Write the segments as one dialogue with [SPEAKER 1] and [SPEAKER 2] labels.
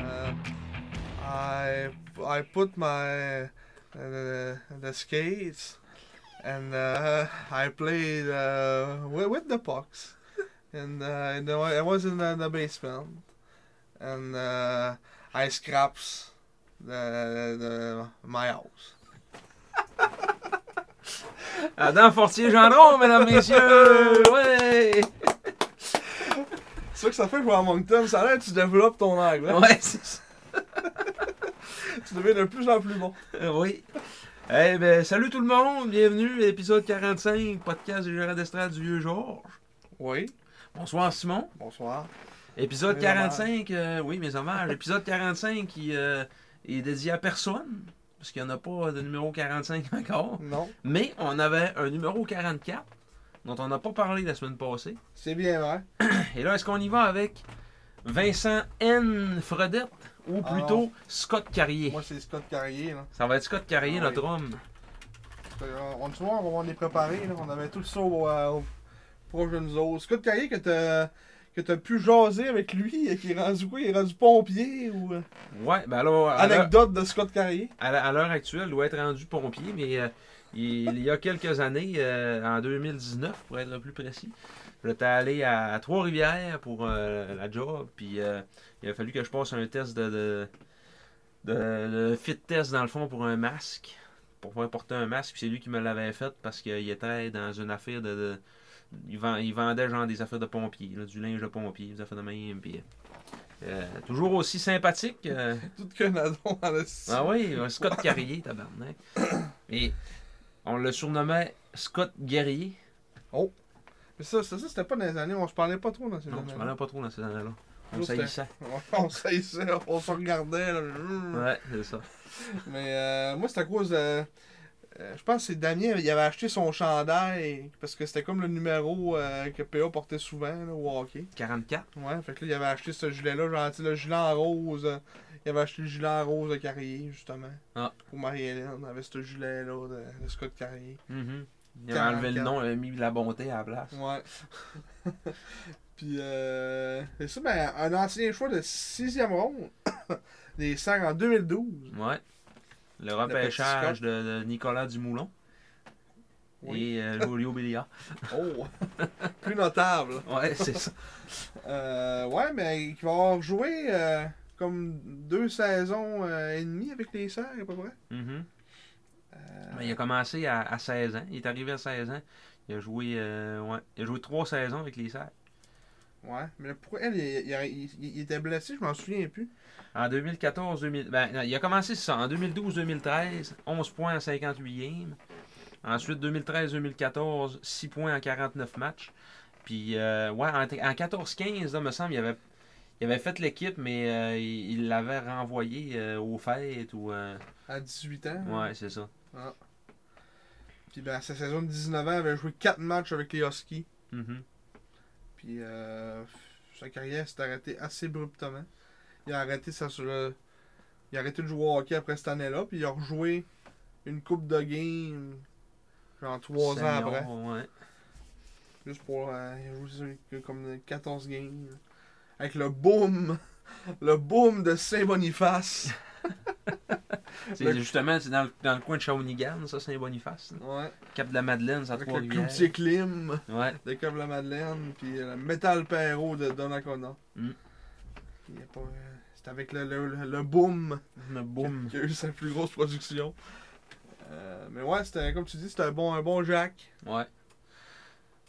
[SPEAKER 1] Uh, I I put my uh, the, the skates and uh, I played uh, with, with the pucks and uh, you know, I was in the, the basement and uh, I scraps the, the my house.
[SPEAKER 2] Adam Fortier Gendron, mesdames, messieurs! Ouais!
[SPEAKER 1] C'est ça que ça fait jouer à Moncton, ça a l'air que tu développes ton anglais.
[SPEAKER 2] Ouais, c'est ça.
[SPEAKER 1] Tu deviens de plus en plus bon.
[SPEAKER 2] Euh, Oui. Eh ben, salut tout le monde, bienvenue à l'épisode 45, podcast du gérant d'estrade du vieux Georges.
[SPEAKER 1] Oui,
[SPEAKER 2] Bonsoir Simon.
[SPEAKER 1] bonsoir.
[SPEAKER 2] Épisode
[SPEAKER 1] Mes
[SPEAKER 2] 45, euh, oui, mes hommages. Épisode 45 qui euh, est dédié à personne, parce qu'il n'y en a pas de numéro 45 encore.
[SPEAKER 1] Non,
[SPEAKER 2] Mais on avait un numéro 44, dont on n'a pas parlé la semaine passée.
[SPEAKER 1] c'est bien vrai.
[SPEAKER 2] Et là, est-ce qu'on y va avec Vincent N. Fredette ou
[SPEAKER 1] Ah
[SPEAKER 2] plutôt Scott Carrier?
[SPEAKER 1] Moi, c'est Scott Carrier. Là.
[SPEAKER 2] Ça va être Scott Carrier,
[SPEAKER 1] Ah oui.
[SPEAKER 2] notre homme.
[SPEAKER 1] Euh, On, tu vois, on, on est préparé, là. on avait tout ça au, euh, au- proche de nous autres. Scott Carrier que t'as que t'as pu jaser avec lui et qui est rendu quoi? Il est rendu pompier ou euh,
[SPEAKER 2] Ouais, ben alors, à l'heure-
[SPEAKER 1] anecdote de Scott Carrier?
[SPEAKER 2] à la- à l'heure actuelle, il doit être rendu pompier, mais euh, il, il y a quelques années, euh, en 2019 pour être plus précis, j'étais allé à, à Trois-Rivières pour euh, la job, puis euh, il a fallu que je passe un test de, de, de- de fit test dans le fond pour un masque, pour pouvoir porter un masque, puis c'est lui qui me l'avait fait parce qu'il était dans une affaire de... de- il, vend- il vendait genre des affaires de pompiers, là, du linge de pompiers, des affaires de même, puis euh, toujours aussi sympathique. euh,
[SPEAKER 1] Tout canadon dans le
[SPEAKER 2] ah oui, un Scott Carrier, tabarnak. Et on le surnommait Scott Guerrier.
[SPEAKER 1] Mais ça, ça, ça, c'était pas dans les années, on se parlait pas trop dans ces
[SPEAKER 2] Non, je
[SPEAKER 1] années.
[SPEAKER 2] parlais pas trop dans ces années-là. On
[SPEAKER 1] Juste,
[SPEAKER 2] saillissait.
[SPEAKER 1] On saillissait, on se regardait. là, hum.
[SPEAKER 2] Ouais, c'est ça.
[SPEAKER 1] Mais euh, moi, c'est à cause. euh, euh, je pense que c'est Damien, il avait acheté son chandail parce que c'était comme le numéro euh, que PA portait souvent là, au hockey.
[SPEAKER 2] 44.
[SPEAKER 1] Ouais, fait que là, il avait acheté ce gilet-là, genre, tu sais, le gilet en rose. euh, il avait acheté le gilet en rose de Carrier, justement.
[SPEAKER 2] Ah.
[SPEAKER 1] Pour Marie-Hélène, il avait ce gilet-là de, de Scott Carrier.
[SPEAKER 2] Mhm. Il a enlevé le nom, il a mis de la bonté à la place.
[SPEAKER 1] Ouais. Puis, euh, c'est ça, ben, un ancien choix de 6 ronde des Sags en 2012.
[SPEAKER 2] Ouais. Le repêchage de, de Nicolas Dumoulon
[SPEAKER 1] Oui.
[SPEAKER 2] et euh, Julio Béliard.
[SPEAKER 1] Oh! Plus notable.
[SPEAKER 2] Ouais, c'est ça.
[SPEAKER 1] Euh, ouais, mais il va avoir joué euh, comme deux saisons euh, et demie avec les Sags, à peu près.
[SPEAKER 2] Mhm.
[SPEAKER 1] Euh,
[SPEAKER 2] Mais Il a commencé à, à 16 ans. Il est arrivé à 16 ans. Il a joué, euh, ouais. il a joué trois saisons avec les Serres.
[SPEAKER 1] Ouais, mais là, pourquoi elle, il, il- il- il était blessé, je m'en souviens plus.
[SPEAKER 2] En 2014, 2000, ben, non, il a commencé c'est ça, en 2012-2013, 11 points en 58 games. Ensuite, 2013-2014, 6 points en 49 matchs. Puis, euh, ouais, en, t- en 14-15, là, me semble, il avait, il avait fait l'équipe, mais euh, il il l'avait renvoyé euh, aux fêtes ou. euh,
[SPEAKER 1] À 18 ans.
[SPEAKER 2] ouais, c'est ça.
[SPEAKER 1] Puis ben, sa saison de 19 ans, elle avait joué 4 matchs avec les Huskies.
[SPEAKER 2] Mhm.
[SPEAKER 1] Puis euh, sa carrière s'est arrêtée assez abruptement. Il a arrêté ça sur le... Il a arrêté de jouer au hockey après cette année-là, puis il a rejoué une coupe de game genre 3 ans
[SPEAKER 2] Senior,
[SPEAKER 1] après.
[SPEAKER 2] ouais.
[SPEAKER 1] Juste pour. euh, il a joué sur- comme 14 games. là. Avec le boom! Le boom de Saint-Boniface!
[SPEAKER 2] C'est
[SPEAKER 1] Le-
[SPEAKER 2] justement, c'est dans, le- dans le coin de Shawinigan, ça, c'est un Boniface. là.
[SPEAKER 1] Ouais.
[SPEAKER 2] Cap de la Madeleine, ça
[SPEAKER 1] Avec
[SPEAKER 2] trois
[SPEAKER 1] le
[SPEAKER 2] rivières
[SPEAKER 1] Cloutier Clim.
[SPEAKER 2] Ouais.
[SPEAKER 1] de Cove la Madeleine, puis euh, le Metal Perro de Donnacona.
[SPEAKER 2] Mm.
[SPEAKER 1] Il y a pas, euh, c'est avec le, le, le- le boom qu'il
[SPEAKER 2] Le boom.
[SPEAKER 1] qui a eu sa plus grosse production. Euh, mais ouais, c'était comme tu dis, c'était un bon, un bon Jack.
[SPEAKER 2] Ouais.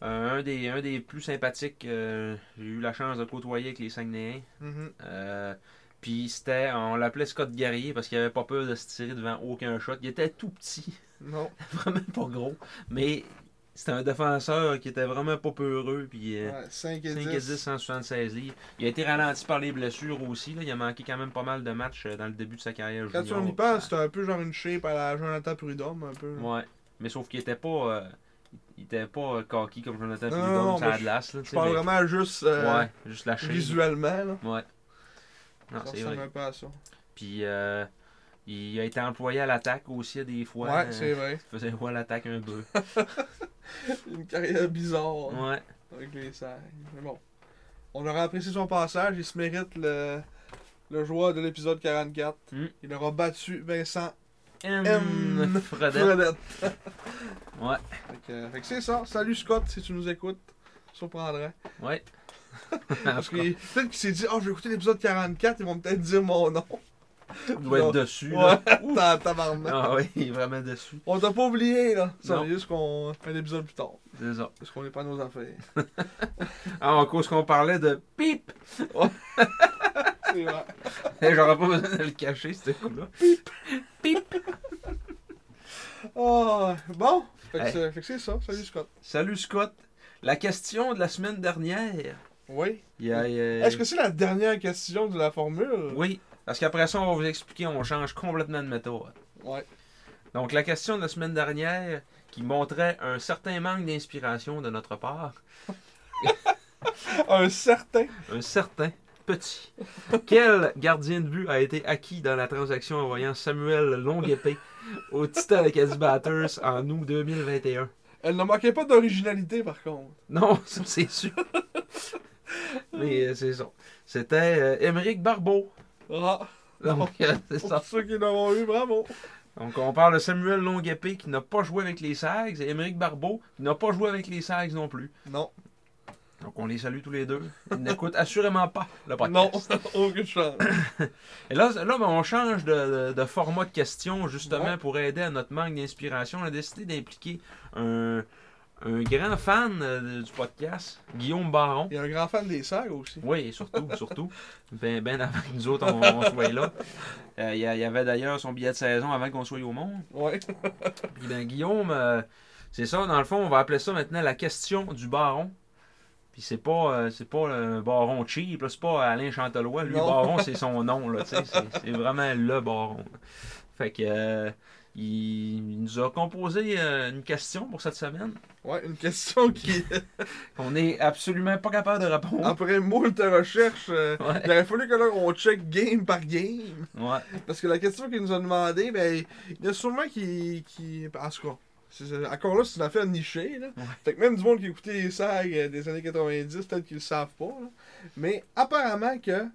[SPEAKER 2] Euh, un, des, un des plus sympathiques, euh, j'ai eu la chance de côtoyer avec les Saguenayens.
[SPEAKER 1] Mhm.
[SPEAKER 2] Euh, Puis c'était, on l'appelait Scott Guerrier parce qu'il avait pas peur de se tirer devant aucun shot. Il était tout petit,
[SPEAKER 1] Non.
[SPEAKER 2] vraiment pas gros, mais c'était un défenseur qui était vraiment pas peureux. Puis euh,
[SPEAKER 1] Ouais, 5 et 10.
[SPEAKER 2] 5 et 10, 176 livres. Il a été ralenti par les blessures aussi. Là. Il a manqué quand même pas mal de matchs euh, dans le début de sa carrière.
[SPEAKER 1] Quand tu
[SPEAKER 2] junior.
[SPEAKER 1] en y penses, c'est un peu genre une shape à la Jonathan Prudhomme, un peu. là.
[SPEAKER 2] Ouais. Mais sauf qu'il était pas. euh, il était pas euh, cocky comme Jonathan
[SPEAKER 1] Non, non,
[SPEAKER 2] Prudhomme
[SPEAKER 1] non,
[SPEAKER 2] sur la
[SPEAKER 1] mais
[SPEAKER 2] glace. là, tu
[SPEAKER 1] Je
[SPEAKER 2] sais,
[SPEAKER 1] parle
[SPEAKER 2] mais-
[SPEAKER 1] vraiment juste euh,
[SPEAKER 2] Ouais, juste la chaîne.
[SPEAKER 1] visuellement. Là.
[SPEAKER 2] Ouais. Non,
[SPEAKER 1] ça
[SPEAKER 2] c'est
[SPEAKER 1] ressemble
[SPEAKER 2] vrai.
[SPEAKER 1] un peu à ça.
[SPEAKER 2] Puis euh, il a été employé à l'attaque aussi des
[SPEAKER 1] Ouais,
[SPEAKER 2] fois. Euh,
[SPEAKER 1] c'est vrai.
[SPEAKER 2] Il faisait ouais, l'attaque un peu.
[SPEAKER 1] Une carrière bizarre
[SPEAKER 2] Ouais.
[SPEAKER 1] avec les sacs. Mais bon. On aura apprécié son passage. Il se mérite le, le joueur de l'épisode 44.
[SPEAKER 2] Mm.
[SPEAKER 1] Il aura battu Vincent
[SPEAKER 2] M.
[SPEAKER 1] M.
[SPEAKER 2] Fredette.
[SPEAKER 1] Fredette.
[SPEAKER 2] Ouais.
[SPEAKER 1] Fait que, fait que c'est ça. Salut Scott, si tu nous écoutes. Surprendrait.
[SPEAKER 2] Ouais.
[SPEAKER 1] Parce que peut-être qu'il s'est dit Oh, je vais écouter l'épisode 44, ils vont peut-être dire mon nom.
[SPEAKER 2] Il doit être dessus.
[SPEAKER 1] Ouais,
[SPEAKER 2] Là.
[SPEAKER 1] t'as tabarnak.
[SPEAKER 2] Ah oui, il est vraiment dessus.
[SPEAKER 1] On t'a pas oublié, là.
[SPEAKER 2] Non.
[SPEAKER 1] C'est juste qu'on fait l'épisode plus tard.
[SPEAKER 2] C'est ça.
[SPEAKER 1] Parce qu'on n'est pas à nos affaires.
[SPEAKER 2] Ah, en cause qu'on parlait de pip!
[SPEAKER 1] c'est vrai.
[SPEAKER 2] J'aurais pas besoin de le cacher, ce coup-là.
[SPEAKER 1] Ah, bon, fait que
[SPEAKER 2] Hey.
[SPEAKER 1] c'est- fait que c'est ça. Salut Scott.
[SPEAKER 2] Salut Scott. La question de la semaine dernière.
[SPEAKER 1] Oui.
[SPEAKER 2] Il y a- il y a-
[SPEAKER 1] Est-ce que c'est la dernière question de la formule
[SPEAKER 2] Oui, parce qu'après ça, on va vous expliquer, on change complètement de méthode.
[SPEAKER 1] Ouais.
[SPEAKER 2] Donc, la question de la semaine dernière qui montrait un certain manque d'inspiration de notre part,
[SPEAKER 1] Un certain.
[SPEAKER 2] un certain petit. Quel gardien de but a été acquis dans la transaction envoyant Samuel Longuepé au Titan Acadie Batters en août 2021?
[SPEAKER 1] Elle ne manquait pas d'originalité, par contre.
[SPEAKER 2] Non, ça c'est sûr. Mais euh, c'est ça. C'était euh, Émeric Barbeau.
[SPEAKER 1] Ah,
[SPEAKER 2] Donc, euh, c'est
[SPEAKER 1] pour
[SPEAKER 2] ça.
[SPEAKER 1] ceux qui l'ont eu, bravo.
[SPEAKER 2] Donc, on parle de Samuel Longuepé qui n'a pas joué avec les Sags et Émeric Barbeau qui n'a pas joué avec les Sags non plus.
[SPEAKER 1] Non.
[SPEAKER 2] Donc, on les salue tous les deux. Ils n'écoutent assurément pas le
[SPEAKER 1] Non,
[SPEAKER 2] podcast.
[SPEAKER 1] aucune chance.
[SPEAKER 2] Et là, là ben, on change de, de- de format de question justement
[SPEAKER 1] Ouais.
[SPEAKER 2] pour aider à notre manque d'inspiration. On a décidé d'impliquer un, un grand fan euh, du podcast, Guillaume Baron.
[SPEAKER 1] Il y a un grand fan des sacs aussi.
[SPEAKER 2] Oui, et surtout, surtout. Ben, ben avant que nous autres, on, on soit là. Euh, Il y, a- il y avait d'ailleurs son billet de saison avant qu'on soit au monde.
[SPEAKER 1] Ouais.
[SPEAKER 2] Puis ben, Guillaume, euh, c'est ça, dans le fond, on va appeler ça maintenant la question du baron. Puis c'est pas, euh, c'est pas un baron cheap, là, c'est pas Alain Chantelois. Lui,
[SPEAKER 1] Non.
[SPEAKER 2] baron, c'est son nom, là, tu sais, c'est c'est vraiment le baron. Fait que, euh, il, il nous a composé euh, une question pour cette semaine
[SPEAKER 1] Ouais, une question qui,
[SPEAKER 2] qu'on est absolument pas capable de répondre.
[SPEAKER 1] après moult recherches, euh,
[SPEAKER 2] Ouais.
[SPEAKER 1] il aurait fallu que là, on check game par game.
[SPEAKER 2] Ouais.
[SPEAKER 1] Parce que la question qu'il nous a demandé, ben, il y a sûrement qui. qui en tout cas, c'est- c'est- encore là, c'est une affaire nichée. Là.
[SPEAKER 2] Ouais.
[SPEAKER 1] Fait que même du monde qui écoutait les sags euh, des années 90, peut-être qu'ils le savent pas. là. Mais apparemment que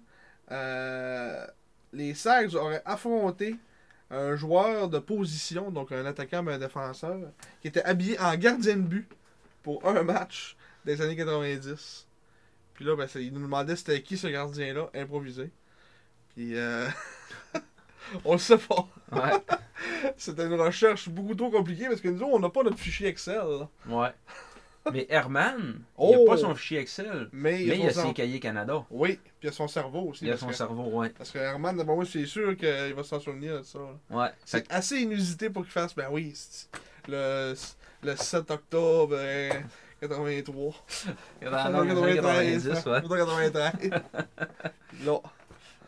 [SPEAKER 1] euh, les sags auraient affronté un joueur de position, donc un attaquant mais un défenseur, qui était habillé en gardien de but pour un match des années 90. Puis là, ben, c'est- il nous demandait c'était qui ce gardien-là, improvisé. Puis, euh, on le sait pas.
[SPEAKER 2] Ouais.
[SPEAKER 1] C'était une recherche beaucoup trop compliquée parce que nous, autres, on n'a pas notre fichier Excel. là.
[SPEAKER 2] Ouais. Mais Herman, il
[SPEAKER 1] Oh!
[SPEAKER 2] n'a pas son fichier Excel,
[SPEAKER 1] Mais,
[SPEAKER 2] mais il a
[SPEAKER 1] son
[SPEAKER 2] ses
[SPEAKER 1] cer-
[SPEAKER 2] cahiers Canada.
[SPEAKER 1] Oui, puis il a son cerveau aussi.
[SPEAKER 2] Il a
[SPEAKER 1] parce,
[SPEAKER 2] son
[SPEAKER 1] que...
[SPEAKER 2] cerveau, ouais.
[SPEAKER 1] parce que Herman, d'abord, moi, c'est sûr qu'il va s'en souvenir de ça. là.
[SPEAKER 2] Ouais.
[SPEAKER 1] C'est assez inusité pour qu'il fasse, ben oui, c'est- le, le 7 octobre euh, 83.
[SPEAKER 2] Ah non, 93, ouais.
[SPEAKER 1] 93. Là.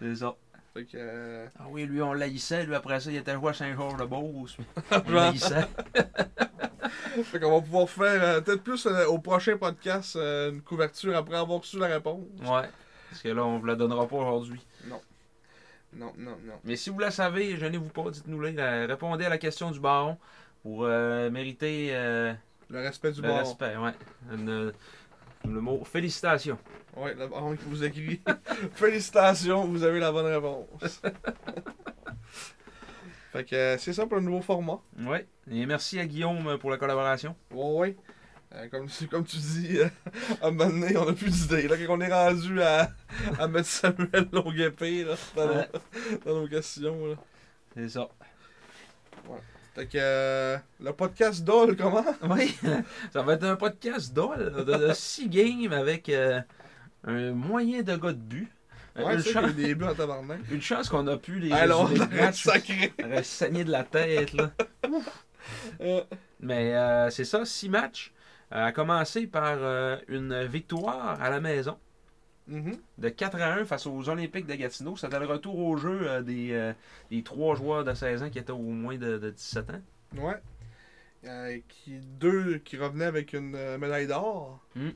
[SPEAKER 2] C'est ça.
[SPEAKER 1] Fait que, euh,
[SPEAKER 2] Ah oui, lui, on l'haïssait. Lui, après ça, il était joué à Saint-Georges-de-Beauce. On l'haïssait.
[SPEAKER 1] Fait qu'on va pouvoir faire euh, peut-être plus euh, au prochain podcast euh, une couverture après avoir reçu la réponse.
[SPEAKER 2] Ouais. Parce que là, on vous la donnera pas aujourd'hui.
[SPEAKER 1] Non, non, non.
[SPEAKER 2] Mais si vous la savez, gênez-vous pas, dites-nous-la. Euh, Répondez à la question du baron pour euh, mériter euh,
[SPEAKER 1] Le respect du
[SPEAKER 2] le
[SPEAKER 1] baron.
[SPEAKER 2] respect. Ouais. Une, euh, le mot félicitations.
[SPEAKER 1] Ouais, le baron qui vous écrit. Félicitations, vous avez la bonne réponse. fait que euh, c'est ça pour le nouveau format.
[SPEAKER 2] Ouais. Et merci à Guillaume pour la collaboration.
[SPEAKER 1] Ouais, ouais. Euh, comme, tu- comme tu dis, euh, à un moment donné, on n'a plus d'idées. Là, quand on est rendu à, à mettre Samuel Longuepé là, dans, nos-
[SPEAKER 2] Ouais.
[SPEAKER 1] dans nos questions. Là.
[SPEAKER 2] C'est ça.
[SPEAKER 1] Fait que euh, le podcast Doll, comment
[SPEAKER 2] Oui, ça va être un podcast dole de 6 games avec euh, un moyen de gars de but.
[SPEAKER 1] Ouais,
[SPEAKER 2] une,
[SPEAKER 1] c'est ça,
[SPEAKER 2] chance,
[SPEAKER 1] le début en tabarnak.
[SPEAKER 2] une chance qu'on a pu les.
[SPEAKER 1] Alors,
[SPEAKER 2] les
[SPEAKER 1] on a
[SPEAKER 2] matchs,
[SPEAKER 1] sacré.
[SPEAKER 2] on aurait saigné de la tête, là.
[SPEAKER 1] Euh,
[SPEAKER 2] Mais euh, c'est ça, six matchs. Euh, à commencer par euh, une victoire à la maison
[SPEAKER 1] mhm.
[SPEAKER 2] de 4 à 1 face aux Olympiques de Gatineau. C'était le retour au jeu euh, des, euh, des trois joueurs de 16 ans qui étaient au moins de, de 17 ans.
[SPEAKER 1] Ouais. Euh, qui, deux qui revenaient avec une euh, médaille d'or.
[SPEAKER 2] Mm.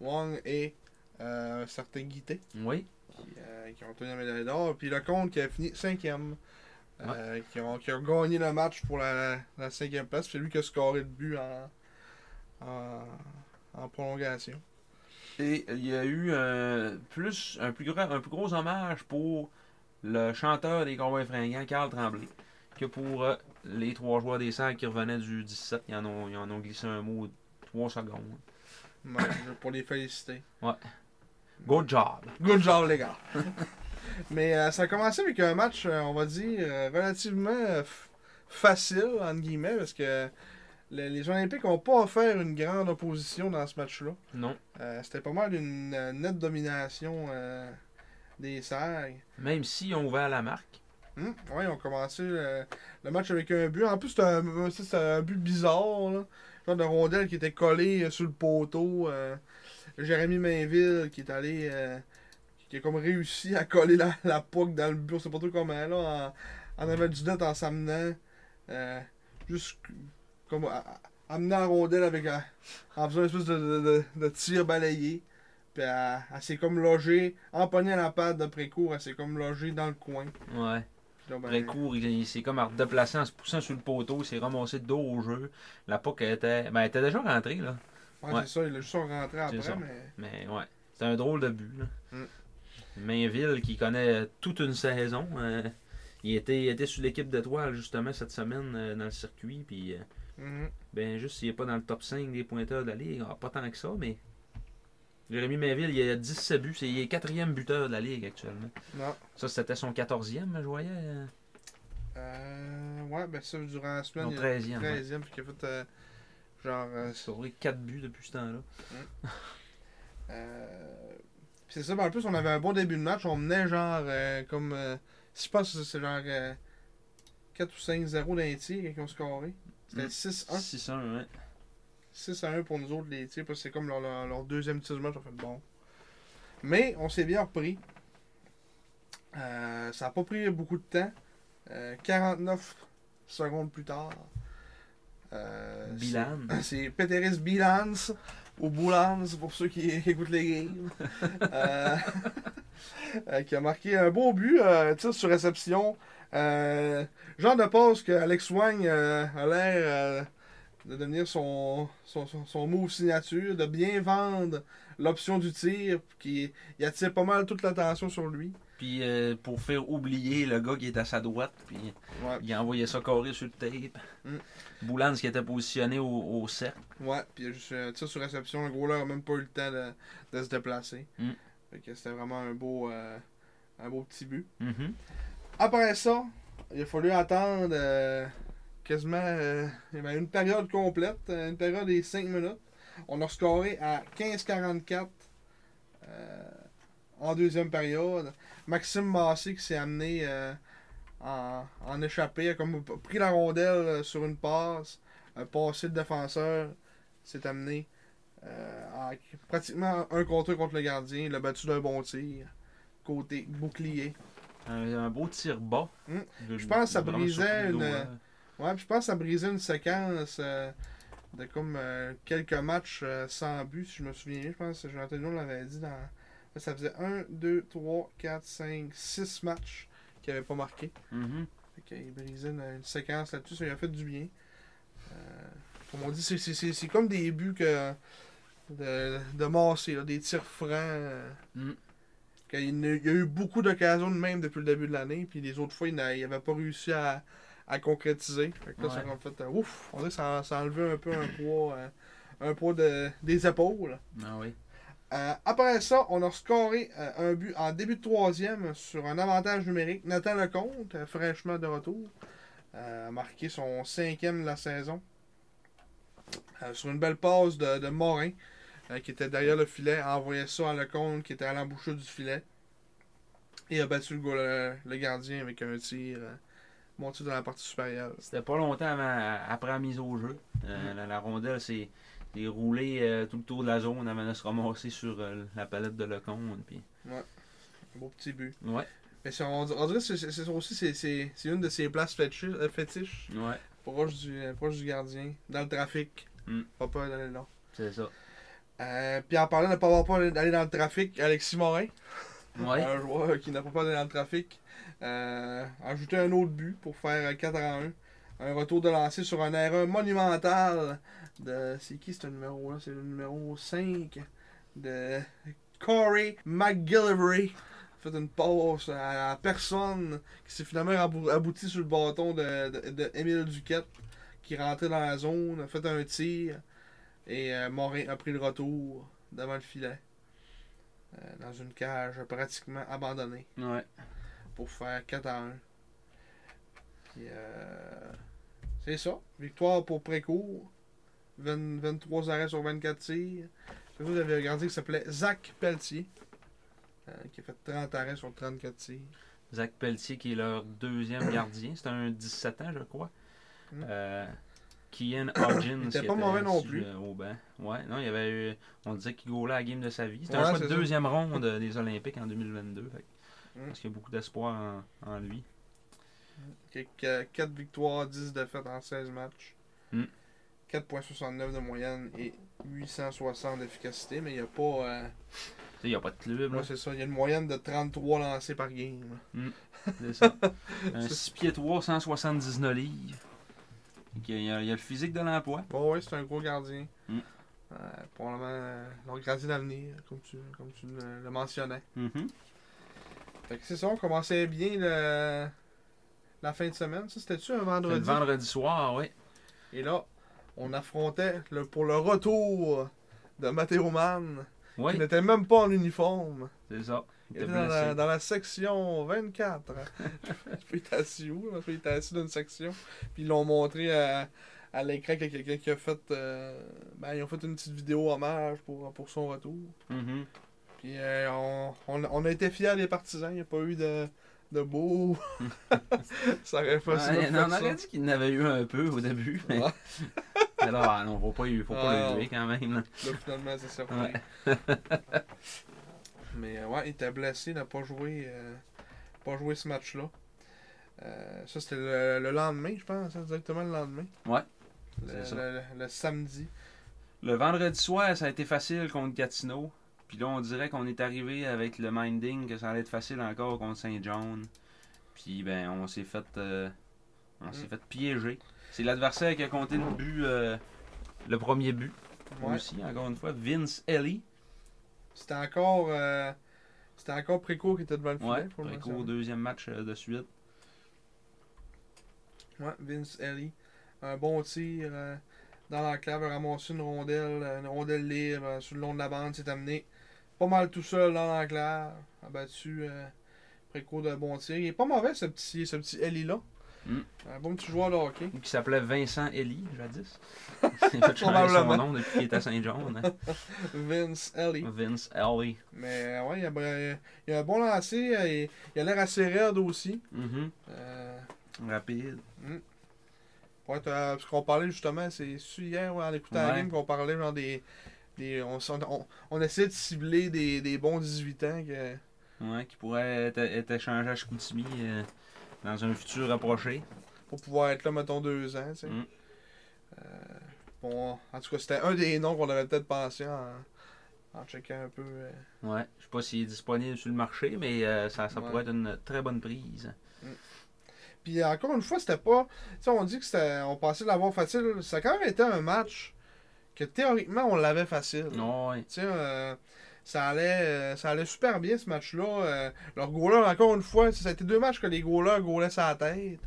[SPEAKER 1] Wang et euh, un certain Guité
[SPEAKER 2] Oui.
[SPEAKER 1] qui, euh, qui ont obtenu la médaille d'or. Puis le compte qui a fini cinquième. Euh, qui, ont, qui ont gagné le match pour la, la cinquième place. C'est lui qui a scoré le but en, en, en prolongation.
[SPEAKER 2] Et il y a eu un plus, un, plus grand, un plus gros hommage pour le chanteur des Cowboys fringants, Carl Tremblay, que pour euh, les trois joueurs des 100 qui revenaient du 17. Ils en ont, ils en ont glissé un mot trois secondes.
[SPEAKER 1] Ouais, je- pour les féliciter.
[SPEAKER 2] Good job!
[SPEAKER 1] Good job, les gars. Mais euh, ça a commencé avec un match, euh, on va dire, euh, relativement euh, f- facile, entre guillemets, parce que le- les Olympiques n'ont pas offert une grande opposition dans ce match-là.
[SPEAKER 2] Non.
[SPEAKER 1] Euh, C'était pas mal une euh, nette domination euh, des Serres.
[SPEAKER 2] Même s'ils ont ouvert la marque.
[SPEAKER 1] Hum, ouais, ils ont commencé euh, le match avec un but. En plus, c'était un, euh, ça, c'était un but bizarre. Là. Genre de rondelle qui était collée euh, sur le poteau. euh, Jérémy Mainville qui est allé. euh, qui a comme réussi à coller la, la puck dans le but. C'est pas trop comment là. En, en avait du net en s'amenant. euh, juste comme. à- à- amenant la rondelle avec. la- en faisant une espèce de, de, de- de tir balayé. Puis elle, elle s'est comme logée. Empognée à la patte de précourt. Elle s'est comme logée dans le coin.
[SPEAKER 2] Ouais.
[SPEAKER 1] Puis là, ben,
[SPEAKER 2] Après coup, il, il s'est comme redéplacé en se poussant sur le poteau, il s'est ramassé de dos au jeu. La POC était. Ben, elle était déjà rentrée, là.
[SPEAKER 1] Ouais,
[SPEAKER 2] Ouais.
[SPEAKER 1] c'est ça, il a juste rentré après,
[SPEAKER 2] ça.
[SPEAKER 1] mais.
[SPEAKER 2] Mais ouais. C'était un drôle de but, là.
[SPEAKER 1] Mm.
[SPEAKER 2] Mainville, qui connaît toute une saison. euh, il, était, il était sur l'équipe d'étoiles, justement, cette semaine, euh, dans le circuit. Puis, euh,
[SPEAKER 1] Mhm.
[SPEAKER 2] ben, juste, s'il n'est pas dans le top 5 des pointeurs de la Ligue, ah, pas tant que ça, mais. Jérémy Mainville, il a 17 buts, c'est- il est quatrième buteur de la Ligue actuellement.
[SPEAKER 1] Non.
[SPEAKER 2] Ça, c'était son 14e, je voyais. euh,
[SPEAKER 1] Euh, ouais, ben ça, durant la semaine,
[SPEAKER 2] non, hein.
[SPEAKER 1] il a
[SPEAKER 2] 13e. ouais.
[SPEAKER 1] 13e, puis qu'il a fait. euh, genre. euh,
[SPEAKER 2] Il a scoré 4 buts depuis ce temps-là.
[SPEAKER 1] euh, puis c'est ça, ben, en plus, on avait un bon début de match. On menait genre. euh, comme. euh, si je pense que c'est genre. euh, 4 ou 5-0 dans les tirs qui ont scoré. C'était
[SPEAKER 2] Mm.
[SPEAKER 1] 6-1.
[SPEAKER 2] 6-1, ouais.
[SPEAKER 1] 6-1 pour nous autres, les tirs, parce que c'est comme leur, leur, leur deuxième tir du match. On fait bon. Mais on s'est bien repris. Euh, ça n'a pas pris beaucoup de temps. Euh, 49 secondes plus tard. euh,
[SPEAKER 2] Bilan.
[SPEAKER 1] c'est- C'est Peteris Bilans ou Boulans pour ceux qui écoutent les games. Euh, euh, qui a marqué un beau but, euh, tir sur réception. Euh, genre de passe que Alex Wang euh, a l'air euh, de devenir son, son, son, son move signature, de bien vendre l'option du tir qui il attire pas mal toute l'attention sur lui.
[SPEAKER 2] Puis euh, pour faire oublier le gars qui est à sa droite, puis
[SPEAKER 1] Ouais,
[SPEAKER 2] il a envoyé ça carré sur le tape.
[SPEAKER 1] Mm.
[SPEAKER 2] Boulans qui était positionné au, au cercle.
[SPEAKER 1] ouais puis il y a juste un tir sur réception. Le gros là a même pas eu le temps de, de se déplacer.
[SPEAKER 2] Mm.
[SPEAKER 1] Fait que c'était vraiment un beau, euh, un beau petit but.
[SPEAKER 2] Mm-hmm.
[SPEAKER 1] Après ça, il a fallu attendre euh, quasiment euh, il y avait une période complète, euh, une période des 5 minutes. On a scoré à 15-44 euh, en deuxième période. Maxime Massé qui s'est amené euh, en, en échappé, a comme pris la rondelle euh, sur une passe, a passé le défenseur, s'est amené euh, en- pratiquement un contre un contre le gardien, il l'a battu d'un bon tir, côté bouclier.
[SPEAKER 2] Un, un beau tir bas.
[SPEAKER 1] Mm. Je pense que ça
[SPEAKER 2] Vraiment
[SPEAKER 1] brisait
[SPEAKER 2] surpris
[SPEAKER 1] une-
[SPEAKER 2] d'eau, hein.
[SPEAKER 1] Ouais, puis je pense que ça brisait une séquence euh, de comme euh, quelques matchs euh, sans but, si je me souviens bien. Je pense que Jonathan Drouin l'avait dit dans. Ça faisait 1, 2, 3, 4, 5, 6 matchs qu'il n'avait pas marqué.
[SPEAKER 2] Mhm.
[SPEAKER 1] Fait qu'il brisait une, une séquence là-dessus, ça lui a fait du bien. Euh, comme on dit, c'est- c'est- c'est c'est comme des buts que de, de Massé, là, des tirs francs. euh,
[SPEAKER 2] Mm.
[SPEAKER 1] qu'il y a- il y a eu beaucoup d'occasions de même depuis le début de l'année, puis les autres fois, il n'avait pas réussi à, à concrétiser. Fait que là, ça
[SPEAKER 2] Ouais.
[SPEAKER 1] a fait euh, ouf, on dirait que ça, ça a enlevé un peu un poids, euh, un poids de, des épaules.
[SPEAKER 2] Ah oui.
[SPEAKER 1] Euh, après ça, on a scoré euh, un but en début de troisième sur un avantage numérique. Nathan Lecomte, euh, fraîchement de retour, euh, a marqué son cinquième de la saison Euh, sur une belle passe de, de Morin euh, qui était derrière le filet, a envoyé ça à Lecomte qui était à l'embouchure du filet. et a battu le, goal- euh, le gardien avec un tir euh, monté dans la partie supérieure.
[SPEAKER 2] C'était pas longtemps avant, après la mise au jeu.
[SPEAKER 1] Mm.
[SPEAKER 2] Euh, la, la rondelle s'est s'est roulée euh, tout le tour de la zone avant de se ramasser sur euh, la palette de Lecomte. Puis...
[SPEAKER 1] Un beau petit but.
[SPEAKER 2] Ouais,
[SPEAKER 1] Mais si on, on dirait que c'est- c'est c'est aussi c'est- c'est c'est une de ses places fétiches, euh, fétiches,
[SPEAKER 2] ouais,
[SPEAKER 1] proche du, euh, proche du gardien, dans le trafic.
[SPEAKER 2] Mm.
[SPEAKER 1] Pas peur d'aller là.
[SPEAKER 2] c'est ça.
[SPEAKER 1] Euh, puis en parlant de ne pas avoir peur d'aller dans le trafic, Alexis Morin,
[SPEAKER 2] Ouais,
[SPEAKER 1] un joueur qui n'a pas peur d'aller dans le trafic, euh, a ajouté un autre but pour faire euh, 4 à 1. Un retour de lancer sur un erreur monumental de. C'est qui ce numéro-là C'est le numéro 5 de Corey McGillivray. Fait une passe à la personne qui s'est finalement abou- abouti sur le bâton de, de, de Émile Duquette qui rentrait dans la zone, a fait un tir et euh, Morin a pris le retour devant le filet euh, dans une cage pratiquement abandonnée
[SPEAKER 2] ouais.
[SPEAKER 1] pour faire 4 à 1. Puis, euh, c'est ça. Victoire pour Précourt. 20 23 arrêts sur 24 tirs. Précourt avait un gardien qui s'appelait Zach Pelletier. euh, qui a fait 30 arrêts sur 34 tirs.
[SPEAKER 2] Zach Pelletier qui est leur deuxième gardien. C'est un 17 ans, je crois.
[SPEAKER 1] Mm.
[SPEAKER 2] Euh, Kian Hodgins.
[SPEAKER 1] Il était
[SPEAKER 2] qui
[SPEAKER 1] pas mauvais non
[SPEAKER 2] sur-
[SPEAKER 1] plus.
[SPEAKER 2] euh, au banc. Ouais, non, il y avait eu- On disait qu'il goulait la game de sa vie. C'était
[SPEAKER 1] Ouais,
[SPEAKER 2] un choix
[SPEAKER 1] c'est
[SPEAKER 2] de
[SPEAKER 1] ça.
[SPEAKER 2] deuxième ronde euh, des Olympiques en 2022. fait que
[SPEAKER 1] Mm.
[SPEAKER 2] Je pense qu'il y a beaucoup d'espoir en, en lui.
[SPEAKER 1] Qui a 4 victoires, 10 défaites en 16 matchs.
[SPEAKER 2] Mm.
[SPEAKER 1] 4.69 de moyenne et 860 d'efficacité, mais il n'y a pas. euh,
[SPEAKER 2] Tu sais, Il n'y a pas de club. là.
[SPEAKER 1] ouais, c'est ça, il y a une moyenne de 33 lancés par game.
[SPEAKER 2] C'est ça. Un 6 pieds 3, 179 livres. Fait que Il y, a, il y a le physique de l'emploi.
[SPEAKER 1] Bon, ouais, c'est un gros gardien.
[SPEAKER 2] Mm.
[SPEAKER 1] Euh, probablement euh, leur gardien d'avenir, comme tu, comme tu le, le mentionnais.
[SPEAKER 2] Mhm.
[SPEAKER 1] Fait que c'est ça, on commençait bien le- la fin de semaine. Ça, c'était-tu un
[SPEAKER 2] C'est le
[SPEAKER 1] vendredi?
[SPEAKER 2] vendredi soir, oui.
[SPEAKER 1] Et là, on affrontait le, pour le retour de Matteo Mann,
[SPEAKER 2] Oui,
[SPEAKER 1] qui n'était même pas en uniforme.
[SPEAKER 2] c'est ça. Il
[SPEAKER 1] Il
[SPEAKER 2] était
[SPEAKER 1] était dans la,
[SPEAKER 2] blessé.
[SPEAKER 1] dans la section 24. il était assis où? là? Il était assis dans une section. Puis ils l'ont montré à, à l'écran qu'il y a quelqu'un qui a fait... euh, ben, ils ont fait une petite vidéo hommage pour, pour son retour.
[SPEAKER 2] Mhm.
[SPEAKER 1] Puis euh, on, on, on a été fiers des partisans. Il n'y a pas eu de, de beau... ça aurait pas si mal
[SPEAKER 2] Ouais, non, on
[SPEAKER 1] fait
[SPEAKER 2] aurait
[SPEAKER 1] ça.
[SPEAKER 2] dit qu'il en avait eu un peu au début. Mais...
[SPEAKER 1] Ouais.
[SPEAKER 2] Alors, ah non, faut pas, lui- faut pas
[SPEAKER 1] Ouais.
[SPEAKER 2] le tuer quand même. là.
[SPEAKER 1] Là, finalement, c'est certain.
[SPEAKER 2] Ouais.
[SPEAKER 1] Mais euh, ouais, il était blessé, il n'a pas joué, euh, pas joué ce match-là. Euh, ça, c'était le, le lendemain, je pense, hein, directement le lendemain.
[SPEAKER 2] Ouais,
[SPEAKER 1] Le,
[SPEAKER 2] c'est ça.
[SPEAKER 1] le- le samedi.
[SPEAKER 2] Le vendredi soir, ça a été facile contre Gatineau. Puis là, on dirait qu'on est arrivé avec le minding que ça allait être facile encore contre Saint-John. Puis ben, on s'est fait, euh, on s'est
[SPEAKER 1] Mm.
[SPEAKER 2] fait piéger. C'est l'adversaire qui a compté le but, euh, le premier but
[SPEAKER 1] Ouais.
[SPEAKER 2] aussi. Encore une fois, Vince Ellie.
[SPEAKER 1] C'était encore, euh, c'était encore Précourt qui était devant le filet.
[SPEAKER 2] Ouais.
[SPEAKER 1] faut le
[SPEAKER 2] Préco,
[SPEAKER 1] mentionner.
[SPEAKER 2] deuxième match euh, de suite.
[SPEAKER 1] Ouais, Vince Ellie. Un bon tir euh, dans l'enclave, a ramassé une rondelle, euh, une rondelle libre euh, sur le long de la bande, s'est amené pas mal tout seul dans l'enclave. A battu euh, Précourt d'un bon tir. Il est pas mauvais ce petit, ce petit Ellie-là.
[SPEAKER 2] Mm.
[SPEAKER 1] Un bon petit joueur de hockey.
[SPEAKER 2] Qui s'appelait Vincent Ellie, jadis. Il a fait changer
[SPEAKER 1] Probablement.
[SPEAKER 2] son nom depuis qu'il est à Saint-John. hein.
[SPEAKER 1] Vince Ellie.
[SPEAKER 2] Vince Ellie.
[SPEAKER 1] Mais euh, ouais, il a, bra- il a un bon lancer, euh, il, il a l'air assez raide aussi.
[SPEAKER 2] Mhm.
[SPEAKER 1] Euh,
[SPEAKER 2] Rapide.
[SPEAKER 1] pour être, euh, parce qu'on parlait justement, c'est c'est hier ouais, en écoutant la
[SPEAKER 2] Ouais.
[SPEAKER 1] game qu'on parlait genre des. des on, s- on, on essayait de cibler des, des bons 18 ans. Que,
[SPEAKER 2] Ouais, qui pourrait être, être échangé à Chicoutimi euh, dans un futur rapproché.
[SPEAKER 1] pour pouvoir être là, mettons, deux ans. tu sais.
[SPEAKER 2] Mm.
[SPEAKER 1] Euh, bon, en tout cas, c'était un des noms qu'on avait peut-être pensé en, en checkant un peu. euh,
[SPEAKER 2] Ouais, je sais pas s'il est disponible sur le marché, mais euh, ça, ça
[SPEAKER 1] Ouais.
[SPEAKER 2] pourrait être une très bonne prise.
[SPEAKER 1] Puis encore une fois, c'était pas. Tu sais, on dit que c'était. On pensait l'avoir facile. Ça a quand même été un match que théoriquement, on l'avait facile. Tu
[SPEAKER 2] Ouais,
[SPEAKER 1] sais, euh, ça, allait, euh, ça allait super bien ce match-là. Euh, leur goaler, encore une fois, ça a été deux matchs que les goalers goalaient sa tête.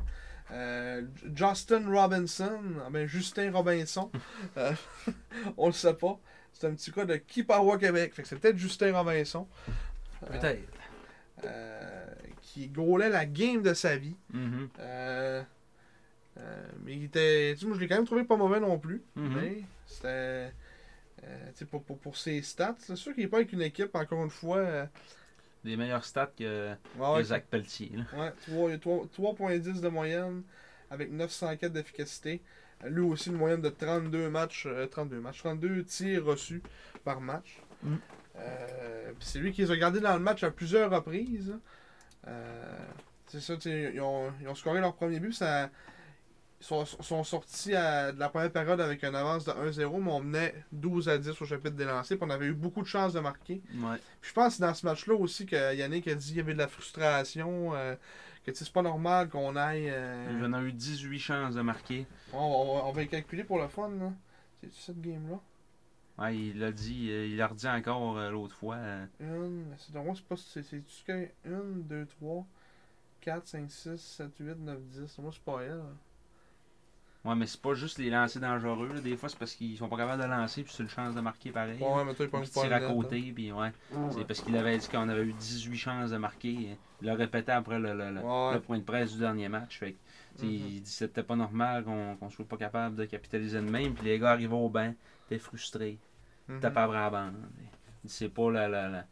[SPEAKER 1] Euh, J- Justin Robinson, ah ben Justin Robinson, euh, on le sait pas. C'est un petit cas de Kipawa Québec. Fait que c'est peut-être Justin Robinson
[SPEAKER 2] peut-être.
[SPEAKER 1] euh, qui goalait la game de sa vie.
[SPEAKER 2] Mhm,
[SPEAKER 1] Euh, euh, mais il était. Tu sais, moi, je l'ai quand même trouvé pas mauvais non plus.
[SPEAKER 2] mhm.
[SPEAKER 1] Mais c'était. euh, tu sais, pour, pour, pour ses stats, c'est sûr qu'il n'est pas avec une équipe, encore une fois, euh,
[SPEAKER 2] Des meilleurs stats que,
[SPEAKER 1] Ouais,
[SPEAKER 2] que
[SPEAKER 1] ouais,
[SPEAKER 2] Zach Pelletier. là.
[SPEAKER 1] Ouais, trois- trois- 3.10 de moyenne avec 904 d'efficacité. Lui aussi, une moyenne de 32 matchs, euh, 32 matchs, 32 tirs reçus par match.
[SPEAKER 2] Mm.
[SPEAKER 1] Euh, puis c'est lui qui les a gardés dans le match à plusieurs reprises. Euh, c'est ça, tu sais, ils ont, ils ont scoré leur premier but. Ça, ils sont, sont sortis à- de la première période avec une avance de 1-0, mais on menait 12 à 10 au chapitre des lancers. puis on avait eu beaucoup de chances de marquer.
[SPEAKER 2] Ouais.
[SPEAKER 1] Puis je pense que c'est dans ce match-là aussi que Yannick a dit qu'il y avait de la frustration, euh, que tu sais, c'est pas normal qu'on aille. euh,
[SPEAKER 2] Il en a eu 18 chances de marquer.
[SPEAKER 1] on, on va- on va y calculer pour le fun, là. C'est cette game-là.
[SPEAKER 2] Ouais, il l'a dit, euh, il l'a redit encore euh, l'autre fois. euh,
[SPEAKER 1] Une, mais c'est drôle, c'est pas. C'est c'est tout ce qu'il y a. Une, deux, trois, quatre, cinq, six, sept, huit, neuf, dix. Moi, c'est pas elle. hein.
[SPEAKER 2] Ouais, mais c'est pas juste les lancers dangereux. là. Des fois, c'est parce qu'ils sont pas capables de lancer, puis c'est une chance de marquer pareil.
[SPEAKER 1] Ouais, mais toi, il
[SPEAKER 2] Puis
[SPEAKER 1] pense
[SPEAKER 2] il
[SPEAKER 1] pas
[SPEAKER 2] tire
[SPEAKER 1] une
[SPEAKER 2] à
[SPEAKER 1] note,
[SPEAKER 2] côté, puis ouais.
[SPEAKER 1] hein.
[SPEAKER 2] C'est parce qu'il avait dit qu'on avait eu 18 chances de marquer. Il l'a répété après le, le- le-
[SPEAKER 1] Ouais.
[SPEAKER 2] le point de presse du dernier match. Fait que, tu sais,
[SPEAKER 1] Mhm.
[SPEAKER 2] Il dit que c'était pas normal qu'on qu'on soit pas capable de capitaliser de même. Puis les gars arrivaient au banc, étaient frustrés,
[SPEAKER 1] Mhm.
[SPEAKER 2] tapaient après la bande. Il dit, C'est pas la, la- la-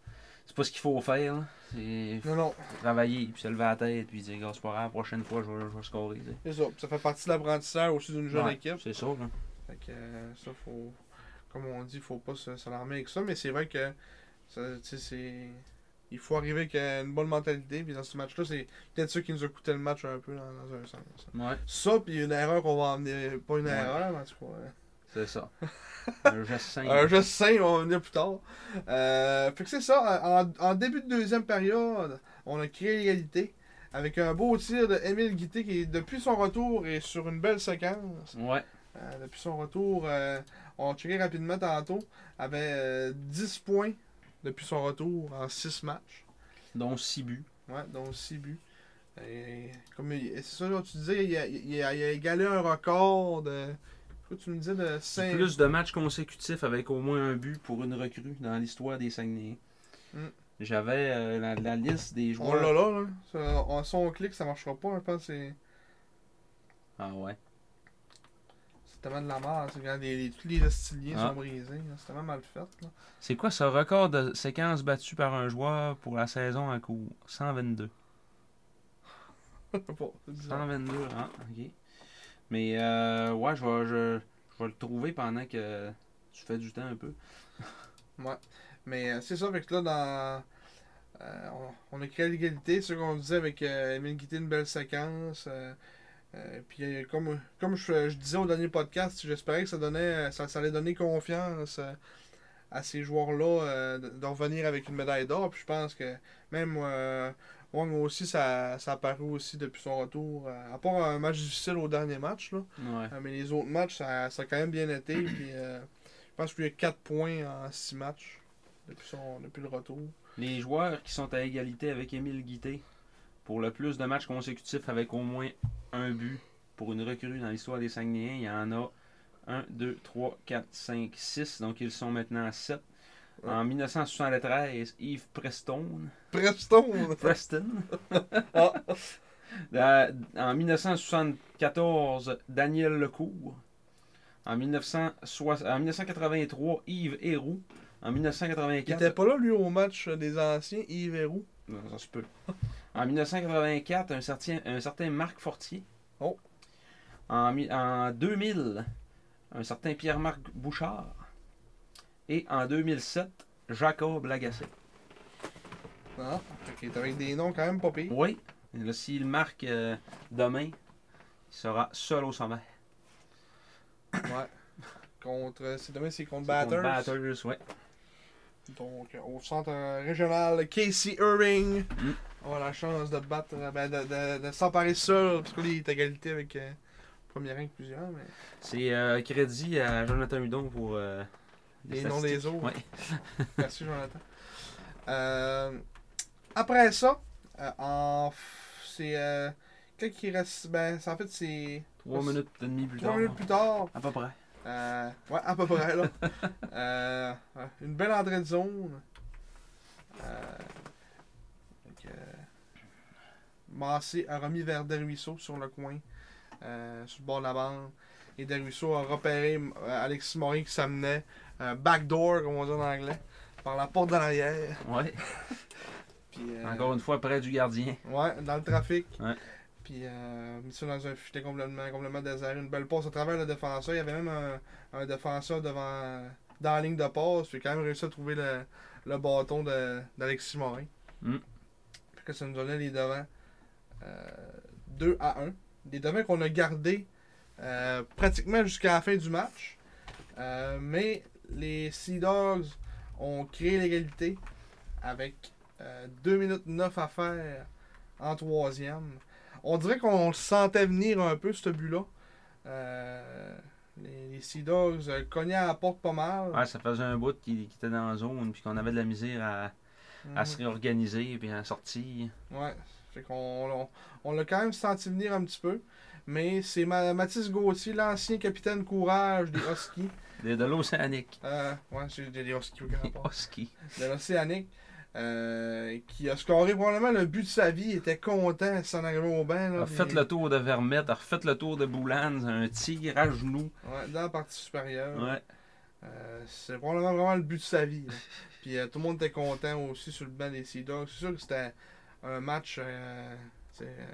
[SPEAKER 2] C'est pas ce qu'il faut faire. là. C'est
[SPEAKER 1] Non, non,
[SPEAKER 2] faut travailler, puis se lever la tête, puis dire, gars, c'est pas grave, la prochaine fois, je vais, je vais scorer. tu sais.
[SPEAKER 1] c'est ça. Puis Ça fait partie de l'apprentissage aussi d'une jeune
[SPEAKER 2] Ouais,
[SPEAKER 1] équipe.
[SPEAKER 2] C'est ça. là.
[SPEAKER 1] Fait que euh, ça, faut. Comme on dit, faut pas se- s'alarmer avec ça, mais c'est vrai que. ça, tu sais, c'est. Il faut arriver avec euh, une bonne mentalité, puis dans ce match-là, c'est peut-être ça qui nous a coûté le match un peu dans, dans un sens.
[SPEAKER 2] Ouais,
[SPEAKER 1] Ça, puis une erreur qu'on va emmener. Pas une
[SPEAKER 2] Ouais.
[SPEAKER 1] erreur, mais en tout cas. euh,
[SPEAKER 2] c'est ça. Un geste simple.
[SPEAKER 1] Un geste simple, on va venir plus tard. Euh, fait que c'est ça, en, en début de deuxième période, on a créé l'égalité. Avec un beau tir de Émile Guité qui, depuis son retour, est sur une belle séquence.
[SPEAKER 2] Ouais,
[SPEAKER 1] Euh, depuis son retour, euh, on a checké rapidement tantôt, avait euh, 10 points depuis son retour en 6 matchs,
[SPEAKER 2] donc 6 buts.
[SPEAKER 1] ouais, dont 6 buts. Et comme il- et c'est ça, là, tu disais, il a, il a- il a égalé un record de. Quoi, tu me disais de 5.
[SPEAKER 2] Plus de matchs consécutifs avec au moins un but pour une recrue dans l'histoire des Saguenay.
[SPEAKER 1] Mm.
[SPEAKER 2] J'avais euh, la, la liste des
[SPEAKER 1] On l'a
[SPEAKER 2] joueurs.
[SPEAKER 1] là, là. Ça, on, si on clique, ça marchera pas, hein, je pense que c'est.
[SPEAKER 2] ah ouais.
[SPEAKER 1] C'est tellement de la merde, c'est quand les, les- tous les estiliers
[SPEAKER 2] Ah.
[SPEAKER 1] sont brisés, là, c'est tellement mal fait. Là.
[SPEAKER 2] C'est quoi ce record de séquences battues par un joueur pour la saison en cours 122.
[SPEAKER 1] Bon, c'est bizarre.
[SPEAKER 2] 122, ah, ok. Mais euh, ouais, je vais, je, je vais le trouver pendant que tu fais du temps un peu.
[SPEAKER 1] Mais euh, c'est ça, avec là, dans. euh, on, on a créé l'égalité, c'est ce qu'on disait avec euh, Emile Guité, une belle séquence. euh, euh, puis euh, comme, comme je, je disais au dernier podcast, j'espérais que ça donnait euh, ça, ça allait donner confiance euh, à ces joueurs-là euh, de de revenir avec une médaille d'or. Puis je pense que même euh, Wang aussi, ça, ça a paru aussi depuis son retour. euh, à part un match difficile au dernier match, là,
[SPEAKER 2] Ouais.
[SPEAKER 1] euh, mais les autres matchs, ça, ça a quand même bien été. Puis, euh, je pense qu'il y a 4 points en 6 matchs depuis, son, depuis le retour.
[SPEAKER 2] Les joueurs qui sont à égalité avec Émile Guité pour le plus de matchs consécutifs avec au moins un but pour une recrue dans l'histoire des Saguenayens, il y en a 1, 2, 3, 4, 5, 6. Donc ils sont maintenant 7. En 1973, Yves Preston.
[SPEAKER 1] Preston!
[SPEAKER 2] Preston.
[SPEAKER 1] Ah.
[SPEAKER 2] Euh, en 1974, Daniel Lecourt. En, 1960 en 1983, Yves Héroux. En
[SPEAKER 1] Il
[SPEAKER 2] 1984,
[SPEAKER 1] était pas là, lui, au match des anciens, Yves Héroux.
[SPEAKER 2] non, ça se peut. En 1984, un certain, un certain Marc Fortier.
[SPEAKER 1] Oh.
[SPEAKER 2] En, mi- en 2000, un certain Pierre-Marc Bouchard. Et en 2007, Jacob Lagacé.
[SPEAKER 1] Ah, il était avec des noms quand même pas pires.
[SPEAKER 2] Oui. Là, s'il marque euh, demain, il sera seul au sommet.
[SPEAKER 1] Ouais. Contre, c'est demain, c'est contre
[SPEAKER 2] Batters.
[SPEAKER 1] Batters.
[SPEAKER 2] Batters, ouais.
[SPEAKER 1] Donc, euh, au centre euh, régional, Casey Irving.
[SPEAKER 2] Mm.
[SPEAKER 1] On a la chance de battre, euh, ben, de, de- de s'emparer seul, parce que là, il est à égalité avec euh, premier rang que plusieurs. Mais...
[SPEAKER 2] C'est euh, crédit à Jonathan Hudon pour. euh, les
[SPEAKER 1] Les noms des autres.
[SPEAKER 2] statistiques. Ouais.
[SPEAKER 1] Merci, Jonathan. Euh, après ça, euh, en f- c'est euh, quand qui reste ben c'est- en fait c'est
[SPEAKER 2] Trois minutes et demie plus
[SPEAKER 1] trois
[SPEAKER 2] tard. hein.
[SPEAKER 1] minutes plus tard.
[SPEAKER 2] À peu près.
[SPEAKER 1] Euh, ouais, à peu près là. Euh, ouais, une belle entrée de zone. Euh, donc, euh, Massé a remis vers Desruisseaux sur le coin, euh, sur le bord de la bande. Et Desruisseaux a repéré euh, Alexis Morin qui s'amenait, euh, backdoor comme on dit en anglais, par la porte de l'arrière.
[SPEAKER 2] Ouais.
[SPEAKER 1] Puis, euh,
[SPEAKER 2] Encore une fois, près du gardien.
[SPEAKER 1] Ouais, dans le trafic.
[SPEAKER 2] Ouais.
[SPEAKER 1] Puis, euh, mis ça dans un filet complètement, complètement désert. Une belle passe à travers le défenseur. Il y avait même un, un défenseur devant, dans la ligne de passe. Puis, il a quand même réussi à trouver le, le bâton de- d'Alexis Morin.
[SPEAKER 2] Mm.
[SPEAKER 1] Fait que ça nous donnait les devants euh, 2 à 1. Des devants qu'on a gardés euh, pratiquement jusqu'à la fin du match. Euh, mais les Sea Dogs ont créé l'égalité avec euh, 2 minutes 9 à faire en troisième. On dirait qu'on le sentait venir un peu, ce but-là. Euh, les, les Sea Dogs euh, cognaient à la porte pas mal.
[SPEAKER 2] Ouais, ça faisait un bout qui, qui était dans la zone, puis qu'on avait de la misère à,
[SPEAKER 1] Mhm.
[SPEAKER 2] à se réorganiser, puis à sortir.
[SPEAKER 1] Ouais. Fait qu'on on, on l'a quand même senti venir un petit peu. Mais c'est Ma- Mathis Gauthier, l'ancien capitaine courage des Huskies.
[SPEAKER 2] De, de l'océanique. Oh,
[SPEAKER 1] Euh, ouais, c'est des des Huskies aucun
[SPEAKER 2] Les
[SPEAKER 1] rapport.
[SPEAKER 2] Huskies.
[SPEAKER 1] De l'Océanique. euh, qui a scoré probablement le but de sa vie. Il était content de s'en arriver au bain. Là,
[SPEAKER 2] A fait
[SPEAKER 1] puis-
[SPEAKER 2] le tour de Vermette, a refait le tour de Boulans, un tir à genoux.
[SPEAKER 1] Ouais, dans la partie supérieure.
[SPEAKER 2] Ouais.
[SPEAKER 1] Euh, c'est probablement vraiment le but de sa vie. là. Puis euh, tout le monde était content aussi sur le banc des Sea Dogs. C'est sûr que c'était un match. euh, c'est, euh,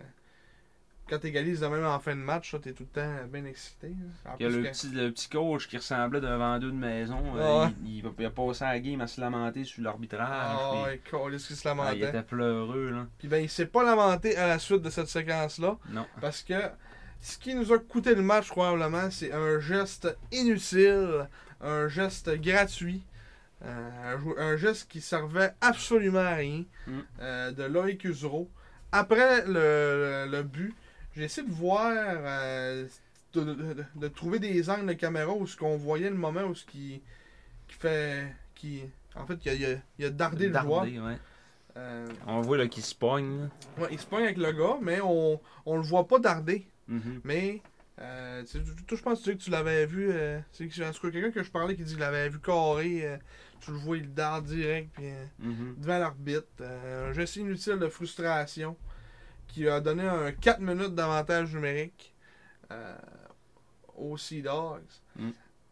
[SPEAKER 1] quand t'égalises de même en fin de match, là, t'es tout le temps bien excité. là. En
[SPEAKER 2] Il y a
[SPEAKER 1] plus
[SPEAKER 2] le
[SPEAKER 1] que- Ah,
[SPEAKER 2] petit, le petit coach qui ressemblait d'un vendeur de maison.
[SPEAKER 1] Ouais.
[SPEAKER 2] euh, il, il, il a passé à la game à se lamenter sur l'arbitrage.
[SPEAKER 1] Ah,
[SPEAKER 2] puis-
[SPEAKER 1] ouais, câlisse qu'il se
[SPEAKER 2] ah, il
[SPEAKER 1] lamentait.
[SPEAKER 2] était pleureux, là.
[SPEAKER 1] Puis ben, il s'est pas lamenté à la suite de cette séquence-là.
[SPEAKER 2] Non.
[SPEAKER 1] Parce que ce qui nous a coûté le match, probablement, c'est un geste inutile, un geste gratuit, euh, un, jou- un geste qui servait absolument à rien
[SPEAKER 2] Mm.
[SPEAKER 1] euh, de Loïc Usereau. Après le, le but, j'ai essayé de voir, euh, de, de- de- de trouver des angles de caméra où ce qu'on voyait le moment où ce qui, qui fait. Qui, en fait, il a, il a- il a dardé le joueur.
[SPEAKER 2] Dardé, ouais.
[SPEAKER 1] Euh,
[SPEAKER 2] On voit là qu'il se pogne. là.
[SPEAKER 1] ouais, il se pogne avec le gars, mais on, on le voit pas darder.
[SPEAKER 2] Mhm.
[SPEAKER 1] Mais, euh, tu sais, tu- tu- je pense que tu l'avais vu. Euh, c'est que- en tout cas, quelqu'un que je parlais qui dit qu'il l'avait vu carré. euh, tu le vois, il dard direct. Puis, euh,
[SPEAKER 2] Mhm.
[SPEAKER 1] devant l'arbitre. euh, un geste inutile de frustration qui a donné un 4 minutes d'avantage numérique euh, aux Sea Dogs.
[SPEAKER 2] Mm.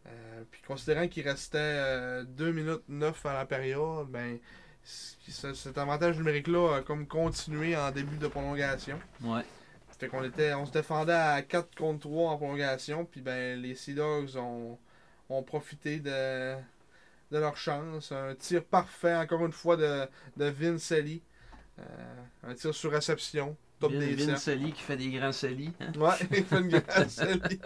[SPEAKER 1] Euh, puis considérant qu'il restait 2 minutes 9 à la période, ben c- ce- cet avantage numérique-là a comme continué en début de prolongation.
[SPEAKER 2] Ouais.
[SPEAKER 1] Fait qu'on était, on se défendait à 4 contre 3 en prolongation, puis ben les Sea Dogs ont, ont profité de, de leur chance. Un tir parfait, encore une fois, de, de Vincelli. Euh, un tir sur réception, top
[SPEAKER 2] Vin,
[SPEAKER 1] des
[SPEAKER 2] Vin
[SPEAKER 1] cercles.
[SPEAKER 2] Sully qui fait des grands Sully. hein.
[SPEAKER 1] Ouais, il fait une grande Celli.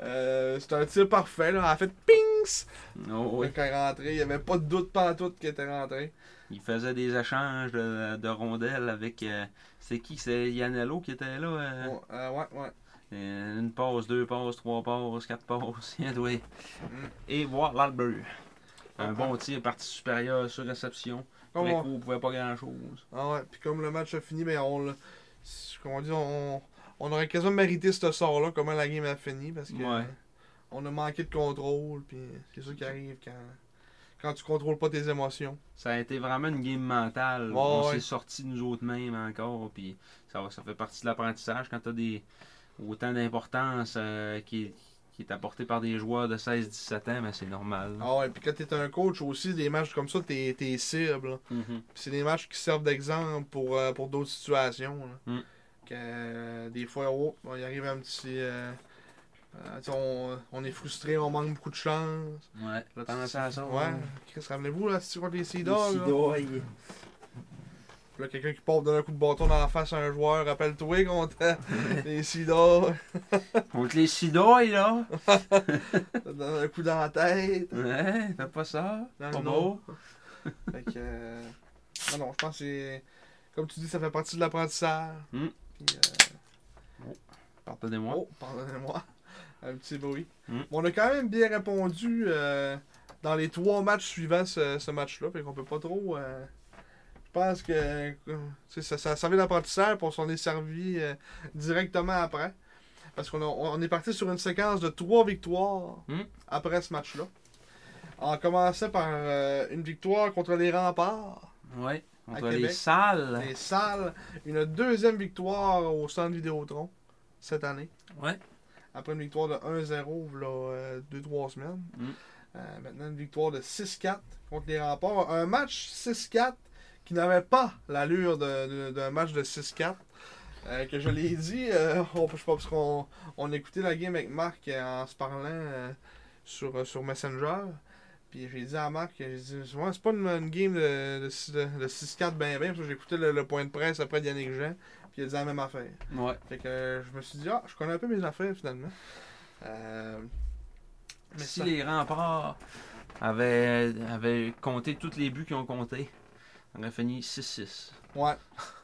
[SPEAKER 1] euh, C'était un tir parfait, là. En fait, pings!
[SPEAKER 2] Oh, ouais.
[SPEAKER 1] Quand il est rentré, il n'y avait pas de doute pantoute qu'il était rentré.
[SPEAKER 2] Il faisait des échanges de, de rondelles avec. euh, c'est qui C'est Yanello qui était là. euh,
[SPEAKER 1] Bon, euh, ouais, ouais.
[SPEAKER 2] Euh, Une passe, deux passes, trois passes, quatre passes, il doit.
[SPEAKER 1] Mm.
[SPEAKER 2] Et voir l'albert.
[SPEAKER 1] Ah.
[SPEAKER 2] Un bon tir, partie supérieure sur réception.
[SPEAKER 1] Comme
[SPEAKER 2] Après
[SPEAKER 1] on-
[SPEAKER 2] coup, on pouvait pas grand chose.
[SPEAKER 1] Ah ouais, puis comme le match a fini, ben on l'a- c'est- Comment dire, on, on aurait quasiment mérité ce sort-là, comment la game a fini, parce que
[SPEAKER 2] Ouais.
[SPEAKER 1] on a manqué de contrôle, puis c'est ça qui arrive quand, quand tu contrôles pas tes émotions.
[SPEAKER 2] Ça a été vraiment une game mentale.
[SPEAKER 1] Ouais,
[SPEAKER 2] on
[SPEAKER 1] ouais.
[SPEAKER 2] s'est sorti nous autres mêmes encore. Puis ça, va- ça fait partie de l'apprentissage quand tu as des, autant d'importance euh, qui, qui est apportée par des joueurs de 16-17 ans, mais c'est normal.
[SPEAKER 1] Ah ouais, puis quand t'es un coach aussi, des matchs comme ça, t'es t'es cible. là.
[SPEAKER 2] Mhm.
[SPEAKER 1] Puis c'est des matchs qui servent d'exemple pour, euh, pour d'autres situations. là.
[SPEAKER 2] Mm.
[SPEAKER 1] Que, euh, des fois, oh, bon, il arrive un petit. euh, euh, tu sais, on, on est frustré, on manque beaucoup de chance.
[SPEAKER 2] Ouais,
[SPEAKER 1] Là, tu-
[SPEAKER 2] pensez à ça.
[SPEAKER 1] Ouais,
[SPEAKER 2] hein.
[SPEAKER 1] Chris, rappelez-vous, là, c'est quoi les Sea
[SPEAKER 2] Les
[SPEAKER 1] Dogs, là?
[SPEAKER 2] Sidoy.
[SPEAKER 1] Puis là, quelqu'un qui part donner un coup de bâton dans la face à un joueur, rappelle-toi contre les Sida,
[SPEAKER 2] Contre les Sidoy, là.
[SPEAKER 1] donne un coup dans la tête.
[SPEAKER 2] Ouais, fais pas ça.
[SPEAKER 1] Non,
[SPEAKER 2] pas
[SPEAKER 1] non.
[SPEAKER 2] beau.
[SPEAKER 1] Fait que. euh, Non, non, je pense que c'est. Comme tu dis, ça fait partie de l'apprentissage.
[SPEAKER 2] Mm.
[SPEAKER 1] Puis, euh,
[SPEAKER 2] Pardonnez-moi.
[SPEAKER 1] Oh, pardonnez-moi. Un petit bruit.
[SPEAKER 2] Mm.
[SPEAKER 1] Mais on a quand même bien répondu euh, dans les trois matchs suivants ce, ce match-là. Fait qu'on peut pas trop. euh, Je pense que euh, tu sais, ça, ça a servi d'apprentissage pour s'en est servi euh, directement après. Parce qu'on a- on est parti sur une séquence de trois victoires
[SPEAKER 2] Mm.
[SPEAKER 1] après ce match-là. On commençait par euh, une victoire contre les remparts,
[SPEAKER 2] Ouais. Contre
[SPEAKER 1] À
[SPEAKER 2] les
[SPEAKER 1] Québec.
[SPEAKER 2] salles.
[SPEAKER 1] les salles, une deuxième victoire au centre Vidéotron cette année.
[SPEAKER 2] Ouais.
[SPEAKER 1] après une victoire de 1-0 là, euh, 2-3 semaines.
[SPEAKER 2] Mm.
[SPEAKER 1] Euh, maintenant une victoire de 6-4 contre les remparts. Un match 6-4 qui n'avait pas l'allure de- de- d'un match de 6-4. euh, que je l'ai dit, euh, on, je sais pas, parce qu'on on écoutait la game avec Marc euh, en se parlant euh, sur, euh, sur Messenger. Puis j'ai dit à Marc, j'ai dit, Ouais, c'est pas une, une game de, de, six- de, de 6-4 ben ben, parce que j'écoutais le, le point de presse après Yannick Jean, puis il a dit la même affaire.
[SPEAKER 3] Ouais.
[SPEAKER 1] Fait que euh, je me suis dit, ah, je connais un peu mes affaires finalement. Euh, mais
[SPEAKER 2] si
[SPEAKER 1] ça-
[SPEAKER 2] les remparts avaient, avaient compté tous les buts qu'ils ont comptés, on aurait fini 6-6.
[SPEAKER 1] Ouais.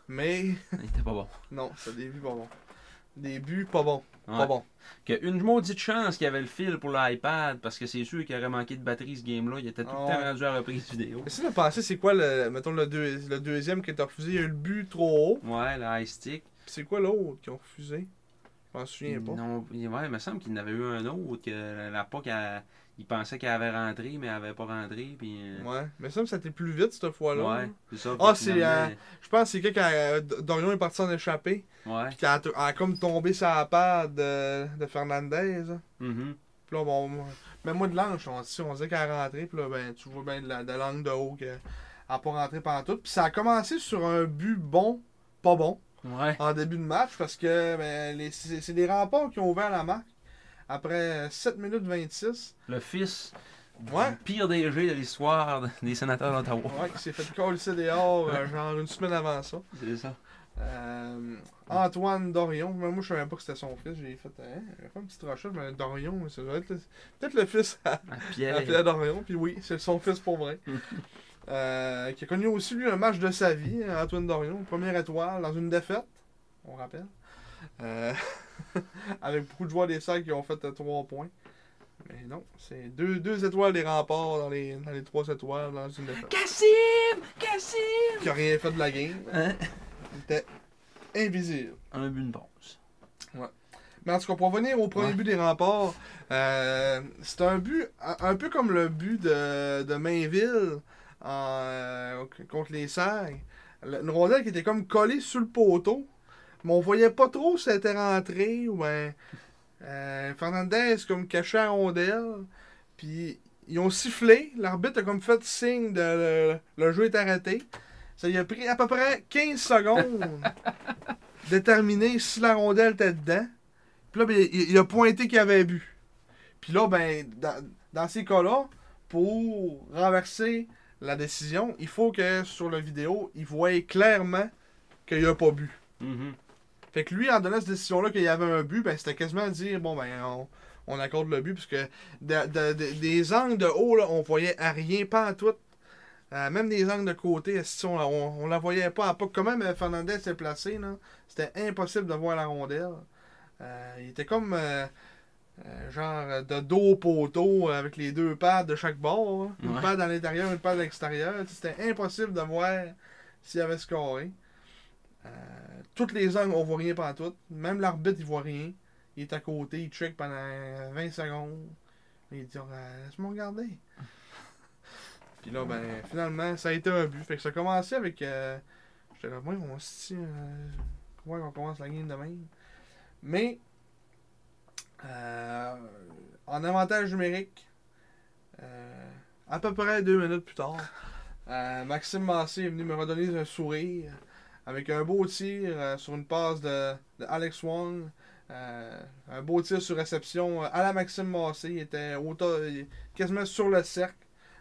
[SPEAKER 1] Mais
[SPEAKER 2] C'était pas bon.
[SPEAKER 1] non, c'est des buts pas bons. Des buts pas bons. Pas
[SPEAKER 2] Ouais.
[SPEAKER 1] bons.
[SPEAKER 2] Que une maudite chance qu'il y avait le fil pour l'iPad, parce que c'est sûr qu'il aurait manqué de batterie ce game-là. Il était tout le
[SPEAKER 1] Ah
[SPEAKER 2] temps
[SPEAKER 1] ouais.
[SPEAKER 2] rendu à la reprise vidéo.
[SPEAKER 1] Essaye de penser, c'est quoi le, mettons, le, deux- le deuxième qui t'a refusé, il y a eu le but trop haut.
[SPEAKER 2] Ouais, le high stick.
[SPEAKER 1] Puis c'est quoi l'autre qu'ils ont refusé Je m'en souviens pas.
[SPEAKER 2] Non, il- ouais, il me semble qu'il y en avait eu un autre, que la, la POC, elle- il pensait qu'elle avait rentré, mais elle avait pas rentré. Puis, euh,
[SPEAKER 1] Ouais. Mais ça, ça a été plus vite cette fois-là.
[SPEAKER 2] ouais, c'est ça.
[SPEAKER 1] Ah,
[SPEAKER 2] puis
[SPEAKER 1] c'est,
[SPEAKER 2] finalement,
[SPEAKER 1] Je pense que c'est quelqu'un qui a- euh, Dorion est parti en échapper.
[SPEAKER 2] euh, Ouais.
[SPEAKER 1] Puis qui a, a comme tombé sur la patte de, de Fernandez. hein.
[SPEAKER 2] mhm.
[SPEAKER 1] Puis là, bon, moi- même moi de l'ange, on, si on disait qu'elle rentrait, puis là, ben, tu vois bien de la, de l'angle de haut qu'elle n'a pas rentré pendant tout. Puis ça a commencé sur un but bon, pas bon,
[SPEAKER 2] Ouais.
[SPEAKER 1] en début de match, parce que ben, les, c'est, c'est les remparts qui ont ouvert la marque après 7 minutes 26.
[SPEAKER 2] Le fils
[SPEAKER 1] Ouais.
[SPEAKER 2] du pire DG de l'histoire de- des sénateurs d'Ottawa.
[SPEAKER 1] Ouais, qui s'est fait coller dehors, euh, genre une semaine avant ça.
[SPEAKER 2] C'est ça.
[SPEAKER 1] Euh, Antoine Dorion, moi moi, je savais même pas que c'était son fils, j'ai fait, hein, j'ai fait une petite recherche, mais Dorion, ça doit être le- peut-être le fils à,
[SPEAKER 2] Ah,
[SPEAKER 1] à
[SPEAKER 2] Pierre.
[SPEAKER 1] Philadorion, puis oui, c'est son fils pour vrai. Euh, qui a connu aussi, lui, un match de sa vie, hein, Antoine Dorion, première étoile, dans une défaite, on rappelle. Euh, avec beaucoup de joueurs des sacs qui ont fait euh, trois points. Mais non, c'est deux, deux étoiles des remparts dans les, dans les trois étoiles dans une défaite.
[SPEAKER 2] Cassim! Cassim!
[SPEAKER 1] Qui a rien fait de la game,
[SPEAKER 2] Hein?
[SPEAKER 1] il était invisible.
[SPEAKER 2] Un but de passe.
[SPEAKER 1] Mais en tout cas, pour revenir au premier
[SPEAKER 2] Ouais.
[SPEAKER 1] but des remparts, euh, c'est un but un un peu comme le but de, de Mainville en, euh, contre les Serres. Le- Une rondelle qui était comme collée sur le poteau, mais on voyait pas trop si elle était rentrée. ou ben, euh, Fernandez comme caché à la rondelle. Puis ils ont sifflé. L'arbitre a comme fait signe de le, le jeu est arrêté. Ça lui a pris à peu près 15 secondes de terminer si la rondelle était dedans. Puis là, ben, il, il a pointé qu'il avait bu. Puis là, ben, dans, dans ces cas-là, pour renverser la décision, il faut que sur la vidéo, il voie clairement qu'il a pas bu.
[SPEAKER 2] Mhm.
[SPEAKER 1] Fait que lui, en donnant cette décision-là qu'il y avait un but, ben c'était quasiment à dire bon ben on, on accorde le but parce que de- de- de- des angles de haut là, on voyait à rien pas en tout. Euh, même des angles de côté, si on, on, on la voyait pas à pas. Comment euh, Fernandez s'est placé, là, c'était impossible de voir la rondelle. Euh, il était comme euh, euh, genre euh, de dos au poteau euh, avec les deux pads de chaque bord. hein. Une
[SPEAKER 2] Ouais.
[SPEAKER 1] pad à l'intérieur, une pad à l'extérieur. Tu sais, C'était impossible de voir s'il avait scoré. Euh, toutes les angles, on voit rien pendant tout. Même l'arbitre, il voit rien. Il est à côté, il check pendant 20 secondes. Il dit Euh, Laisse-moi regarder. Puis là, ben, finalement, ça a été un but. Fait que ça a commencé avec. Euh, J'étais là, moi, on se tient. euh, comment on commence la game de même Mais. euh, en avantage numérique, euh, à peu près deux minutes plus tard, euh, Maxime Massé est venu me redonner un sourire avec un beau tir euh, sur une passe de, de Alex Wong. Euh, un beau tir sur réception euh, à la Maxime Massé. Il était au to- il- quasiment sur le cercle,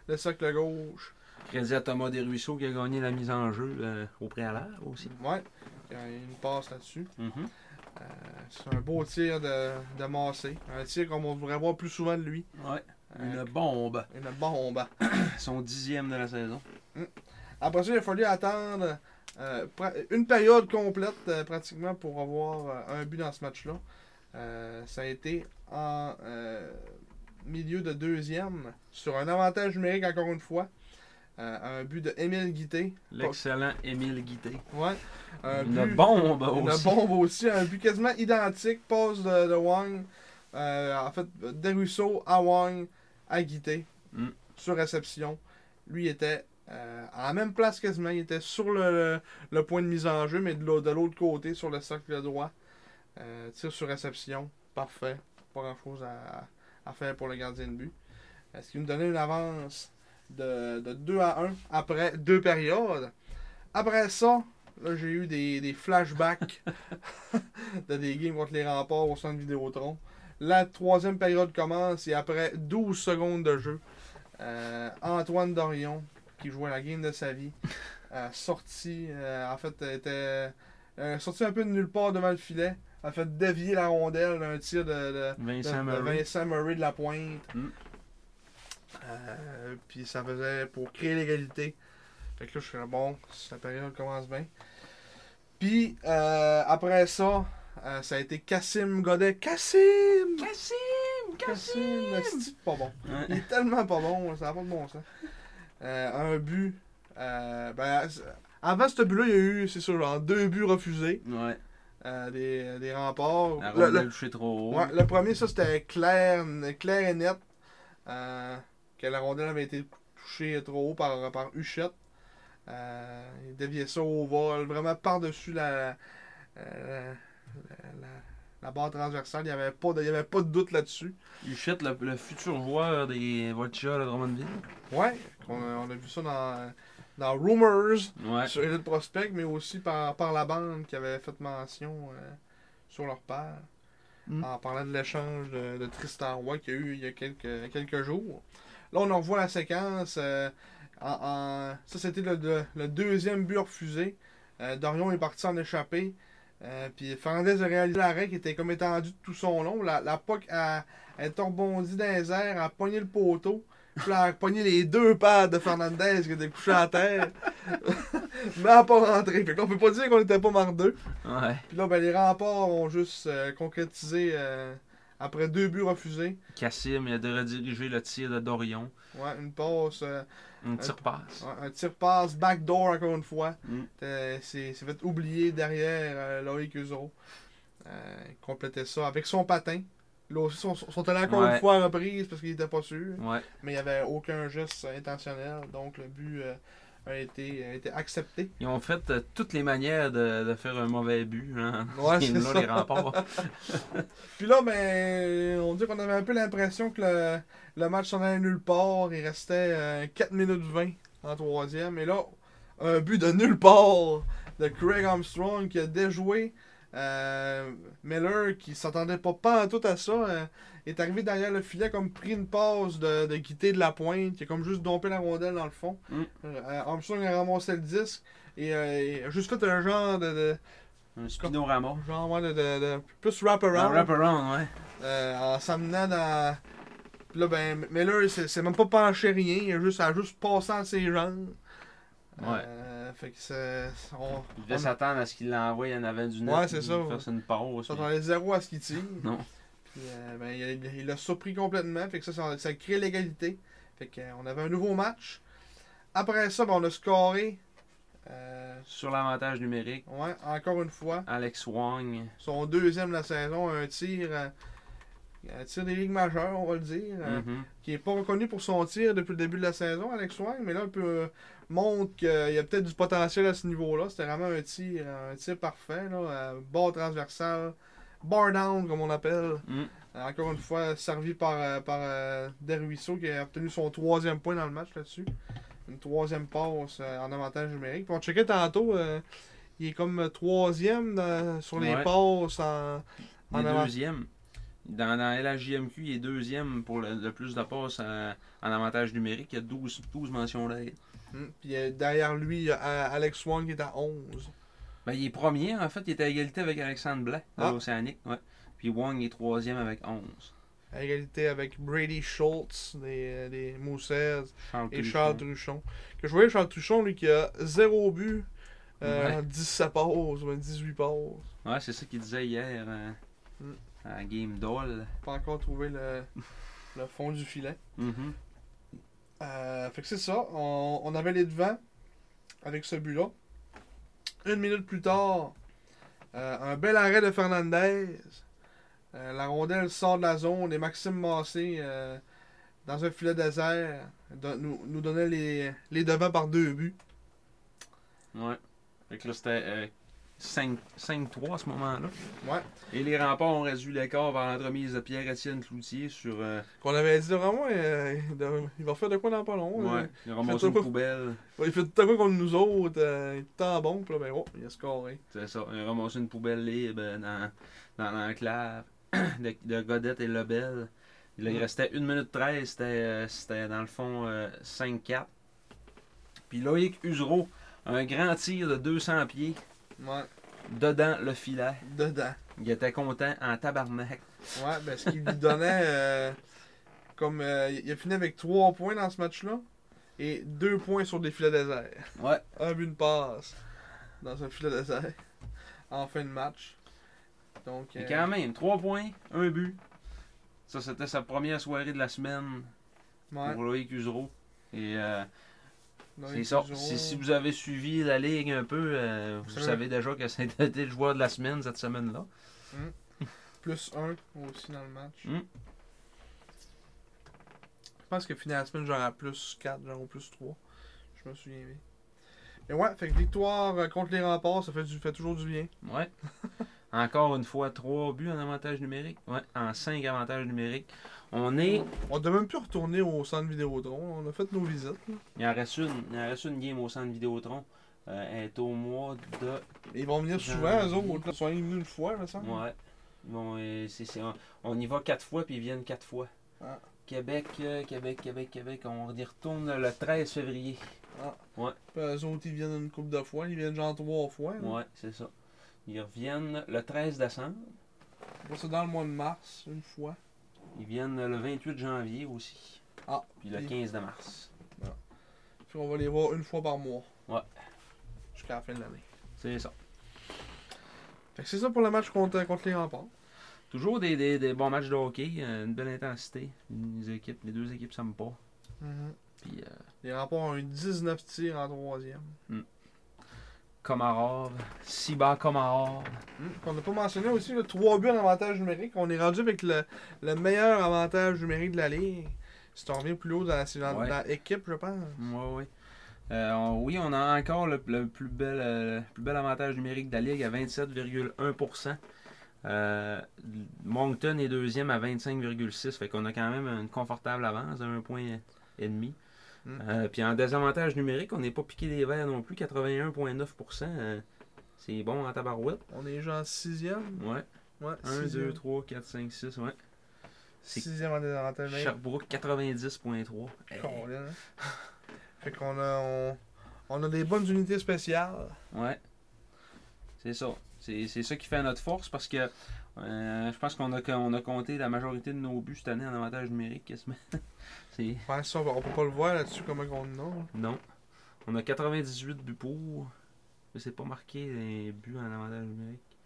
[SPEAKER 1] le cercle gauche.
[SPEAKER 2] Crédit à Thomas Desruisseaux qui a gagné la mise en jeu euh, au préalable aussi.
[SPEAKER 1] Ouais, il y a une passe là-dessus.
[SPEAKER 2] Mhm.
[SPEAKER 1] Euh, c'est un beau tir de, de Massé. Un tir comme on devrait voir plus souvent de lui.
[SPEAKER 2] Ouais. Une
[SPEAKER 1] Euh,
[SPEAKER 2] bombe.
[SPEAKER 1] une bombe.
[SPEAKER 2] Son dixième de la saison.
[SPEAKER 1] Après ça, il a fallu attendre euh, pra- une période complète euh, pratiquement pour avoir euh, un but dans ce match-là. Euh, ça a été en euh, milieu de deuxième, sur un avantage numérique encore une fois. Euh, un but de Émile Guité.
[SPEAKER 2] L'excellent Émile Guité.
[SPEAKER 1] Ouais. Un
[SPEAKER 2] Une
[SPEAKER 1] but-
[SPEAKER 2] bombe
[SPEAKER 1] Une
[SPEAKER 2] bah, aussi.
[SPEAKER 1] bombe aussi, un but quasiment identique, passe de, de Wang, euh, en fait, de Russo à Wang, à Guité,
[SPEAKER 2] Mm.
[SPEAKER 1] sur réception. Lui il était euh, à la même place quasiment, il était sur le, le point de mise en jeu, mais de l'au- de l'autre côté, sur le cercle droit. Euh, tir sur réception, parfait, pas grand chose à, à faire pour le gardien de but. Euh, Ce qui nous donnait une avance de, de 2 à 1 après deux périodes. Après ça, là, j'ai eu des, des flashbacks de des games contre les remparts au centre Vidéotron. La troisième période commence et après 12 secondes de jeu, euh, Antoine Dorion, qui jouait la game de sa vie, a sorti, euh, en fait, était euh, sorti un peu de nulle part devant le filet, a fait dévier la rondelle d'un tir de, de-
[SPEAKER 2] Vincent
[SPEAKER 1] de- de
[SPEAKER 2] Murray.
[SPEAKER 1] Vincent Murray de la pointe.
[SPEAKER 2] Mm.
[SPEAKER 1] Euh, puis ça faisait pour créer l'égalité. Fait que là, je suis là, bon, la période commence bien. Puis euh, après ça, euh, ça a été Cassim Godet. Cassim!
[SPEAKER 2] Cassim!
[SPEAKER 1] Cassim! C'est pas bon.
[SPEAKER 2] Ouais.
[SPEAKER 1] Il est tellement pas bon, ça n'a pas de bon sens. Euh, un but. euh, ben, c'est- avant ce but-là, il y a eu, c'est sûr, genre deux buts refusés
[SPEAKER 2] Ouais.
[SPEAKER 1] euh, des, des remparts.
[SPEAKER 2] La
[SPEAKER 1] Le- le-
[SPEAKER 2] rondelle touchée trop haut.
[SPEAKER 1] Ouais, le premier, ça, c'était clair, clair et net. euh, que la rondelle avait été touchée trop haut par, par Huchette. Euh, il déviait ça au vol, vraiment par-dessus la, euh, la, la- la barre transversale. Il n'y avait, pas de- il y avait pas de doute là-dessus.
[SPEAKER 2] Huchette, le, le futur joueur des Voltigeurs de Drummondville.
[SPEAKER 1] Ouais, on a, on a vu ça dans, dans Rumors,
[SPEAKER 2] Ouais.
[SPEAKER 1] sur Elite Prospect, mais aussi par, par la bande qui avait fait mention euh, sur leur père.
[SPEAKER 2] Mm.
[SPEAKER 1] en parlant de l'échange de, de Tristan Roy qu'il y a eu il y a quelques, quelques jours. Là, on en revoit la séquence. euh, en- en- ça, c'était le, le- le deuxième but refusé. Euh, Dorion est parti en échappé. Euh, puis Fernandez a réalisé l'arrêt qui était comme étendu de tout son long. La, la POC a, elle est rebondie dans les airs, elle a pogné le poteau. Puis elle a pogné les deux pattes de Fernandez qui étaient couchés à terre. Mais elle n'a pas rentré. Fait qu'on peut pas dire qu'on n'était pas mardeux.
[SPEAKER 2] Ouais.
[SPEAKER 1] Puis là, ben, les remparts ont juste euh, concrétisé euh, après deux buts refusés.
[SPEAKER 2] Cassim, il a de rediriger le tir de Dorion.
[SPEAKER 1] Ouais, une passe, euh,
[SPEAKER 2] Un tir passe.
[SPEAKER 1] un, un tir-passe, backdoor encore une fois.
[SPEAKER 2] Mm.
[SPEAKER 1] Euh, C'est c'est fait oublier derrière euh, Loïc Usereau. Euh, il complétait ça avec son patin. Là aussi, son, son- son talent encore
[SPEAKER 2] Ouais.
[SPEAKER 1] une fois à reprise parce qu'il était pas sûr.
[SPEAKER 2] Ouais.
[SPEAKER 1] Mais il n'y avait aucun geste euh, intentionnel. Donc le but euh, a, été, a été accepté.
[SPEAKER 2] Ils ont fait euh, toutes les manières de, de faire un mauvais but. Hein.
[SPEAKER 1] Ouais,
[SPEAKER 2] Ils
[SPEAKER 1] c'est
[SPEAKER 2] l'ont,
[SPEAKER 1] ça.
[SPEAKER 2] les remparts.
[SPEAKER 1] Puis là, ben, on dit qu'on avait un peu l'impression que le, le match s'en allait nulle part. Il restait euh, 4 minutes 20 en troisième. Et là, un but de nulle part de Craig Armstrong qui a déjoué. Euh, Miller, qui s'attendait pas, pas en tout à ça, euh, est arrivé derrière le filet comme pris une passe de, de quitter de la pointe, qui a comme juste dompé la rondelle dans le fond.
[SPEAKER 2] Mm.
[SPEAKER 1] Euh, Armstrong a ramassé le disque et euh, il a juste fait un genre de... de-
[SPEAKER 2] Un spinorama.
[SPEAKER 1] genre, ouais, de, de- de- plus
[SPEAKER 2] Un
[SPEAKER 1] wrap-around.
[SPEAKER 2] wraparound, ouais.
[SPEAKER 1] Euh, en s'amenant dans. Puis là, ben, Miller, c'est c'est même pas penché rien, il a juste, ça a juste passé en ses jambes.
[SPEAKER 2] Ouais.
[SPEAKER 1] Euh, fait que c'est. On,
[SPEAKER 2] Il devait
[SPEAKER 1] on-
[SPEAKER 2] s'attendre à ce qu'il l'envoie en avant du net.
[SPEAKER 1] Ouais, c'est
[SPEAKER 2] puis
[SPEAKER 1] ça,
[SPEAKER 2] qu'il fasse une pause.
[SPEAKER 1] ça, on est zéro à ce qu'il tire.
[SPEAKER 2] Non.
[SPEAKER 1] Puis, euh, ben, il a- il l'a surpris complètement. Fait que ça, ça, ça crée l'égalité. Fait que, euh, on avait un nouveau match. Après ça, ben, on a scoré. euh,
[SPEAKER 2] Sur l'avantage numérique,
[SPEAKER 1] ouais, encore une fois.
[SPEAKER 2] Alex Wang.
[SPEAKER 1] Son deuxième de la saison, un tir. euh, un tir des ligues majeures, on va le dire. Euh,
[SPEAKER 2] Mhm.
[SPEAKER 1] qui est pas reconnu pour son tir depuis le début de la saison, Alex Wang, mais là, un peu, euh, montre qu'il y a peut-être du potentiel à ce niveau-là. C'était vraiment un tir, un tir parfait, là, euh, bord transversal, bar down, comme on appelle.
[SPEAKER 2] Mm.
[SPEAKER 1] Euh, Encore une fois, servi par, euh, par euh, Desruisseaux, qui a obtenu son troisième point dans le match là-dessus. Une troisième passe euh, en avantage numérique. Puis on checkait tantôt, euh, il est comme troisième dans- sur les
[SPEAKER 2] Ouais.
[SPEAKER 1] passes en,
[SPEAKER 2] Il est
[SPEAKER 1] en avant.
[SPEAKER 2] deuxième. Dans, dans LHJMQ, il est deuxième pour le, le plus de passes en, en avantage numérique. Il y a 12, 12 mentions d'aide.
[SPEAKER 1] Mm. Puis euh, derrière lui, il y a euh, Alex Wang qui est à 11.
[SPEAKER 2] Ben, il est premier, en fait. Il est à égalité avec Alexandre Blanc, de
[SPEAKER 1] Ah.
[SPEAKER 2] l'Océanique. Ouais. Puis Wang est troisième avec 11.
[SPEAKER 1] à égalité avec Brady Schultz des, des Moussets
[SPEAKER 2] Charles
[SPEAKER 1] et
[SPEAKER 2] Truchon.
[SPEAKER 1] Charles Truchon. Que je voyais Charles Truchon, lui, qui a 0 but euh,
[SPEAKER 2] Ouais.
[SPEAKER 1] en 17 passes ou en 18 passes.
[SPEAKER 2] Ouais, c'est ça qu'il disait hier euh,
[SPEAKER 1] Mm.
[SPEAKER 2] à Game Doll.
[SPEAKER 1] Pas encore trouvé le, le fond du filet. Euh, fait que c'est ça. On, on avait les devants avec ce but-là. Une minute plus tard, euh, un bel arrêt de Fernandez. Euh, la rondelle sort de la zone et Maxime Massé, euh, dans un filet désert, don- nous, nous donnait les, les devants par deux buts.
[SPEAKER 2] Ouais. Fait que là, c'était euh, 5 5-3 à ce moment-là.
[SPEAKER 1] Ouais.
[SPEAKER 2] Et les remparts ont réduit l'écart vers l'entremise de Pierre-Étienne Cloutier sur. euh,
[SPEAKER 1] Qu'on avait dit devant moi, euh, il doit- il va faire de quoi dans pas long. là.
[SPEAKER 2] ouais, il a ramassé une
[SPEAKER 1] Fais-toi-
[SPEAKER 2] poubelle.
[SPEAKER 1] Il fait tout à coup contre nous autres. euh, il est tant bon, puis là, ben, oh, il a scoré.
[SPEAKER 2] C'est ça, il a ramassé une poubelle libre euh, dans, dans l'enclave de, de Godette et Lebel. Là, il
[SPEAKER 1] Mm.
[SPEAKER 2] restait 1 minute 13, c'était, euh, c'était dans le fond euh, 5-4. Puis Loïc Usereau, un grand tir de 200 pieds
[SPEAKER 1] Ouais,
[SPEAKER 2] dedans le filet.
[SPEAKER 1] dedans.
[SPEAKER 2] Il était content en tabarnak.
[SPEAKER 1] Ouais, ben, ce qui lui donnait. euh, comme euh, il a fini avec 3 points dans ce match-là, et 2 points sur des filets déserts.
[SPEAKER 2] Ouais.
[SPEAKER 1] Un but, une passe dans un filet désert en fin de match. Donc,
[SPEAKER 2] Et
[SPEAKER 1] euh,
[SPEAKER 2] quand même, 3 points, 1 but. Ça, c'était sa première soirée de la semaine
[SPEAKER 1] ouais,
[SPEAKER 2] pour Loïc Usereau. Et euh,
[SPEAKER 1] donc,
[SPEAKER 2] C'est ça.
[SPEAKER 1] toujours-
[SPEAKER 2] Si, si vous avez suivi la ligue un peu, euh, vous
[SPEAKER 1] Sure.
[SPEAKER 2] savez déjà que c'est le joueur de la semaine cette semaine-là.
[SPEAKER 1] plus 1 aussi dans le match.
[SPEAKER 2] Mm.
[SPEAKER 1] Je pense que finir la semaine, j'aurai plus 4, genre au plus 3. Je me souviens bien. Mais ouais, fait que victoire euh, contre les remparts, ça fait, du, fait toujours du bien.
[SPEAKER 2] Ouais. Encore une fois, trois buts en avantage numérique. Ouais, en cinq avantages numériques. On est.
[SPEAKER 1] On devait même plus retourner au centre Vidéotron. On a fait nos visites. là.
[SPEAKER 2] Il en reste une. Il en reste une game au centre Vidéotron. Euh, elle est au mois de.
[SPEAKER 1] Ils vont venir souvent, eux autres. là. Ils sont venus une fois, me semble.
[SPEAKER 2] Ben, Ouais. Bon, euh, c'est- c'est- on- on y va quatre fois, puis ils viennent quatre fois.
[SPEAKER 1] Ah.
[SPEAKER 2] Québec, euh, Québec, Québec, Québec. On y retourne le 13 février.
[SPEAKER 1] Puis Ben, eux autres, ils viennent une couple de fois. Ils viennent genre trois fois. là.
[SPEAKER 2] Ouais, c'est ça. Ils reviennent le 13 décembre.
[SPEAKER 1] Moi, c'est dans le mois de mars, une fois.
[SPEAKER 2] Ils viennent le 28 janvier aussi.
[SPEAKER 1] Ah.
[SPEAKER 2] Puis le
[SPEAKER 1] Puis-
[SPEAKER 2] 15 de mars.
[SPEAKER 1] Puis on va les voir une fois par mois.
[SPEAKER 2] Ouais.
[SPEAKER 1] Jusqu'à la fin de l'année.
[SPEAKER 2] C'est ça.
[SPEAKER 1] Fait que c'est ça pour le match contre, contre les remparts.
[SPEAKER 2] Toujours des, des- des bons matchs de hockey, euh, une belle intensité. Les, équipes, les deux équipes s'aiment pas. Puis euh,
[SPEAKER 1] Les remparts ont eu 19 tirs en troisième.
[SPEAKER 2] Komarov, Siba Komarov.
[SPEAKER 1] On n'a pas mentionné aussi le 3 buts en avantage numérique. On est rendu avec le, le meilleur avantage numérique de la ligue. Si t'en reviens plus haut dans, la- c'est dans,
[SPEAKER 2] Ouais.
[SPEAKER 1] dans l'équipe, je pense.
[SPEAKER 2] Ouais, ouais. Euh, on- oui, on a encore le, le plus bel, euh, le plus bel avantage numérique de la Ligue à 27,1%. Euh, Moncton est deuxième à 25,6%. Fait qu'on a quand même une confortable avance d'un point et demi.
[SPEAKER 1] Mm.
[SPEAKER 2] Euh, Puis en désavantage numérique, on n'est pas piqué des verts non plus. 81,9%. euh, c'est bon en tabarouette.
[SPEAKER 1] On est genre 6e.
[SPEAKER 2] Ouais.
[SPEAKER 1] Ouais,
[SPEAKER 2] 1,
[SPEAKER 1] 6e.
[SPEAKER 2] 2, 3, 4, 5, 6. Ouais. c'est- Eh.
[SPEAKER 1] 6e en désavantage numérique.
[SPEAKER 2] Sherbrooke, 90,3. Hey.
[SPEAKER 1] Colin, hein. Fait qu'on a, on, on a des bonnes unités spéciales.
[SPEAKER 2] Ouais. C'est ça. C'est c'est ça qui fait notre force parce que euh, je pense qu'on a, on a compté la majorité de nos buts cette année en avantage numérique. quasiment. C'est-
[SPEAKER 1] Ouais, ça, on peut pas le voir là-dessus comment qu'on en a.
[SPEAKER 2] non. On a 98 buts pour. Mais c'est pas marqué les buts en avantage numérique.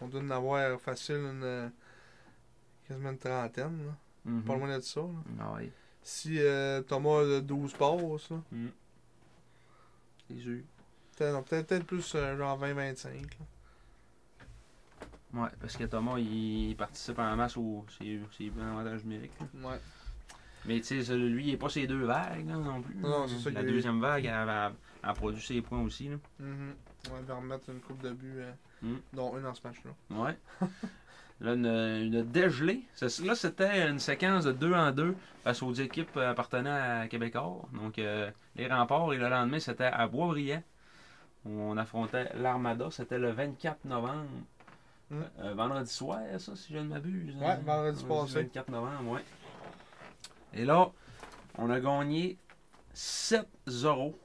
[SPEAKER 1] On doit en avoir facile une. euh, quasiment une trentaine, là.
[SPEAKER 2] Mhm.
[SPEAKER 1] Mm-hmm. Pas loin de ça, là.
[SPEAKER 2] Ah ouais.
[SPEAKER 1] Si euh, Thomas a 12 passes, là,
[SPEAKER 2] C'est sûr.
[SPEAKER 1] peut-être non, peut-être- peut-être plus euh, genre 20-25. là.
[SPEAKER 2] Ouais, parce que Thomas, il participe en masse au ses, ses buts en avantage numérique. là.
[SPEAKER 1] Ouais.
[SPEAKER 2] Mais tu sais, ça, lui, il n'est pas ses deux vagues là, non plus.
[SPEAKER 1] Non, c'est ça
[SPEAKER 2] La
[SPEAKER 1] que-
[SPEAKER 2] deuxième vague, elle, elle- elle a produit ses points aussi. Là.
[SPEAKER 1] Mhm. On va remettre une coupe de but, euh,
[SPEAKER 2] Mm.
[SPEAKER 1] dont une dans ce match-là.
[SPEAKER 2] Ouais. Là, une, une dégelée. Ça- Là, c'était une séquence de 2 en 2 face aux équipes euh, appartenant à Québecor. Donc, euh, les remparts. Et le lendemain, c'était à Boisbriand. où On affrontait l'Armada. C'était le 24 novembre.
[SPEAKER 1] Mm.
[SPEAKER 2] Euh, vendredi soir, ça, si je ne m'abuse.
[SPEAKER 1] Ouais, vendredi passé.
[SPEAKER 2] 24 novembre, ouais. Et là, on a gagné 7-0.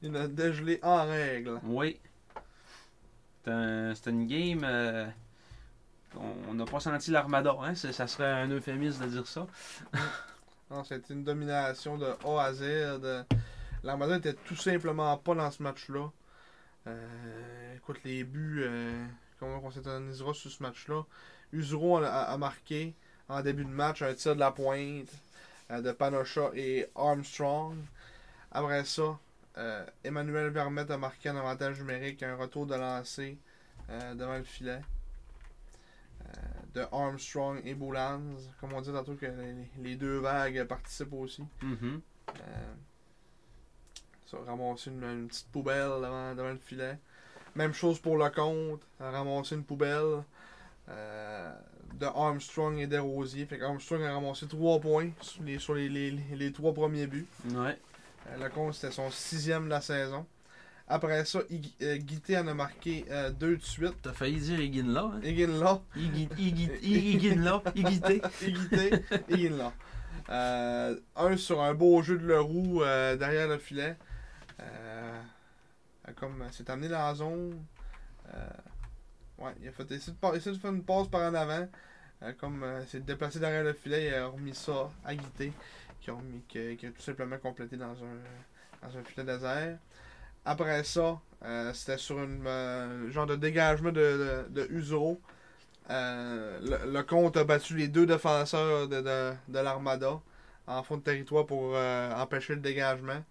[SPEAKER 1] Il a dégelé en règle.
[SPEAKER 2] Oui. C'est un- c'est une game. euh, on on n'a pas senti l'armada, hein? c'est- Ça serait un euphémisme de dire ça.
[SPEAKER 1] Non, c'était une domination de A à Z. de- L'armada était tout simplement pas dans ce match-là. Euh, écoute, les buts, euh, comment on s'éternisera sur ce match-là. Usuro a, a marqué en début de match un tir de la pointe euh, de Panocha et Armstrong. Après ça, euh, Emmanuel Vermette a marqué un avantage numérique, un retour de lancer euh, devant le filet euh, de Armstrong et Boulans. Comme on dit tantôt
[SPEAKER 2] Mm-hmm.
[SPEAKER 1] que les, les deux vagues participent aussi.
[SPEAKER 2] Mhm.
[SPEAKER 1] Euh, Ça, ramasser une, une petite poubelle devant, devant le filet. Même chose pour le compte, ramasser une poubelle. euh, de Armstrong et Desrosiers. Fait qu'Armstrong a ramassé 3 points sur les, sur les, les, les- les trois premiers buts.
[SPEAKER 2] Ouais.
[SPEAKER 1] Euh, le compte, c'était son sixième de la saison. Après ça, Ig- euh, Guité en a marqué 2 de suite.
[SPEAKER 2] T'as failli dire Iguinla, hein?
[SPEAKER 1] Iguinla,
[SPEAKER 2] Igui- Igui- Iguinla, Iguité.
[SPEAKER 1] Iguité, Iguinla. Euh, un sur un beau jeu de Leroux euh, derrière le filet. Euh, comme euh, s'est amené dans la zone. Euh, ouais, il a fait essayer de, pa- essayer de faire une passe par en avant. Euh, comme euh, s'est déplacé derrière le filet, il a remis ça à Guité, qui, a remis- qui- qui a tout simplement complété dans un, dans un filet désert. Après ça, euh, c'était sur une euh, genre de dégagement de, de, de Uzo. Euh, le, le compte a battu les deux défenseurs de, de, de l'Armada en fond de territoire pour euh, empêcher le dégagement.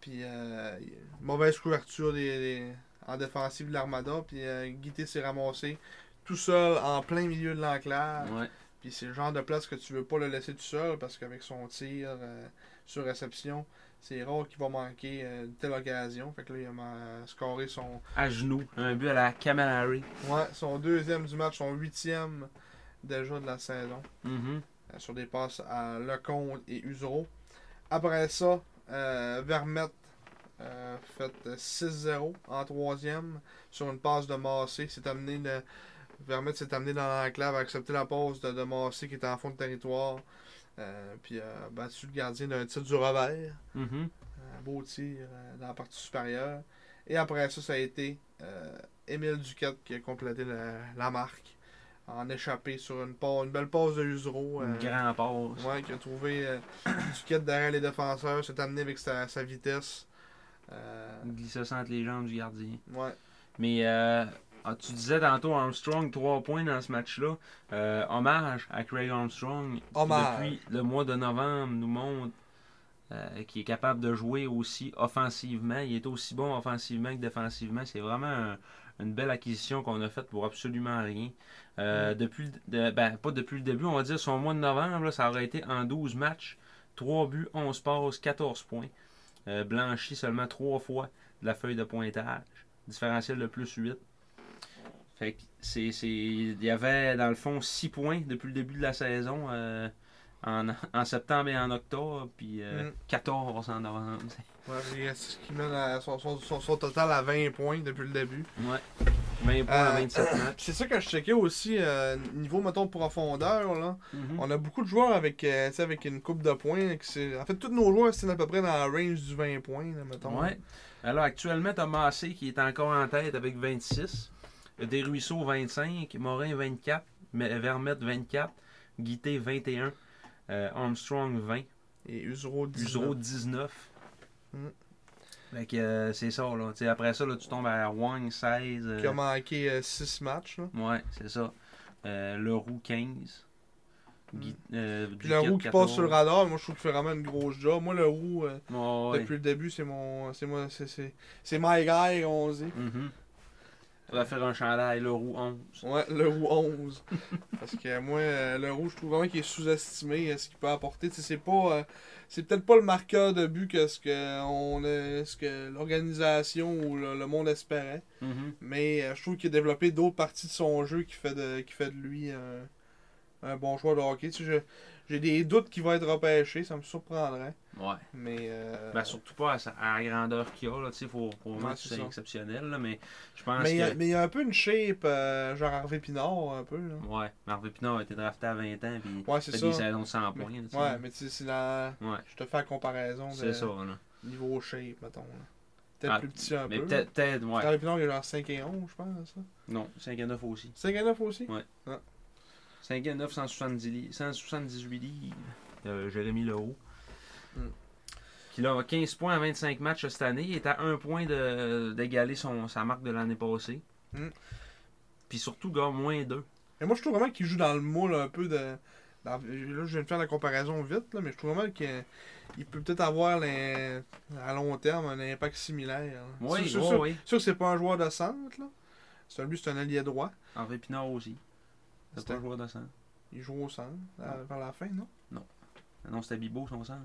[SPEAKER 1] Puis, euh, mauvaise couverture des, des- en défensive de l'Armada. Puis, euh, Guité s'est ramassé tout seul en plein milieu de l'enclave.
[SPEAKER 2] Ouais.
[SPEAKER 1] Puis c'est le genre de place que tu veux pas le laisser tout seul parce qu'avec son tir euh, sur réception, c'est rare qu'il va manquer euh, une telle occasion. Fait que là, il a ma- scoré son,
[SPEAKER 2] À genoux. Un but à la Camilleri.
[SPEAKER 1] ouais, son deuxième du match, son huitième déjà de la saison
[SPEAKER 2] Mhm.
[SPEAKER 1] euh, sur des passes à Lecomte et Usero. Après ça, euh, Vermette euh, fait euh, 6-0 en troisième sur une passe de Massé. C'est amené le- Vermette s'est amené dans l'enclave, a accepté la passe de, de Massé qui était en fond de territoire. Euh, puis a battu le gardien d'un tir du revers.
[SPEAKER 2] Mhm.
[SPEAKER 1] Un beau tir euh, dans la partie supérieure. Et après ça, ça a été euh, Émile Duquette qui a complété la, la marque en échappé sur une, passe- une belle passe de Usero.
[SPEAKER 2] Une
[SPEAKER 1] euh,
[SPEAKER 2] grande passe.
[SPEAKER 1] Ouais, qui a trouvé euh, Duquette derrière les défenseurs, s'est amené avec sa, sa vitesse. Euh,
[SPEAKER 2] Une glissasse entre les jambes du gardien.
[SPEAKER 1] ouais.
[SPEAKER 2] Mais euh, ah, tu disais tantôt Armstrong, 3 points dans ce match-là. Euh, hommage à Craig Armstrong. qui,
[SPEAKER 1] Hommage.
[SPEAKER 2] Depuis le mois de novembre, nous montre euh, qu'il est capable de jouer aussi offensivement. Il est aussi bon offensivement que défensivement. C'est vraiment un- une belle acquisition qu'on a faite pour absolument rien. Euh, depuis, le- de- ben, pas depuis le début, on va dire son mois de novembre, là, ça aurait été en 12 matchs. 3 buts, 11 passes, 14 points. Euh, blanchi seulement 3 fois de la feuille de pointage. Différentiel de plus 8. Fait que c'est, c'est- il y avait dans le fond 6 points depuis le début de la saison euh, en, en septembre et en octobre, puis euh,
[SPEAKER 1] Mm.
[SPEAKER 2] 14 en novembre.
[SPEAKER 1] Ouais, puis, euh, c'est ce qui mène à son, son- son- son total à 20 points depuis le début.
[SPEAKER 2] Ouais. 20 points en
[SPEAKER 1] Euh,
[SPEAKER 2] 27 matchs.
[SPEAKER 1] C'est ça que je checkais aussi, euh, niveau, mettons, profondeur. Là.
[SPEAKER 2] Mhm.
[SPEAKER 1] On a beaucoup de joueurs avec, euh, tu sais, avec une coupe de points. hein, qui c'est- en fait, tous nos joueurs, c'est à peu près dans la range du 20 points, là, mettons.
[SPEAKER 2] Ouais. Alors actuellement, Thomas Massé qui est encore en tête avec 26, Des Ruisseaux 25, Morin 24, Mais- Vermette 24, Guité 21, euh, Armstrong 20,
[SPEAKER 1] Et Usuro 10.
[SPEAKER 2] Usereau 19.
[SPEAKER 1] Mm.
[SPEAKER 2] Fait que euh, c'est ça, là. Tu sais, après ça, là, tu tombes à Wang 16. euh,
[SPEAKER 1] Qui a manqué 6 matchs. là.
[SPEAKER 2] ouais, c'est ça. Euh, Leroux 15. Gui- euh,
[SPEAKER 1] Hmm. Puis le
[SPEAKER 2] Duquette,
[SPEAKER 1] roux qui passe sur le
[SPEAKER 2] 14.
[SPEAKER 1] radar, moi je trouve que c'est vraiment une grosse job. Moi le roux, euh,
[SPEAKER 2] Ouais, ouais.
[SPEAKER 1] Depuis le début, c'est mon. C'est moi. C'est, c'est, c'est my guy, on dit.
[SPEAKER 2] Mhm. On va faire un chandail, Leroux 11.
[SPEAKER 1] Ouais, le roux 11. Parce que moi, euh, le roux, je trouve vraiment qu'il est sous-estimé euh, ce qu'il peut apporter. Tu sais, c'est pas. euh, c'est peut-être pas le marqueur de but que ce que, on, euh, ce que l'organisation ou le, le monde espérait.
[SPEAKER 2] Mhm.
[SPEAKER 1] Mais euh, je trouve qu'il a développé d'autres parties de son jeu qui fait de, qui fait de lui euh, un bon joueur de hockey. Tu sais, je- j'ai des doutes qu'il va être repêché, ça me surprendrait.
[SPEAKER 2] Ouais.
[SPEAKER 1] Mais. euh,
[SPEAKER 2] Ben, surtout pas à, sa- à la grandeur qu'il a, là, tu sais, faut, faut vraiment
[SPEAKER 1] Ouais,
[SPEAKER 2] que
[SPEAKER 1] c'est
[SPEAKER 2] c'est
[SPEAKER 1] ça.
[SPEAKER 2] exceptionnel, là, mais je pense
[SPEAKER 1] mais il y a-
[SPEAKER 2] que...
[SPEAKER 1] mais il y a un peu une shape, euh, genre Harvey Pinard, un peu. Là.
[SPEAKER 2] Ouais, Marvin Pinard a été drafté à 20 ans, puis
[SPEAKER 1] Ouais,
[SPEAKER 2] il
[SPEAKER 1] c'est
[SPEAKER 2] fait
[SPEAKER 1] ça.
[SPEAKER 2] des saisons de 100
[SPEAKER 1] Mais-
[SPEAKER 2] points, là, tu sais.
[SPEAKER 1] ouais, mais ben, tu sais, c'est la...
[SPEAKER 2] Ouais,
[SPEAKER 1] je te fais la comparaison de
[SPEAKER 2] c'est ça, là.
[SPEAKER 1] niveau shape, mettons. là. Peut-être
[SPEAKER 2] Ah,
[SPEAKER 1] plus petit un
[SPEAKER 2] Mais
[SPEAKER 1] peu.
[SPEAKER 2] peut-être, peut-être,
[SPEAKER 1] Dans
[SPEAKER 2] ouais.
[SPEAKER 1] Harvey Pinard, il y a genre 5 et 11, je pense. hein, ça.
[SPEAKER 2] Non, 59 aussi.
[SPEAKER 1] 5 et 9 aussi
[SPEAKER 2] Ouais. 59, 170 li- 178 livres. Hmm. Euh, Jérémy Lehaut.
[SPEAKER 1] Mm.
[SPEAKER 2] Qui là, a 15 points en 25 matchs cette année. Il est à 1 point de- d'égaler son- sa marque de l'année passée.
[SPEAKER 1] Mm.
[SPEAKER 2] Puis surtout, gars, moins 2.
[SPEAKER 1] Mais moi, je trouve vraiment qu'il joue dans le moule un peu de. dans- Là, je viens de faire la comparaison vite, là, mais je trouve vraiment qu'il il peut peut-être avoir l'in- à long terme un impact similaire. là.
[SPEAKER 2] Oui,
[SPEAKER 1] sûr,
[SPEAKER 2] oui,
[SPEAKER 1] sûr,
[SPEAKER 2] oui.
[SPEAKER 1] sûr que c'est pas un joueur de centre. Là. C'est un but, c'est un allié droit.
[SPEAKER 2] Harvey Pinard aussi. C'est
[SPEAKER 1] C'était-
[SPEAKER 2] pas un joueur de sang.
[SPEAKER 1] Il joue au
[SPEAKER 2] Ah.
[SPEAKER 1] centre, à- vers la fin, non
[SPEAKER 2] Non, c'était Bibo son sang.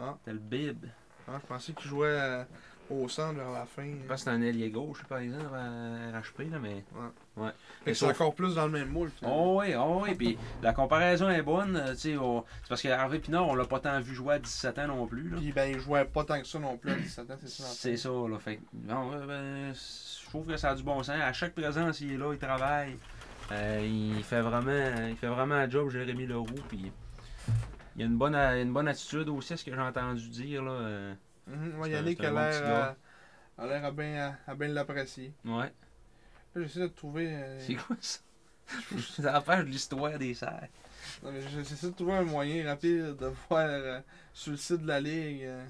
[SPEAKER 1] Ah.
[SPEAKER 2] C'était le Bib.
[SPEAKER 1] Ah, je pensais qu'il jouait euh, au centre vers la fin.
[SPEAKER 2] Je pense que c'est un ailier gauche, par exemple, à HP, là, mais.
[SPEAKER 1] Fait que c'est
[SPEAKER 2] sauf-
[SPEAKER 1] encore plus dans le même moule. finalement.
[SPEAKER 2] Oh oui, oh oui, puis la comparaison est bonne, euh, tu sais, on- c'est parce que Harvey Pinard, on l'a pas tant vu jouer à 17 ans non plus, là.
[SPEAKER 1] Puis ben, il jouait pas tant que ça non plus à 17 ans, c'est ça. l'affaire.
[SPEAKER 2] C'est ça, là, fait que, non, euh, ben, je trouve que ça a du bon sens, à chaque présence, il est là, il travaille, Euh, il fait vraiment, il fait vraiment un job, Jérémy Leroux, puis il a une bonne, a- une bonne attitude aussi, à ce que j'ai entendu dire, là, euh,
[SPEAKER 1] Mhm, ouais,
[SPEAKER 2] C'est un-
[SPEAKER 1] Yannick
[SPEAKER 2] c'est
[SPEAKER 1] a
[SPEAKER 2] un bon
[SPEAKER 1] l'air
[SPEAKER 2] petit gars.
[SPEAKER 1] à- a l'air à bien à, à bien l'apprécier.
[SPEAKER 2] ouais,
[SPEAKER 1] Là, j'essaie de trouver. euh,
[SPEAKER 2] c'est quoi ça? C'est la page de l'histoire des serres.
[SPEAKER 1] non, mais j'ai- J'essaie de trouver un moyen rapide de voir euh, sur le site de la ligue. euh,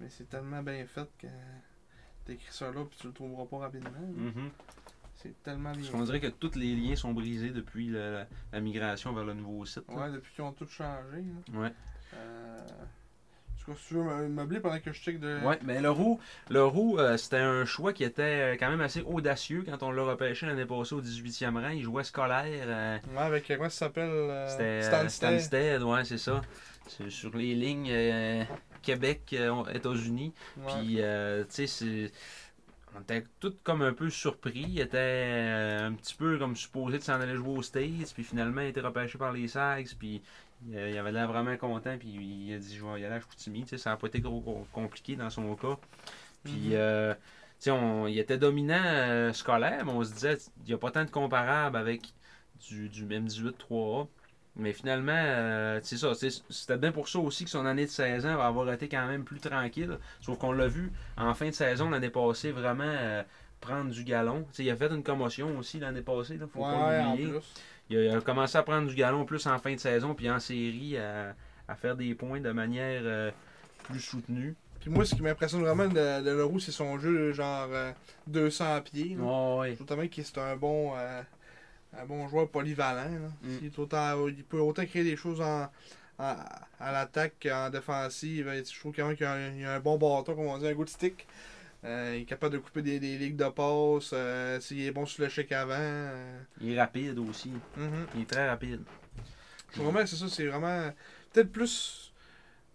[SPEAKER 1] mais c'est tellement bien fait que t'écris ça là puis tu le trouveras pas rapidement.
[SPEAKER 2] Mhm.
[SPEAKER 1] C'est tellement bien.
[SPEAKER 2] Parce qu'on dirait que tous les liens sont brisés depuis le- la, la migration vers le nouveau site. là.
[SPEAKER 1] Ouais, depuis qu'ils ont tout changé. Là.
[SPEAKER 2] Ouais.
[SPEAKER 1] Euh, en tout cas, si tu veux me- meubler pendant que je check de.
[SPEAKER 2] Ouais, mais le roux, le roux, euh, c'était un choix qui était euh, quand même assez audacieux quand on l'a repêché l'année passée au 18e rang. Il jouait scolaire. euh,
[SPEAKER 1] Ouais, avec euh, comment ça s'appelle euh,
[SPEAKER 2] c'était euh,
[SPEAKER 1] Stansted.
[SPEAKER 2] Stansted, ouais, c'est ça. C'est sur les lignes euh, Québec, euh, États-Unis.
[SPEAKER 1] Ouais.
[SPEAKER 2] Puis, euh, tu sais, c'est- on était tous comme un peu surpris. Il était euh, un petit peu comme supposé de s'en aller jouer aux States. Puis finalement, il a été repêché par les Sags. Puis euh, il avait l'air vraiment content. Puis il a dit Je vais y aller à Chicoutimi. Tu sais, ça n'a pas été gros- gros- compliqué dans son cas. Puis,
[SPEAKER 1] Mhm.
[SPEAKER 2] euh, tu sais, on- il était dominant euh, scolaire, mais on se disait, il n'y a pas tant de comparables avec du, du M18-3A. Mais finalement, euh, c'est ça. c'est- C'était bien pour ça aussi que son année de 16 ans va avoir été quand même plus tranquille. Sauf qu'on l'a vu en fin de saison l'année passée vraiment euh, prendre du galon. Tu sais, il a fait une commotion aussi l'année passée. Là, faut
[SPEAKER 1] ouais,
[SPEAKER 2] pas
[SPEAKER 1] ouais, en
[SPEAKER 2] l'oublier.
[SPEAKER 1] plus.
[SPEAKER 2] Il a, il a commencé à prendre du galon plus en fin de saison, puis en série, à, à faire des points de manière euh, plus soutenue.
[SPEAKER 1] Puis moi, ce qui m'impressionne vraiment de, de Leroux, c'est son jeu genre euh, 200 pieds. là.
[SPEAKER 2] Ouais, ouais.
[SPEAKER 1] Je trouve vraiment que c'est un bon, euh, un bon joueur polyvalent. là.
[SPEAKER 2] Mm.
[SPEAKER 1] Il, est autant- il peut autant créer des choses en, en- à l'attaque qu'en défensive. Et Je trouve quand même qu'il y a un, il y a un bon bâton, comme on dit, un good stick. Euh, il est capable de couper des, des ligues de passe. euh, s'il est bon sur le chèque avant. euh,
[SPEAKER 2] Il est rapide aussi.
[SPEAKER 1] mhm.
[SPEAKER 2] Il est très rapide.
[SPEAKER 1] Je trouve vraiment que c'est ça, c'est vraiment. Peut-être plus.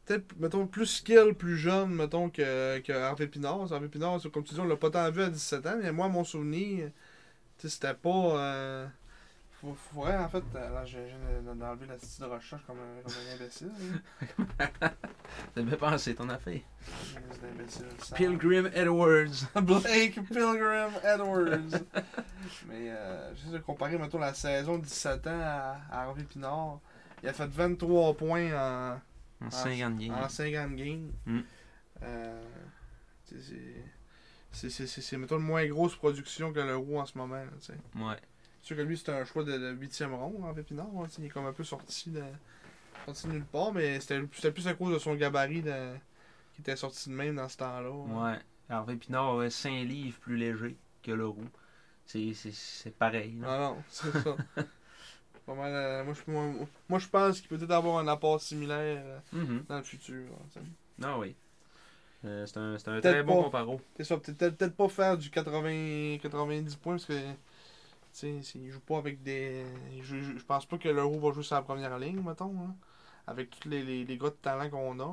[SPEAKER 1] Peut-être, mettons, plus skill, plus jeune, mettons, que, que Harvey Pinard. Harvey Pinard, c'est- comme tu dis, on l'a pas tant vu à 17 ans, mais moi, mon souvenir, tu sais, c'était pas. Euh... faut- Faudrait, en fait. euh, Là, j'ai j'ai d'enlever la petite recherche comme un, comme un imbécile. hein.
[SPEAKER 2] T'as bien pensé ton affaire.
[SPEAKER 1] C'est un imbécile. ça.
[SPEAKER 2] Pilgrim Edwards.
[SPEAKER 1] Blake Pilgrim Edwards. Mais euh, j'essaie de comparer, mettons, la saison 17 ans à, à Harvey Pinard. Il a fait 23 points en.
[SPEAKER 2] En 50 games.
[SPEAKER 1] En 50 games.
[SPEAKER 2] Mm.
[SPEAKER 1] Euh, tu sais, c'est- c'est- c'est- c'est- c'est, mettons, une moins grosse production que le roux en ce moment. là, tu sais.
[SPEAKER 2] Ouais.
[SPEAKER 1] C'est sûr que lui, c'était un choix de, de 8e rond en Pépinard. hein, tu sais, il est comme un peu sorti de, sorti de nulle part, mais c'était, c'était plus à cause de son gabarit de- qui était sorti de même dans ce temps-là. hein.
[SPEAKER 2] Ouais. Harvey Pinard avait 5 livres plus léger que le roux. C'est, c'est, c'est pareil. là.
[SPEAKER 1] Non, Ah non, c'est ça. Pas mal, euh, moi, je, moi- moi, je pense qu'il peut peut-être avoir un apport similaire euh,
[SPEAKER 2] Mhm.
[SPEAKER 1] dans le futur. hein, tu sais.
[SPEAKER 2] Ah oui. Euh, c'est un, c'est un
[SPEAKER 1] Peut-être
[SPEAKER 2] très bon
[SPEAKER 1] pas.
[SPEAKER 2] comparo.
[SPEAKER 1] C'est ça, peut-être peut-être- peut-être pas faire du 80, 90 points parce que tu sais, c'est- il joue pas avec des. il joue- Je, je pense pas que l'euro va jouer sur la première ligne, mettons, là, avec tous les, les, les gars de talent qu'on a. là.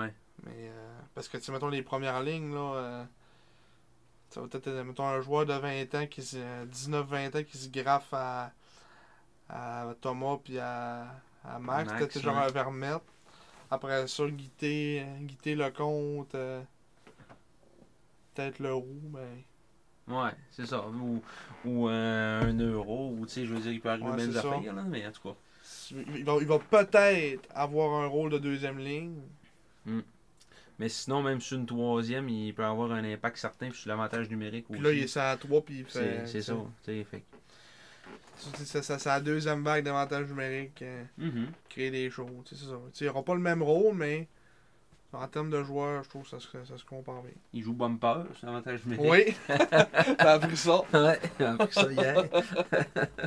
[SPEAKER 2] Ouais.
[SPEAKER 1] Mais euh, parce que tu sais, mettons les premières lignes, là, euh, ça va peut-être être mettons, un joueur de 20 ans qui se. 19-20 ans qui se graffe à, à Thomas puis à, à Max,
[SPEAKER 2] Max,
[SPEAKER 1] peut-être genre
[SPEAKER 2] ouais.
[SPEAKER 1] un Vermette. Après ça, Guité, Guité Lecomte, euh, peut-être Leroux, ben, mais.
[SPEAKER 2] Ouais, c'est ça. Ou, ou euh, un euro, ou tu sais, je veux dire, il peut arriver
[SPEAKER 1] Ouais,
[SPEAKER 2] des
[SPEAKER 1] c'est ça.
[SPEAKER 2] affaires, là, mais en tout cas.
[SPEAKER 1] Il va, il va peut-être avoir un rôle de deuxième ligne.
[SPEAKER 2] Mais sinon, même sur une troisième, il peut avoir un impact certain puis sur l'avantage numérique
[SPEAKER 1] Puis
[SPEAKER 2] aussi.
[SPEAKER 1] là, il est ça à 3 puis il
[SPEAKER 2] c'est,
[SPEAKER 1] fait.
[SPEAKER 2] c'est ça. tu sais, fait que-
[SPEAKER 1] C'est c'est- c'est- c'est la deuxième vague d'avantages numériques. euh,
[SPEAKER 2] Mhm.
[SPEAKER 1] créer des choses. tu sais, C'est ça. Tu sais, Ils n'auront pas le même rôle, mais en termes de joueurs, je trouve que ça se, ça se compare bien.
[SPEAKER 2] Il joue bumper, c'est l'avantage numérique.
[SPEAKER 1] Oui, t'as appris ça.
[SPEAKER 2] Ouais, j'ai appris ça hier.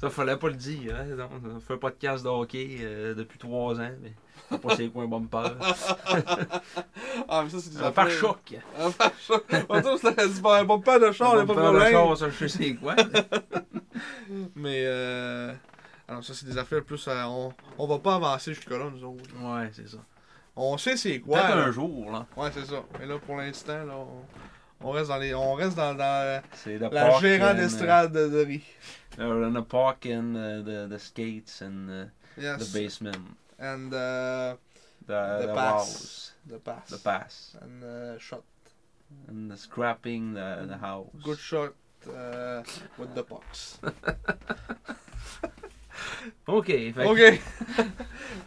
[SPEAKER 2] ça, fallait pas le dire. Hein? non. on fait un podcast de hockey euh, depuis trois ans, mais on sait pas c'est quoi un bumper.
[SPEAKER 1] Ah, mais ça, c'est des
[SPEAKER 2] Un
[SPEAKER 1] affaires-
[SPEAKER 2] pare-choc.
[SPEAKER 1] Un pare-choc. On trouve que c'est pas un bon pas de char,
[SPEAKER 2] Un
[SPEAKER 1] il pas de
[SPEAKER 2] bumper
[SPEAKER 1] problème.
[SPEAKER 2] char, ça, je sais c'est quoi.
[SPEAKER 1] Mais, euh... Alors, ça, c'est des affaires plus... euh, on... on va pas avancer jusque-là, nous autres.
[SPEAKER 2] ouais, c'est ça.
[SPEAKER 1] On On sait c'est quoi.
[SPEAKER 2] Peut-être
[SPEAKER 1] là.
[SPEAKER 2] un jour, là.
[SPEAKER 1] Ouais, c'est ça. Mais là, pour l'instant, là, on, on reste dans les, on reste dans, dans
[SPEAKER 2] C'est the
[SPEAKER 1] la
[SPEAKER 2] park
[SPEAKER 1] gérante
[SPEAKER 2] and, uh,
[SPEAKER 1] d'estrade de de riz.
[SPEAKER 2] uh, and the park and uh, the, the skates and uh,
[SPEAKER 1] Yes.
[SPEAKER 2] the basement.
[SPEAKER 1] And uh,
[SPEAKER 2] The,
[SPEAKER 1] The pass.
[SPEAKER 2] the walls.
[SPEAKER 1] the pass.
[SPEAKER 2] The pass.
[SPEAKER 1] And uh, shot.
[SPEAKER 2] And the scrapping the, the house.
[SPEAKER 1] Good shot uh, with the box.
[SPEAKER 2] OK. Fait que
[SPEAKER 1] ok.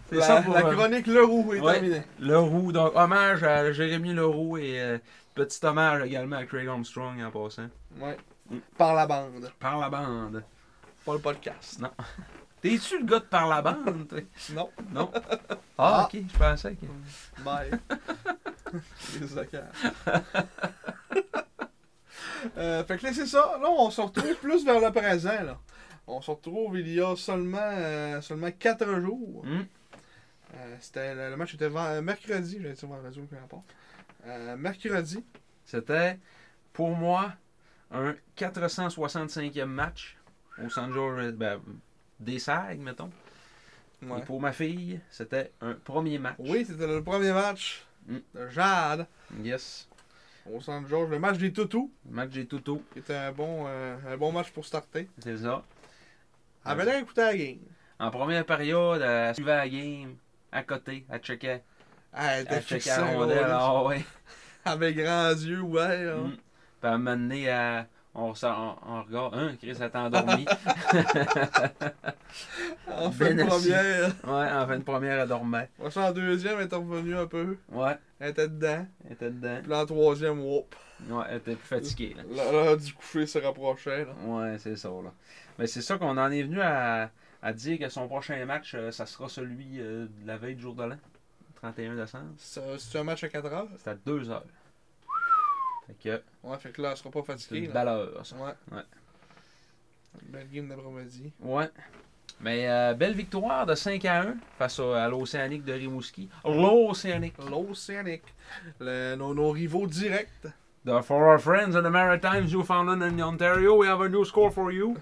[SPEAKER 2] c'est
[SPEAKER 1] La,
[SPEAKER 2] ça pour,
[SPEAKER 1] la
[SPEAKER 2] euh,
[SPEAKER 1] chronique Leroux est
[SPEAKER 2] ouais.
[SPEAKER 1] terminée.
[SPEAKER 2] Leroux, donc hommage à Jérémy Leroux et euh, petit hommage également à Craig Armstrong en passant.
[SPEAKER 1] Ouais.
[SPEAKER 2] Mm.
[SPEAKER 1] Par la bande.
[SPEAKER 2] Par la bande.
[SPEAKER 1] Pas le podcast.
[SPEAKER 2] T'es-tu le gars de par la bande? toi?
[SPEAKER 1] Non.
[SPEAKER 2] Non.
[SPEAKER 1] Ah.
[SPEAKER 2] Ah, ok, je pensais que.
[SPEAKER 1] Bye. Les saccades. Euh, fait que là, c'est ça. Là, on se retrouve plus vers le présent. Là. On se retrouve il y a seulement, euh, seulement 4 jours.
[SPEAKER 2] Hmm.
[SPEAKER 1] Euh, c'était, le, le match était ven- mercredi. J'allais dire vendredi ou peu importe. Euh, mercredi.
[SPEAKER 2] C'était, pour moi, un 465e match au San Jorge ben, des SAG, mettons. Et pour ma fille, c'était un premier match.
[SPEAKER 1] Oui, c'était le premier match
[SPEAKER 2] Mm.
[SPEAKER 1] de Jade
[SPEAKER 2] Yes.
[SPEAKER 1] au centre Georges. Le match des Toutous,
[SPEAKER 2] Match des Toto,
[SPEAKER 1] qui était un bon, euh, un bon match pour starter.
[SPEAKER 2] c'est ça.
[SPEAKER 1] Elle avait l'air d'écouter la game.
[SPEAKER 2] En première période, elle suivait la game, à côté, elle checkait.
[SPEAKER 1] Elle était
[SPEAKER 2] Elle
[SPEAKER 1] fixée.
[SPEAKER 2] checkait la rondelle,
[SPEAKER 1] ouais.
[SPEAKER 2] ah ouais.
[SPEAKER 1] Avec grands yeux, ouais. hein.
[SPEAKER 2] Mm. Puis à un moment donné, elle- on, s'en- on, on regarde, hein, Chris elle est endormie.
[SPEAKER 1] En fin de
[SPEAKER 2] Ben assis.
[SPEAKER 1] première.
[SPEAKER 2] ouais, en fin de première, elle dormait.
[SPEAKER 1] Moi, je suis en deuxième, elle est revenue un peu.
[SPEAKER 2] Ouais,
[SPEAKER 1] Elle était dedans.
[SPEAKER 2] elle était dedans.
[SPEAKER 1] Puis là, en troisième, whoop.
[SPEAKER 2] Ouais, elle était plus fatiguée, là.
[SPEAKER 1] L'heure du coucher se rapprochait. Là.
[SPEAKER 2] Ouais, c'est ça, là. Mais c'est ça qu'on en est venu à, à dire que son prochain match, euh, ça sera celui euh, de la veille du jour de l'an, 31 décembre.
[SPEAKER 1] C'est c'est un match à 4 heures.
[SPEAKER 2] C'est à 2 heures. Fait que
[SPEAKER 1] Ouais, fait que là, elle sera pas
[SPEAKER 2] c'est
[SPEAKER 1] fatiguée.
[SPEAKER 2] une
[SPEAKER 1] Là.
[SPEAKER 2] belle heure, ça.
[SPEAKER 1] Ouais.
[SPEAKER 2] Ouais.
[SPEAKER 1] Une Belle game d'après-midi.
[SPEAKER 2] Ouais. Mais euh, belle victoire de 5 à 1 face à, à l'Océanique de Rimouski. L'Océanique.
[SPEAKER 1] L'Océanique. Le- Nos, nos rivaux directs.
[SPEAKER 2] The For Our Friends in the Maritimes, Newfoundland and Ontario, we have a new score for you.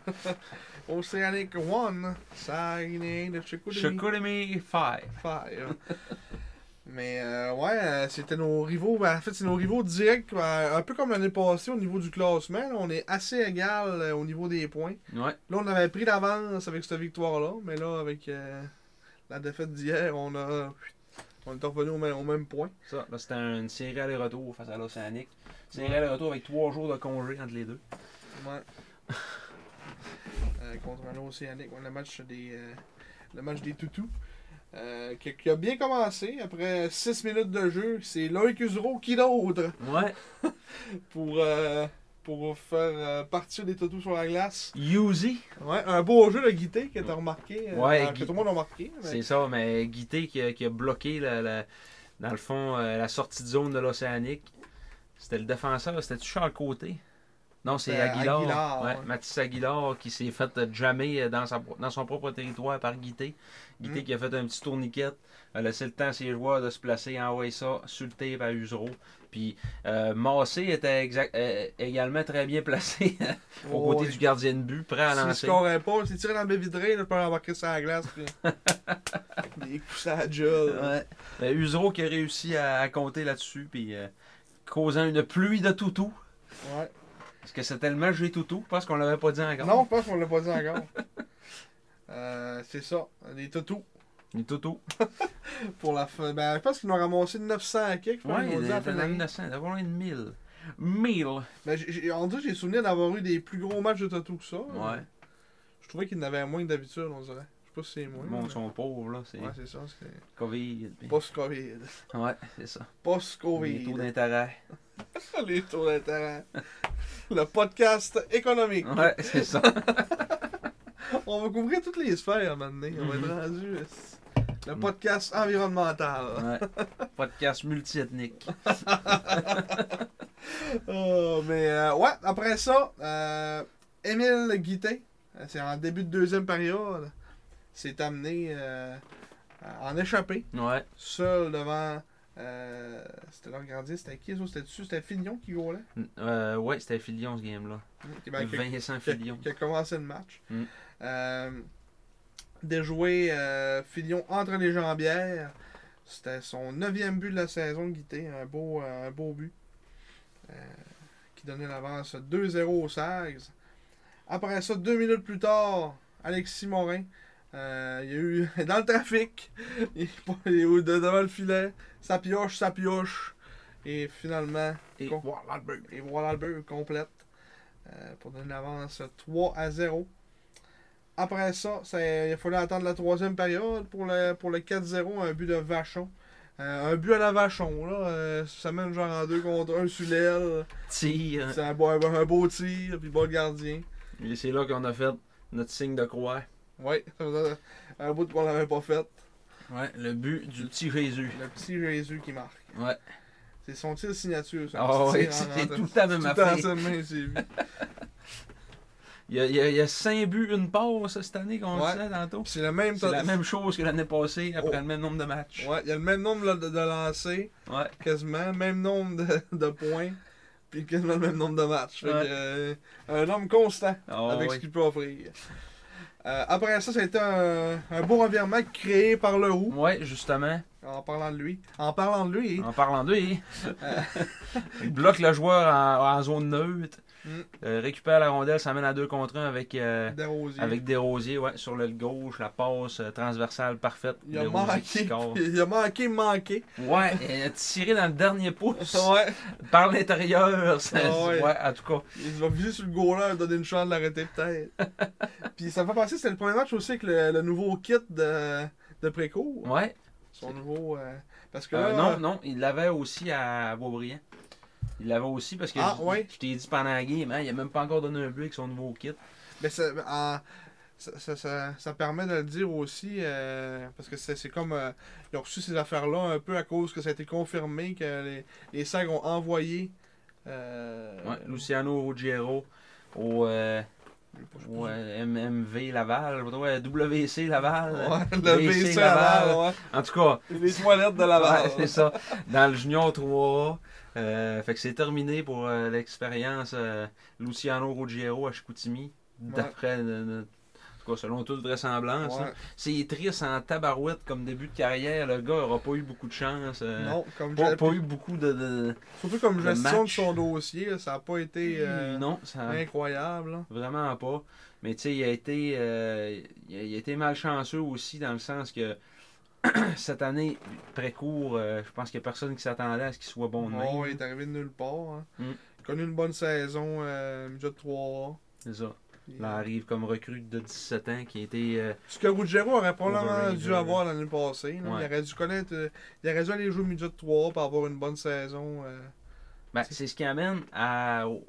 [SPEAKER 1] Océanique 1. Saguenay de Chicoutimi.
[SPEAKER 2] Chicoutimi 5.
[SPEAKER 1] Fire. Mais euh, ouais, euh, c'était nos rivaux. ben, en fait, c'est nos rivaux directs. euh, un peu comme l'année passée au niveau du classement. là, on est assez égal euh, au niveau des points.
[SPEAKER 2] Ouais.
[SPEAKER 1] Là, on avait pris l'avance avec cette victoire-là. Mais là, avec euh, la défaite d'hier, on a. On est revenu au même, au même point.
[SPEAKER 2] Ça, là, c'était une série aller-retour face à l'Océanique. Série aller-retour avec 3 jours de congé entre les deux.
[SPEAKER 1] Ouais. Euh, contre l'Océanique. ouais, le match des. euh, le match des toutous. euh, qui, qui a bien commencé. Après 6 minutes de jeu, c'est Loïc Usereau qui d'autre
[SPEAKER 2] Ouais.
[SPEAKER 1] pour, euh, pour faire euh, partir des toutous sur la glace.
[SPEAKER 2] Yuzi.
[SPEAKER 1] Ouais, un beau jeu de Guité que t'as remarqué. euh,
[SPEAKER 2] Ouais,
[SPEAKER 1] que
[SPEAKER 2] Guy-
[SPEAKER 1] tout le monde a remarqué. mais-
[SPEAKER 2] C'est ça, mais Guité qui a, qui a bloqué, la, la- dans le fond, euh, la sortie de zone de l'Océanique. C'était le défenseur, c'était-tu Charles Côté? Non, c'est
[SPEAKER 1] C'était
[SPEAKER 2] Aguilar.
[SPEAKER 1] Euh, Aguilar,
[SPEAKER 2] ouais,
[SPEAKER 1] ouais.
[SPEAKER 2] Mathis Aguilar qui s'est fait euh, jammer euh, dans, sa, pro- dans son propre territoire par Guité. Guité
[SPEAKER 1] Mm.
[SPEAKER 2] qui a fait un petit tourniquet, a laissé le temps à ses joueurs de se placer, envoyer ça, sur le tape à Usereau. Puis euh, Massé était exact- euh, également très bien placé hein, au
[SPEAKER 1] Oh,
[SPEAKER 2] côté
[SPEAKER 1] ouais.
[SPEAKER 2] du gardien de but, prêt à
[SPEAKER 1] S'il
[SPEAKER 2] lancer.
[SPEAKER 1] scorait pas, s'il tirait dans le baie vitrée, là, je peux embarquer sur la glace. Puis... Des coups à la gueule.
[SPEAKER 2] Ouais. Ben, Usereau qui a réussi à, à compter là-dessus, puis euh, causant une pluie de toutous.
[SPEAKER 1] Ouais.
[SPEAKER 2] Parce que c'était le match des toutous, je pense qu'on l'avait pas dit encore.
[SPEAKER 1] Non, je pense qu'on l'a pas dit encore. Euh, c'est ça, les toutous
[SPEAKER 2] Les toutous.
[SPEAKER 1] pour la fin. Ben, je pense qu'ils nous ont ramassé 900 à kick. je pense
[SPEAKER 2] Ouais,
[SPEAKER 1] qu'ils
[SPEAKER 2] il
[SPEAKER 1] ont dit à la fin de l'année.
[SPEAKER 2] 900, d'avoir loin de 1000. 1000.
[SPEAKER 1] Ben, j'ai- j'ai- on dirait que j'ai souvenir d'avoir eu des plus gros matchs de toutous que ça.
[SPEAKER 2] Ouais.
[SPEAKER 1] Je trouvais qu'ils en avaient moins que d'habitude, on dirait. Je sais pas si c'est moins.
[SPEAKER 2] Le monde
[SPEAKER 1] mais-
[SPEAKER 2] sont pauvres, là. C'est
[SPEAKER 1] Ouais, c'est ça. c'est-
[SPEAKER 2] Covid. puis-
[SPEAKER 1] Post-Covid.
[SPEAKER 2] Ouais, c'est ça. Les taux
[SPEAKER 1] Post-Covid.
[SPEAKER 2] d'intérêt.
[SPEAKER 1] Les taux d'intérêt. Le podcast économique.
[SPEAKER 2] Ouais, c'est ça. Hein?
[SPEAKER 1] On va couvrir toutes les sphères maintenant. On va être
[SPEAKER 2] Mhm.
[SPEAKER 1] rendu. euh,
[SPEAKER 2] Mm.
[SPEAKER 1] Le podcast environnemental.
[SPEAKER 2] Ouais. Podcast multiethnique.
[SPEAKER 1] Oh, mais euh, ouais, après ça, euh, Émile Guité, euh, c'est en début de deuxième période, s'est amené euh, en échappé,
[SPEAKER 2] Ouais.
[SPEAKER 1] seul devant. euh, c'était leur gardien, c'était qui ça C'était dessus, c'était Fillon qui goalait.
[SPEAKER 2] Euh, ouais, c'était Filion ce game-là.
[SPEAKER 1] Qui marquait-
[SPEAKER 2] Vincent
[SPEAKER 1] qui a,
[SPEAKER 2] Filion.
[SPEAKER 1] Ben, qui a commencé le match.
[SPEAKER 2] Mm.
[SPEAKER 1] Euh, déjoué euh, Fillon entre les jambières. C'était son neuvième but de la saison de Guité, un beau, un beau but. euh, qui donnait l'avance 2-0 aux Sags. Après ça, deux minutes plus tard, Alexis Morin. euh, il y a eu dans le trafic, il est pas- il est au- de- devant le filet, ça pioche, ça pioche, et finalement,
[SPEAKER 2] Et
[SPEAKER 1] Con-
[SPEAKER 2] wow, Lalberg.
[SPEAKER 1] et voilà le but complète euh, pour donner l'avance 3 à 0. Après ça, ça- il a fallu attendre la troisième période pour le, pour le 4-0, un but de Vachon. Euh, un but à la Vachon, là. euh, ça mène genre en 2 contre 1 sur l'aile.
[SPEAKER 2] Tire.
[SPEAKER 1] C'est un, beau- un beau tir, puis bon gardien.
[SPEAKER 2] Et c'est là qu'on a fait notre signe de croix.
[SPEAKER 1] Oui, ça faisait un bout qu'on l'avait pas fait.
[SPEAKER 2] Ouais, le but du petit Jésus.
[SPEAKER 1] Le petit Jésus qui marque.
[SPEAKER 2] Ouais.
[SPEAKER 1] C'est son tir signature, ça.
[SPEAKER 2] Ah
[SPEAKER 1] Petit
[SPEAKER 2] oui,
[SPEAKER 1] tir en
[SPEAKER 2] c'est
[SPEAKER 1] rentrant.
[SPEAKER 2] tout le temps la
[SPEAKER 1] Tout
[SPEAKER 2] même
[SPEAKER 1] le temps
[SPEAKER 2] affaire.
[SPEAKER 1] ça de même, j'ai vu.
[SPEAKER 2] Il y a, il y a- il y a cinq buts, une passe cette année qu'on
[SPEAKER 1] Ouais.
[SPEAKER 2] disait tantôt.
[SPEAKER 1] Puis C'est le même
[SPEAKER 2] C'est la même chose que l'année passée après
[SPEAKER 1] Oh.
[SPEAKER 2] le même nombre de matchs.
[SPEAKER 1] Ouais, il y a le même nombre là, de, de lancers.
[SPEAKER 2] Ouais.
[SPEAKER 1] quasiment même nombre de, de points, puis quasiment le même nombre de matchs. Fait que,
[SPEAKER 2] Ouais.
[SPEAKER 1] euh, un homme constant
[SPEAKER 2] Ah
[SPEAKER 1] avec
[SPEAKER 2] oui.
[SPEAKER 1] ce qu'il peut offrir. Euh, après ça, ça a été un, un beau revirement créé par le roux,
[SPEAKER 2] Ouais, justement.
[SPEAKER 1] en parlant de lui. En parlant de lui,
[SPEAKER 2] En parlant d'eux, hein. il bloque le joueur en, en zone neutre.
[SPEAKER 1] Mm.
[SPEAKER 2] Euh, récupère la rondelle, s'amène à deux contre un avec, euh,
[SPEAKER 1] Desrosiers,
[SPEAKER 2] avec Desrosiers, ouais, sur l'aile gauche, la passe euh, transversale parfaite.
[SPEAKER 1] il a
[SPEAKER 2] Desrosiers
[SPEAKER 1] manqué,
[SPEAKER 2] qui score.
[SPEAKER 1] il a manqué, manqué.
[SPEAKER 2] Ouais, et tiré dans le dernier pouce
[SPEAKER 1] Ouais,
[SPEAKER 2] par l'intérieur. ça-
[SPEAKER 1] Ah ouais.
[SPEAKER 2] ouais. en tout cas.
[SPEAKER 1] il va viser sur le goaler, donner une chance de l'arrêter peut-être. puis ça me fait penser, c'était le premier match aussi avec le, le nouveau kit de, de Préco.
[SPEAKER 2] Ouais.
[SPEAKER 1] Son nouveau... euh, parce que
[SPEAKER 2] Euh,
[SPEAKER 1] là,
[SPEAKER 2] non, non, il l'avait aussi à Beaubriand. Il l'avait aussi parce que
[SPEAKER 1] Ah,
[SPEAKER 2] je,
[SPEAKER 1] ouais.
[SPEAKER 2] je t'ai dit pendant la game, hein, il a même pas encore donné un but avec son nouveau kit.
[SPEAKER 1] Mais ça, en- ça, ça, ça- ça permet de le dire aussi, euh, parce que c'est c'est comme. euh, ils ont reçu ces affaires-là un peu à cause que ça a été confirmé que les, les SAG ont envoyé. euh,
[SPEAKER 2] Ouais, Luciano Ruggiero au, euh,
[SPEAKER 1] je sais pas, je sais
[SPEAKER 2] au, euh, MMV Laval, ouais, WC Laval.
[SPEAKER 1] pas. Ouais,
[SPEAKER 2] VC
[SPEAKER 1] le VC Laval,
[SPEAKER 2] En tout cas,
[SPEAKER 1] ouais. Les toilettes de Laval.
[SPEAKER 2] ouais, c'est ça. Dans le Junior 3. Euh, fait que c'est terminé pour euh, l'expérience euh, Luciano Ruggiero à Chicoutimi. D'après. le- le- en tout cas, selon toute vraisemblance.
[SPEAKER 1] Ouais.
[SPEAKER 2] là. C'est triste en tabarouette comme début de carrière. Le gars n'aura pas eu beaucoup de chance. euh,
[SPEAKER 1] Non, comme
[SPEAKER 2] Pas,
[SPEAKER 1] j'ai
[SPEAKER 2] pas eu beaucoup de. de-
[SPEAKER 1] Surtout comme
[SPEAKER 2] le
[SPEAKER 1] gestion de
[SPEAKER 2] match. Mmh,
[SPEAKER 1] son dossier, là, ça n'a pas été euh,
[SPEAKER 2] non, hein. ça.
[SPEAKER 1] incroyable. là.
[SPEAKER 2] Vraiment pas. Mais tu sais, il a été euh, il, a, il a été malchanceux aussi dans le sens que cette année, précourt, euh, je pense qu'il n'y a personne qui s'attendait à ce qu'il soit bon de même.
[SPEAKER 1] Bon, il est arrivé de nulle part. hein.
[SPEAKER 2] Mm.
[SPEAKER 1] Il a connu une bonne saison, euh, milieu de 3
[SPEAKER 2] C'est ça.
[SPEAKER 1] euh,
[SPEAKER 2] Là, arrive comme recrue de 17 ans qui a été. euh,
[SPEAKER 1] Ce que Ruggiero aurait probablement
[SPEAKER 2] Overrated.
[SPEAKER 1] dû avoir l'année passée. là.
[SPEAKER 2] Ouais.
[SPEAKER 1] Il aurait dû connaître. euh, il aurait dû aller jouer au milieu de 3 pour avoir une bonne saison. euh.
[SPEAKER 2] ben, c'est ce qui amène à, au-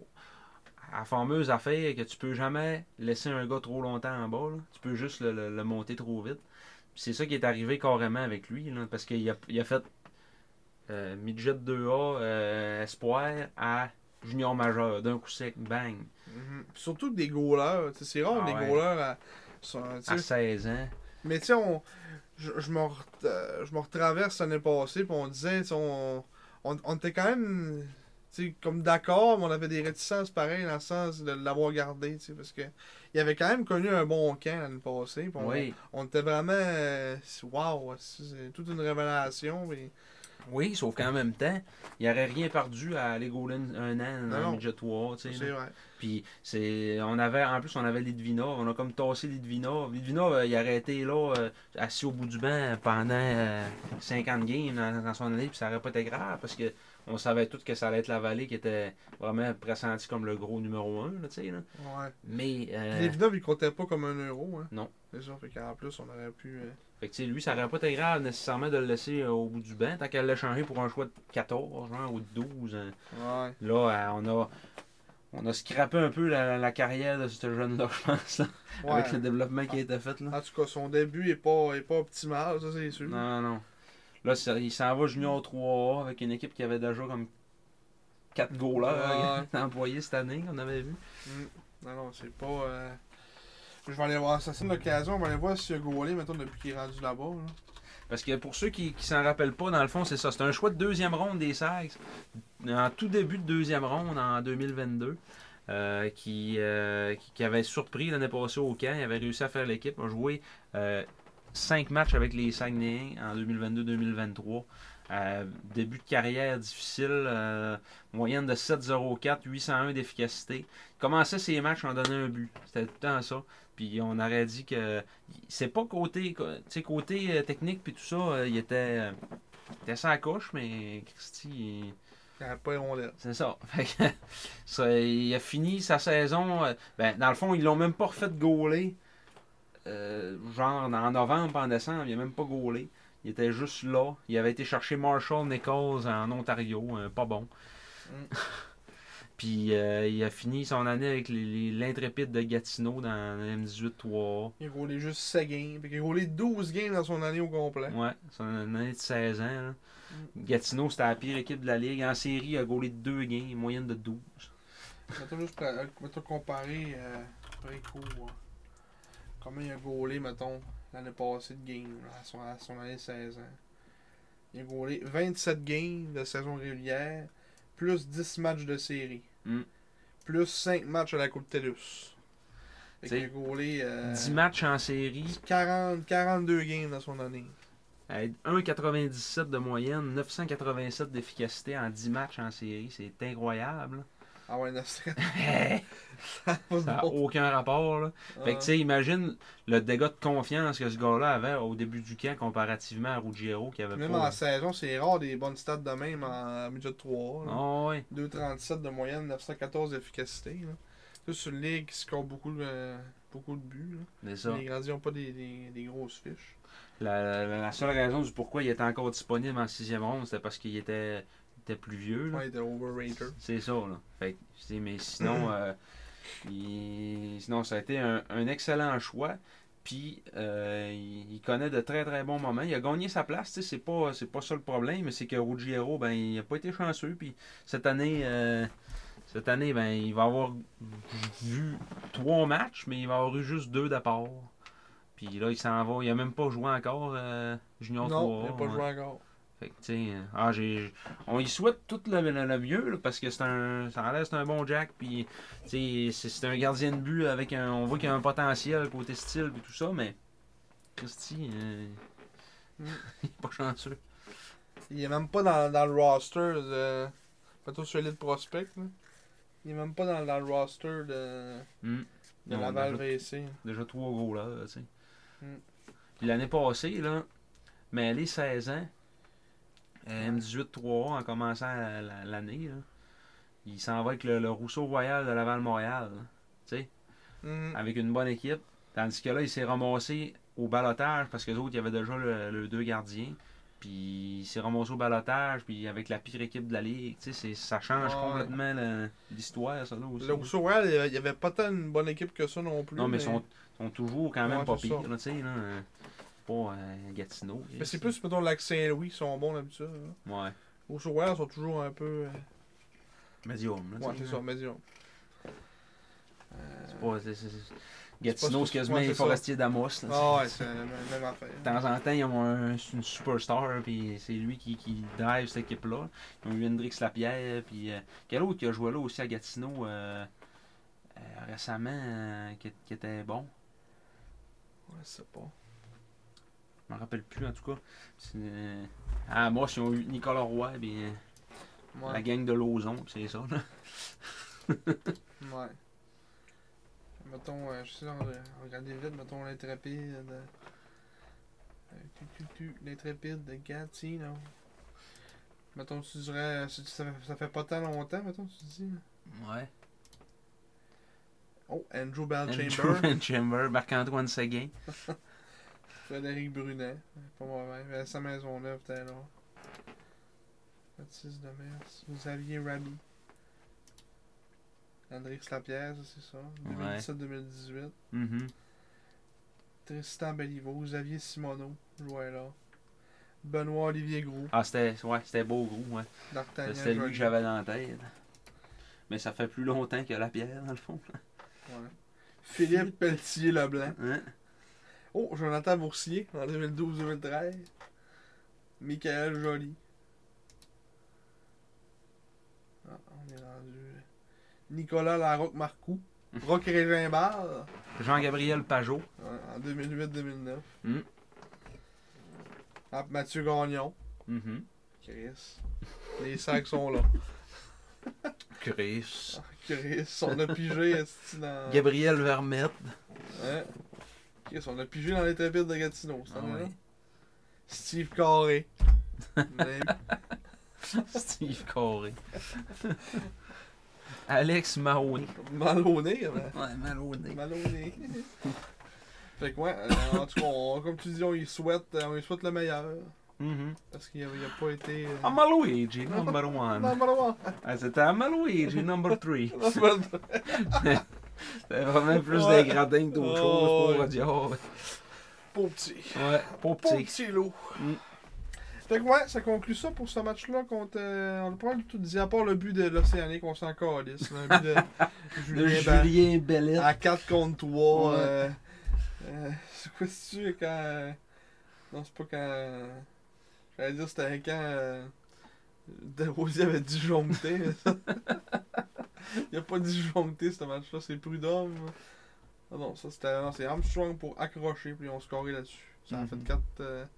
[SPEAKER 2] à la fameuse affaire que tu peux jamais laisser un gars trop longtemps en bas. là. Tu peux juste le, le- le monter trop vite. Puis C'est ça qui est arrivé carrément avec lui, là, parce qu'il a, il a fait euh, midget 2A euh, espoir à junior majeur d'un coup sec, bang,
[SPEAKER 1] Mhm. Puis Surtout des goalers. tu sais, C'est rare
[SPEAKER 2] Mm-hmm. Ah
[SPEAKER 1] des
[SPEAKER 2] ouais. Ah,
[SPEAKER 1] goalers à. sont- tu sais,
[SPEAKER 2] à 16 ans.
[SPEAKER 1] Mais tu sais, on- je je me re- euh, je me retraverse l'année passée, puis on disait, tu sais, on, on, on était quand même tu sais, comme d'accord, mais on avait des réticences pareilles dans le sens de l'avoir gardé, tu sais, parce que il avait quand même connu un bon camp l'année passée. puis on-
[SPEAKER 2] Oui.
[SPEAKER 1] On était vraiment. euh, Waouh, c'est toute une révélation. puis-
[SPEAKER 2] oui, sauf qu'en même temps, il n'aurait rien perdu à aller gauler un an
[SPEAKER 1] Non,
[SPEAKER 2] dans
[SPEAKER 1] non.
[SPEAKER 2] midget 3A. tu sais, là.
[SPEAKER 1] C'est vrai.
[SPEAKER 2] Puis c'est on avait en plus on avait Litvinov, on a comme tassé Litvinov. Litvinov euh, il aurait été là euh, assis au bout du banc pendant euh, 50 games dans, dans son année puis ça aurait pas été grave parce que on savait tous que ça allait être la vallée qui était vraiment pressenti comme le gros numéro 1 là, tu sais là.
[SPEAKER 1] Ouais.
[SPEAKER 2] Mais euh,
[SPEAKER 1] Les Vinov, ils comptaient pas comme un euro. Hein.
[SPEAKER 2] Non.
[SPEAKER 1] C'est ça, fait qu'en plus, on aurait pu. euh,
[SPEAKER 2] fait que, tu sais, lui ça aurait pas été grave nécessairement de le laisser euh, au bout du banc tant qu'elle l'a changé pour un choix de 14 genre, ou de 12. hein.
[SPEAKER 1] Ouais.
[SPEAKER 2] Là euh, on a on a scrappé un peu la, la carrière de ce jeune là je pense là,
[SPEAKER 1] ouais.
[SPEAKER 2] avec le développement qui a été fait là.
[SPEAKER 1] En tout cas, son début est pas, est pas optimal, ça, c'est sûr.
[SPEAKER 2] Non, non. Là, c'est- il s'en va junior 3A avec une équipe qui avait déjà comme 4 goalers euh, employés cette année, qu'on avait vu.
[SPEAKER 1] Non, non, c'est pas. euh, Je vais aller voir ça. C'est une occasion, on va aller voir s'il a goalé, mettons, depuis qu'il est rendu là-bas. là.
[SPEAKER 2] Parce que pour ceux qui, qui s'en rappellent pas, dans le fond, c'est ça. C'est un choix de deuxième ronde des Sags, en tout début de deuxième ronde en 2022. euh, qui, euh, qui, qui avait surpris l'année passée au camp, il avait réussi à faire l'équipe, a joué euh, cinq matchs avec les Saguenayens en 2022-2023. Euh, début de carrière difficile, euh, moyenne de 7,04, 801 d'efficacité. Il Commençait ses matchs en donnant un but. C'était tout le temps ça. Puis on aurait dit que c'est pas côté, tu sais, côté euh, technique puis tout ça, euh, il était, euh, il était sans coche, mais Christy, il-
[SPEAKER 1] Il n'y a pas rondelle.
[SPEAKER 2] c'est ça. Fait que, ça, Il a fini sa saison. euh, ben, dans le fond, ils l'ont même pas refait gauler. euh, genre en novembre, en décembre, il a même pas gaulé. Il était juste là. Il avait été chercher Marshall Nichols en Ontario. euh, pas bon.
[SPEAKER 1] Mm.
[SPEAKER 2] Puis euh, il a fini son année avec les- les- l'Intrépide de Gatineau dans le M18-3.
[SPEAKER 1] Il a roulé juste 7 games. Puis il a roulé 12 games dans son année au complet.
[SPEAKER 2] Ouais, c'est un année de 16 ans. là.
[SPEAKER 1] Mm.
[SPEAKER 2] Gatineau, c'était la pire équipe de la ligue. En série, il a gaulé deux gains, moyenne de 12.
[SPEAKER 1] Mettons juste pour- euh, mettons comparer euh, pré-cours. hein. Comment il a gaulé, mettons, l'année passée de game, là, à son, à son année de 16 ans. Il a gaulé 27 games de saison régulière, plus 10 matchs de série,
[SPEAKER 2] Mm.
[SPEAKER 1] plus 5 matchs à la Coupe TELUS. Fait
[SPEAKER 2] T'sais,
[SPEAKER 1] qu'il a gaulé euh,
[SPEAKER 2] 10 matchs en série,
[SPEAKER 1] 40, 42 games dans son année.
[SPEAKER 2] euh, 1,97 de moyenne, 987 d'efficacité en 10 matchs en série. C'est incroyable.
[SPEAKER 1] Ah ouais, 9 ça
[SPEAKER 2] Ça n'a aucun rapport. Là.
[SPEAKER 1] Ah.
[SPEAKER 2] Fait que, tu sais, imagine le dégât de confiance que ce gars-là avait au début du camp comparativement à Ruggiero qui avait
[SPEAKER 1] Même
[SPEAKER 2] pas.
[SPEAKER 1] en saison, c'est rare des bonnes stats de même en milieu de 3.
[SPEAKER 2] Ah ouais.
[SPEAKER 1] 2,37 de moyenne, 914 d'efficacité. là. Ça, c'est une ligue qui score beaucoup, euh, beaucoup de buts. là.
[SPEAKER 2] C'est ça.
[SPEAKER 1] Les grandiers n'ont pas des, des- des grosses fiches.
[SPEAKER 2] La, la- la seule raison du pourquoi il était encore disponible en sixième ronde, c'était parce qu'il était, il était plus vieux. là.
[SPEAKER 1] Ouais, de overrated.
[SPEAKER 2] C'est ça, là. Fait que, je dis, mais sinon, euh, il- sinon, ça a été un, un excellent choix. Puis, euh, il, il connaît de très, très bons moments. Il a gagné sa place, tu sais, c'est pas, c'est pas ça le problème, mais c'est que Ruggiero, ben, il a pas été chanceux. Puis, cette année, euh, cette année, ben, il va avoir vu trois matchs, mais il va avoir eu juste deux d'apport. Puis là, il s'en va. Il a même pas joué encore euh, Junior
[SPEAKER 1] Non, il
[SPEAKER 2] 3A,
[SPEAKER 1] n'a pas
[SPEAKER 2] hein.
[SPEAKER 1] joué encore.
[SPEAKER 2] Fait que, tu sais, euh, ah, j'ai- on y souhaite tout le, le- le mieux là, parce que c'est un, ça en l'air, c'est un bon Jack. Puis, tu sais, c'est c'est un gardien de but avec un, on voit qu'il y a un potentiel côté style et tout ça, mais Christy, euh,
[SPEAKER 1] Mm.
[SPEAKER 2] il est pas chanceux.
[SPEAKER 1] Il n'est même pas dans, dans le roster de. Plutôt solide prospect. là. Il n'est même pas dans, dans le roster de,
[SPEAKER 2] Mm.
[SPEAKER 1] de
[SPEAKER 2] Non,
[SPEAKER 1] Laval
[SPEAKER 2] déjà,
[SPEAKER 1] VC.
[SPEAKER 2] déjà trois gros là, tu sais.
[SPEAKER 1] Mm.
[SPEAKER 2] Puis l'année passée, là, mais elle est 16 ans, euh, M18-3 en commençant la- la- l'année, là, il s'en va avec le, le Rousseau Royal de Laval-Montréal. là.
[SPEAKER 1] Mhm.
[SPEAKER 2] avec une bonne équipe. Tandis que là, il s'est ramassé au balotage parce que les autres, il y avait déjà le, le deux gardiens. Puis il s'est ramassé au balotage, puis avec la pire équipe de la ligue. Tu sais, c'est- ça change
[SPEAKER 1] Ouais.
[SPEAKER 2] complètement la- l'histoire, ça là aussi.
[SPEAKER 1] Le Rousseau Royal, il y avait- il n'y avait pas tant une bonne équipe que ça non plus.
[SPEAKER 2] non, mais ils sont, sont toujours quand même
[SPEAKER 1] Ouais,
[SPEAKER 2] pas
[SPEAKER 1] c'est
[SPEAKER 2] pires,
[SPEAKER 1] ça.
[SPEAKER 2] là, tu sais, là. euh, Pas euh, Gatineau.
[SPEAKER 1] Mais c'est plus, mettons, lac Saint-Louis qui sont bons d'habitude. là.
[SPEAKER 2] Ouais.
[SPEAKER 1] Rousseau Royal sont toujours un peu. euh,
[SPEAKER 2] Medium, là. tu
[SPEAKER 1] Ouais,
[SPEAKER 2] sais,
[SPEAKER 1] c'est
[SPEAKER 2] là.
[SPEAKER 1] ça, mais disons. Euh,
[SPEAKER 2] C'est pas- c'est- c'est- c'est- Gatineau,
[SPEAKER 1] pas-
[SPEAKER 2] c'est quasiment
[SPEAKER 1] ouais, c'est
[SPEAKER 2] les
[SPEAKER 1] ça.
[SPEAKER 2] forestiers d'Amos. là,
[SPEAKER 1] Ah
[SPEAKER 2] tu
[SPEAKER 1] ouais,
[SPEAKER 2] sais.
[SPEAKER 1] c'est la même même affaire.
[SPEAKER 2] De temps en temps, ils ont un- c'est une superstar, puis c'est lui qui, qui drive cette équipe-là. Ils ont eu Hendrix Lapierre, puis euh, quel autre qui a joué là aussi à Gatineau euh, euh, récemment, euh, qui, qui était bon.
[SPEAKER 1] Ouais, c'est pas.
[SPEAKER 2] Je me rappelle plus en tout cas. C'est, euh, à Amos, ils ont eu Nicolas Roy, puis euh,
[SPEAKER 1] Ouais.
[SPEAKER 2] la gang de Lauson, puis c'est ça. Là.
[SPEAKER 1] ouais. Mettons, euh, je sais, on, on regardait vite, mettons l'intrépide. euh, euh, tu, tu, tu, l'intrépide de Gatineau. Mettons, tu dirais. euh, si tu- Ça, fait- ça fait pas tant longtemps, mettons, tu dis. là.
[SPEAKER 2] Ouais.
[SPEAKER 1] Oh, Andrew Bell
[SPEAKER 2] Andrew
[SPEAKER 1] Chamber,
[SPEAKER 2] Van Chamber, Marc-Antoine Seguin.
[SPEAKER 1] Frédéric Brunet. euh, Pas mauvais. mais Sa maison neuve, t'es là. Baptiste Demers, Xavier Rabi. André Lapierre, ça, c'est ça. 2017-2018.
[SPEAKER 2] Mhm.
[SPEAKER 1] Tristan Belliveau, Xavier Simoneau, jouait là. Benoît Olivier Gros,
[SPEAKER 2] Ah, c'était ouais, c'était beau gros, ouais.
[SPEAKER 1] D'Artagnan.
[SPEAKER 2] C'était lui que
[SPEAKER 1] Joliot.
[SPEAKER 2] j'avais dans la tête. Mais ça fait plus longtemps que Lapierre, dans le fond.
[SPEAKER 1] Ouais. Philippe Pelletier Leblanc.
[SPEAKER 2] Hein?
[SPEAKER 1] Oh, Jonathan Boursier en 2012-2013. Michael Joly. Ah, on est rendu. Nicolas Larocque Marcoux. Rock Régimbard
[SPEAKER 2] Jean-Gabriel Pajot.
[SPEAKER 1] en 2008-2009.
[SPEAKER 2] Hmm.
[SPEAKER 1] Ah, Mathieu Gagnon.
[SPEAKER 2] Mhm.
[SPEAKER 1] Chris. Les sacs sont là.
[SPEAKER 2] Chris.
[SPEAKER 1] Ah, Chris, on a pigé esti, dans.
[SPEAKER 2] Gabriel Vermette.
[SPEAKER 1] Hein? Chris, on a pigé dans les trépieds de Gatineau. cette
[SPEAKER 2] Ah
[SPEAKER 1] année-là.
[SPEAKER 2] ouais.
[SPEAKER 1] Steve Carré. Mais-
[SPEAKER 2] Steve Corey. Alex Mahoney.
[SPEAKER 1] Maloney, mais-
[SPEAKER 2] Ouais, Maloney.
[SPEAKER 1] Maloney. fait que ouais, euh, en tout cas, on- comme tu dis, on y souhaite, euh, on y souhaite le meilleur. Parce qu'il n'a pas été. euh,
[SPEAKER 2] Amaluigi, Mhm. Ah, number one.
[SPEAKER 1] number one.
[SPEAKER 2] Ah, C'était Amaluigi, number three.
[SPEAKER 1] Number one.
[SPEAKER 2] C'était vraiment plus
[SPEAKER 1] Ouais.
[SPEAKER 2] des gradins que d'autres
[SPEAKER 1] Ouais.
[SPEAKER 2] choses, pour dire. oh, ouais.
[SPEAKER 1] Pauvre petit.
[SPEAKER 2] Ouais, pour
[SPEAKER 1] Pauvre
[SPEAKER 2] petit.
[SPEAKER 1] petit lot.
[SPEAKER 2] Mm.
[SPEAKER 1] Fait que ouais, ça conclut ça pour ce match-là contre. euh, on n'a pas du tout dit, à part le but de l'Océanique, on s'en calisse. là, Un but de
[SPEAKER 2] De
[SPEAKER 1] Julien Ban-
[SPEAKER 2] Julien Bellet.
[SPEAKER 1] À 4 contre 3.
[SPEAKER 2] Ouais.
[SPEAKER 1] Euh, euh, c'est quoi c'est tu quand. euh, Non, c'est pas quand. euh, J'allais dire c'était quand. Euh, De Rosier avait disjoncté. Il a pas disjoncté ce match-là, c'est Prud'homme. Ah non, ça c'était. Non, c'est Armstrong pour accrocher, puis on scoré là-dessus. Ça a
[SPEAKER 2] Mhm.
[SPEAKER 1] fait 4,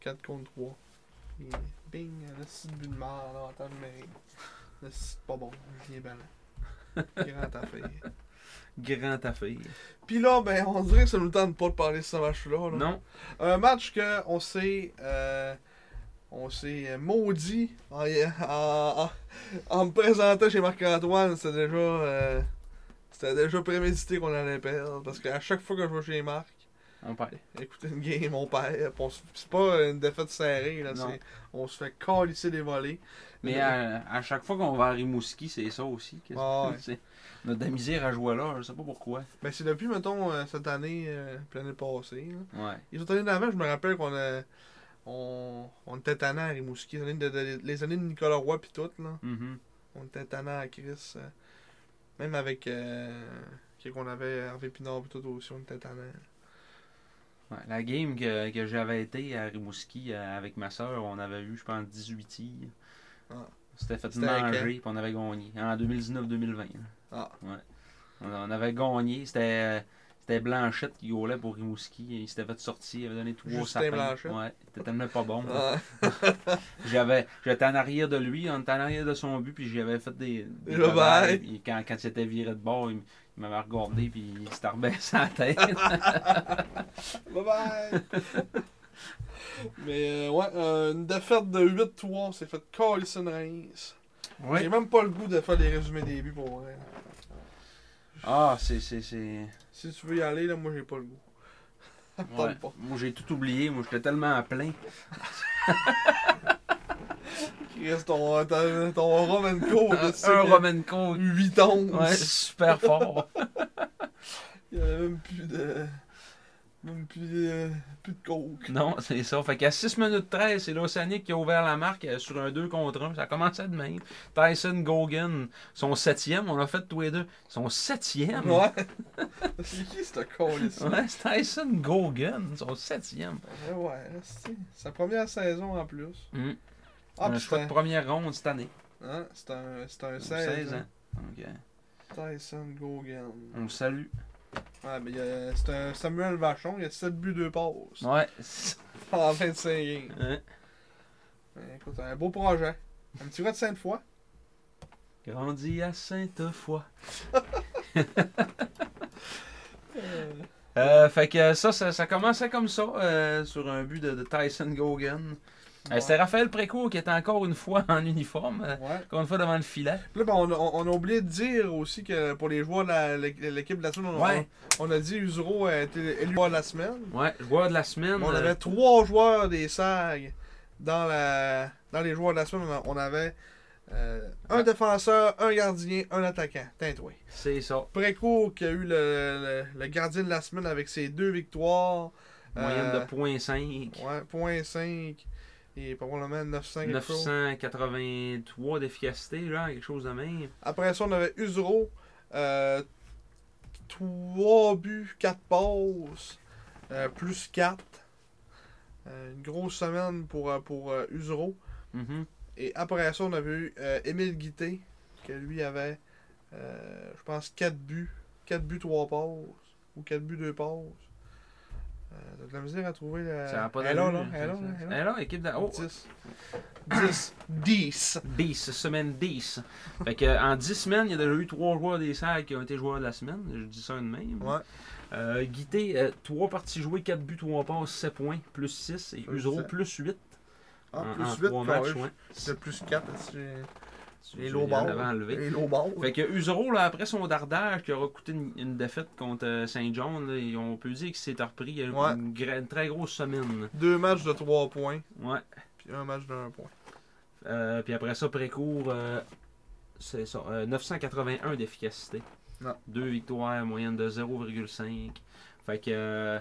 [SPEAKER 1] 4 contre 3. Et bing, le site but de mort, là, en temps numérique. Le site pas bon, je viens ballant. Grande affaire.
[SPEAKER 2] Grand affaire.
[SPEAKER 1] Puis là, ben, on dirait que ça nous tente pas de parler de ce match-là. là.
[SPEAKER 2] Non.
[SPEAKER 1] Un match que on s'est. euh, on s'est euh, maudit en, en- en- en me présentant chez Marc-Antoine. C'était déjà. euh, c'était déjà prémédité qu'on allait perdre. Parce qu'à chaque fois que je vais chez Marc,
[SPEAKER 2] On perd.
[SPEAKER 1] écouter une game, on perd. puis on se- C'est pas une défaite serrée. Là,
[SPEAKER 2] Non.
[SPEAKER 1] c'est- on se fait calisser des volets.
[SPEAKER 2] Mais à, à chaque fois qu'on va à Rimouski, c'est ça aussi. que-
[SPEAKER 1] Ah ouais.
[SPEAKER 2] c'est- On a de la misère à jouer là, je sais pas pourquoi.
[SPEAKER 1] Ben, c'est depuis, mettons, euh, cette année, euh, puis l'année passée. là.
[SPEAKER 2] Ouais.
[SPEAKER 1] Les autres années d'avant, je me rappelle qu'on a- on, on était tannant à Rimouski. Les années de, de- les années de Nicolas Roy puis tout, là.
[SPEAKER 2] Mhm.
[SPEAKER 1] On était tannant à Chris. euh, même avec euh, qui qu'on avait Hervé Pinard pis tout aussi, on était tannant.
[SPEAKER 2] Ouais, La game que, que j'avais été à Rimouski euh, avec ma soeur, on avait eu, je pense, 18 tirs.
[SPEAKER 1] Ah.
[SPEAKER 2] C'était fait
[SPEAKER 1] C'était avec
[SPEAKER 2] manger, puis on avait gagné. En 2019-2020.
[SPEAKER 1] Ah.
[SPEAKER 2] Ouais. On, on avait gagné. C'était. C'était Blanchette qui gaulait pour Rimouski. Il s'était fait sortir, il avait donné trois
[SPEAKER 1] Justin
[SPEAKER 2] sapins.
[SPEAKER 1] Blanchette.
[SPEAKER 2] Ouais, c'était tellement pas bon.
[SPEAKER 1] Ah,
[SPEAKER 2] J'avais, j'étais en arrière de lui, on était en arrière de son but, puis j'avais fait des.
[SPEAKER 1] Des
[SPEAKER 2] des
[SPEAKER 1] revailles.
[SPEAKER 2] revailles, puis quand, quand il s'était viré de bord, il, m- il m'avait regardé, puis il s'était rebaissé la tête.
[SPEAKER 1] bye bye! Mais euh, ouais, euh, une défaite de 8-3, on s'est fait Carlson Reigns. J'ai même pas le goût de faire les résumés des buts pour vrai.
[SPEAKER 2] Ah, c'est. c'est, c'est...
[SPEAKER 1] Si tu veux y aller, là, moi j'ai pas le goût. Attends
[SPEAKER 2] ouais.
[SPEAKER 1] pas.
[SPEAKER 2] Moi, j'ai tout oublié, moi, j'étais tellement à plein.
[SPEAKER 1] Chris, ton, ton, ton Roman Coke,
[SPEAKER 2] Un,
[SPEAKER 1] tu sais que-
[SPEAKER 2] Romanco,
[SPEAKER 1] 8 onces.
[SPEAKER 2] ouais, super fort.
[SPEAKER 1] Il y avait même plus de. Même plus, euh, plus de coke.
[SPEAKER 2] Non, c'est ça. Fait qu'à 6 minutes 13, c'est l'Océanique qui a ouvert la marque euh, sur un 2 contre 1. Ça a commencé de même. Tyson Gogan, son septième, on l'a fait tous les deux. Son septième.
[SPEAKER 1] Ouais. C'est qui ce con ici?
[SPEAKER 2] Ouais, c'est Tyson Gogan, son septième.
[SPEAKER 1] Ouais, ouais, c'est sa première saison en plus.
[SPEAKER 2] Hum.
[SPEAKER 1] Ah,
[SPEAKER 2] un
[SPEAKER 1] pis c'est
[SPEAKER 2] choix
[SPEAKER 1] un,
[SPEAKER 2] de première ronde cette année.
[SPEAKER 1] hein, c'est un, c'est un 16.
[SPEAKER 2] 16 ans.
[SPEAKER 1] hein.
[SPEAKER 2] Donc, euh,
[SPEAKER 1] Tyson Gogan.
[SPEAKER 2] on le salue.
[SPEAKER 1] Ouais, mais il y a- c'est un Samuel Vachon, il y a 7 buts, 2 passes.
[SPEAKER 2] Ouais.
[SPEAKER 1] En 25 games.
[SPEAKER 2] Hein?
[SPEAKER 1] Mais écoute, un beau projet. Un petit gars de Sainte-Foy.
[SPEAKER 2] Grandi à Sainte-Foy.
[SPEAKER 1] Euh,
[SPEAKER 2] Euh, fait que ça, ça, ça commençait comme ça, euh, sur un but de, de Tyson Gogan. Euh, C'était Raphaël Précourt qui était encore une fois en uniforme, euh,
[SPEAKER 1] ouais.
[SPEAKER 2] encore une fois devant le filet.
[SPEAKER 1] Puis Là, ben, on, a- on, on a oublié de dire aussi que pour les joueurs de la- l'équipe de la semaine, on,
[SPEAKER 2] Ouais.
[SPEAKER 1] on a dit Usuro a été élu joueur de la semaine.
[SPEAKER 2] Ouais, joueur de la semaine.
[SPEAKER 1] On
[SPEAKER 2] euh,
[SPEAKER 1] avait trois joueurs des SAG dans, la, dans les joueurs de la semaine. On a- On avait euh, un
[SPEAKER 2] Ouais.
[SPEAKER 1] défenseur, un gardien, un attaquant. Tintoué.
[SPEAKER 2] C'est ça.
[SPEAKER 1] Précourt qui a eu le, le- le gardien de la semaine avec ses deux victoires.
[SPEAKER 2] Moyenne
[SPEAKER 1] Euh,
[SPEAKER 2] de 0.5.
[SPEAKER 1] Ouais, point 5 et probablement 900 quelque chose.
[SPEAKER 2] 983 d'efficacité, genre, quelque chose de même.
[SPEAKER 1] Après ça, on avait Usuro. Euh, 3 buts, 4 passes, euh, plus 4. une grosse semaine pour, euh, pour euh, Usuro.
[SPEAKER 2] Mhm.
[SPEAKER 1] Et après ça, on avait eu euh, Émile Guité, que lui avait, euh, je pense, 4 buts. 4 buts, 3 passes. Ou 4 buts, 2 passes. Euh, T'as de la misère à trouver la.
[SPEAKER 2] Ça n'a pas
[SPEAKER 1] Elle est Euh, là, là.
[SPEAKER 2] d'allure. ça,
[SPEAKER 1] Elle est là,
[SPEAKER 2] ça.
[SPEAKER 1] là, elle est là.
[SPEAKER 2] Elle est là, équipe de. Oh,
[SPEAKER 1] 10. 10. 10.
[SPEAKER 2] 10, semaine 10. Fait que, en 10 semaines, il y a déjà eu 3 joueurs des salles qui ont été joueurs de la semaine. Je dis ça de même.
[SPEAKER 1] Ouais.
[SPEAKER 2] Euh, Guité, 3 parties jouées, 4 buts, 3 passes, 7 points, plus 6. Et
[SPEAKER 1] Plus
[SPEAKER 2] Usero,
[SPEAKER 1] sept.
[SPEAKER 2] plus 8.
[SPEAKER 1] Ah,
[SPEAKER 2] en,
[SPEAKER 1] plus 8
[SPEAKER 2] 3
[SPEAKER 1] pour
[SPEAKER 2] matchs, ouais.
[SPEAKER 1] C'est plus 4.
[SPEAKER 2] Tu-
[SPEAKER 1] Les
[SPEAKER 2] tu
[SPEAKER 1] low
[SPEAKER 2] l'avais
[SPEAKER 1] balls.
[SPEAKER 2] enlevé.
[SPEAKER 1] Et l'eau bord.
[SPEAKER 2] Fait que Usero, là, après son dardage qui aura coûté une, une défaite contre euh, Saint John, là, et on peut dire qu'il s'est repris il y a une,
[SPEAKER 1] Ouais.
[SPEAKER 2] gra- une très grosse semaine.
[SPEAKER 1] Deux matchs de 3 points,
[SPEAKER 2] Ouais.
[SPEAKER 1] puis un match de 1 point.
[SPEAKER 2] Euh, puis après ça, précourt, euh, c'est ça, euh, 981 d'efficacité.
[SPEAKER 1] Non.
[SPEAKER 2] Deux victoires, moyenne de 0,5. Fait que. euh,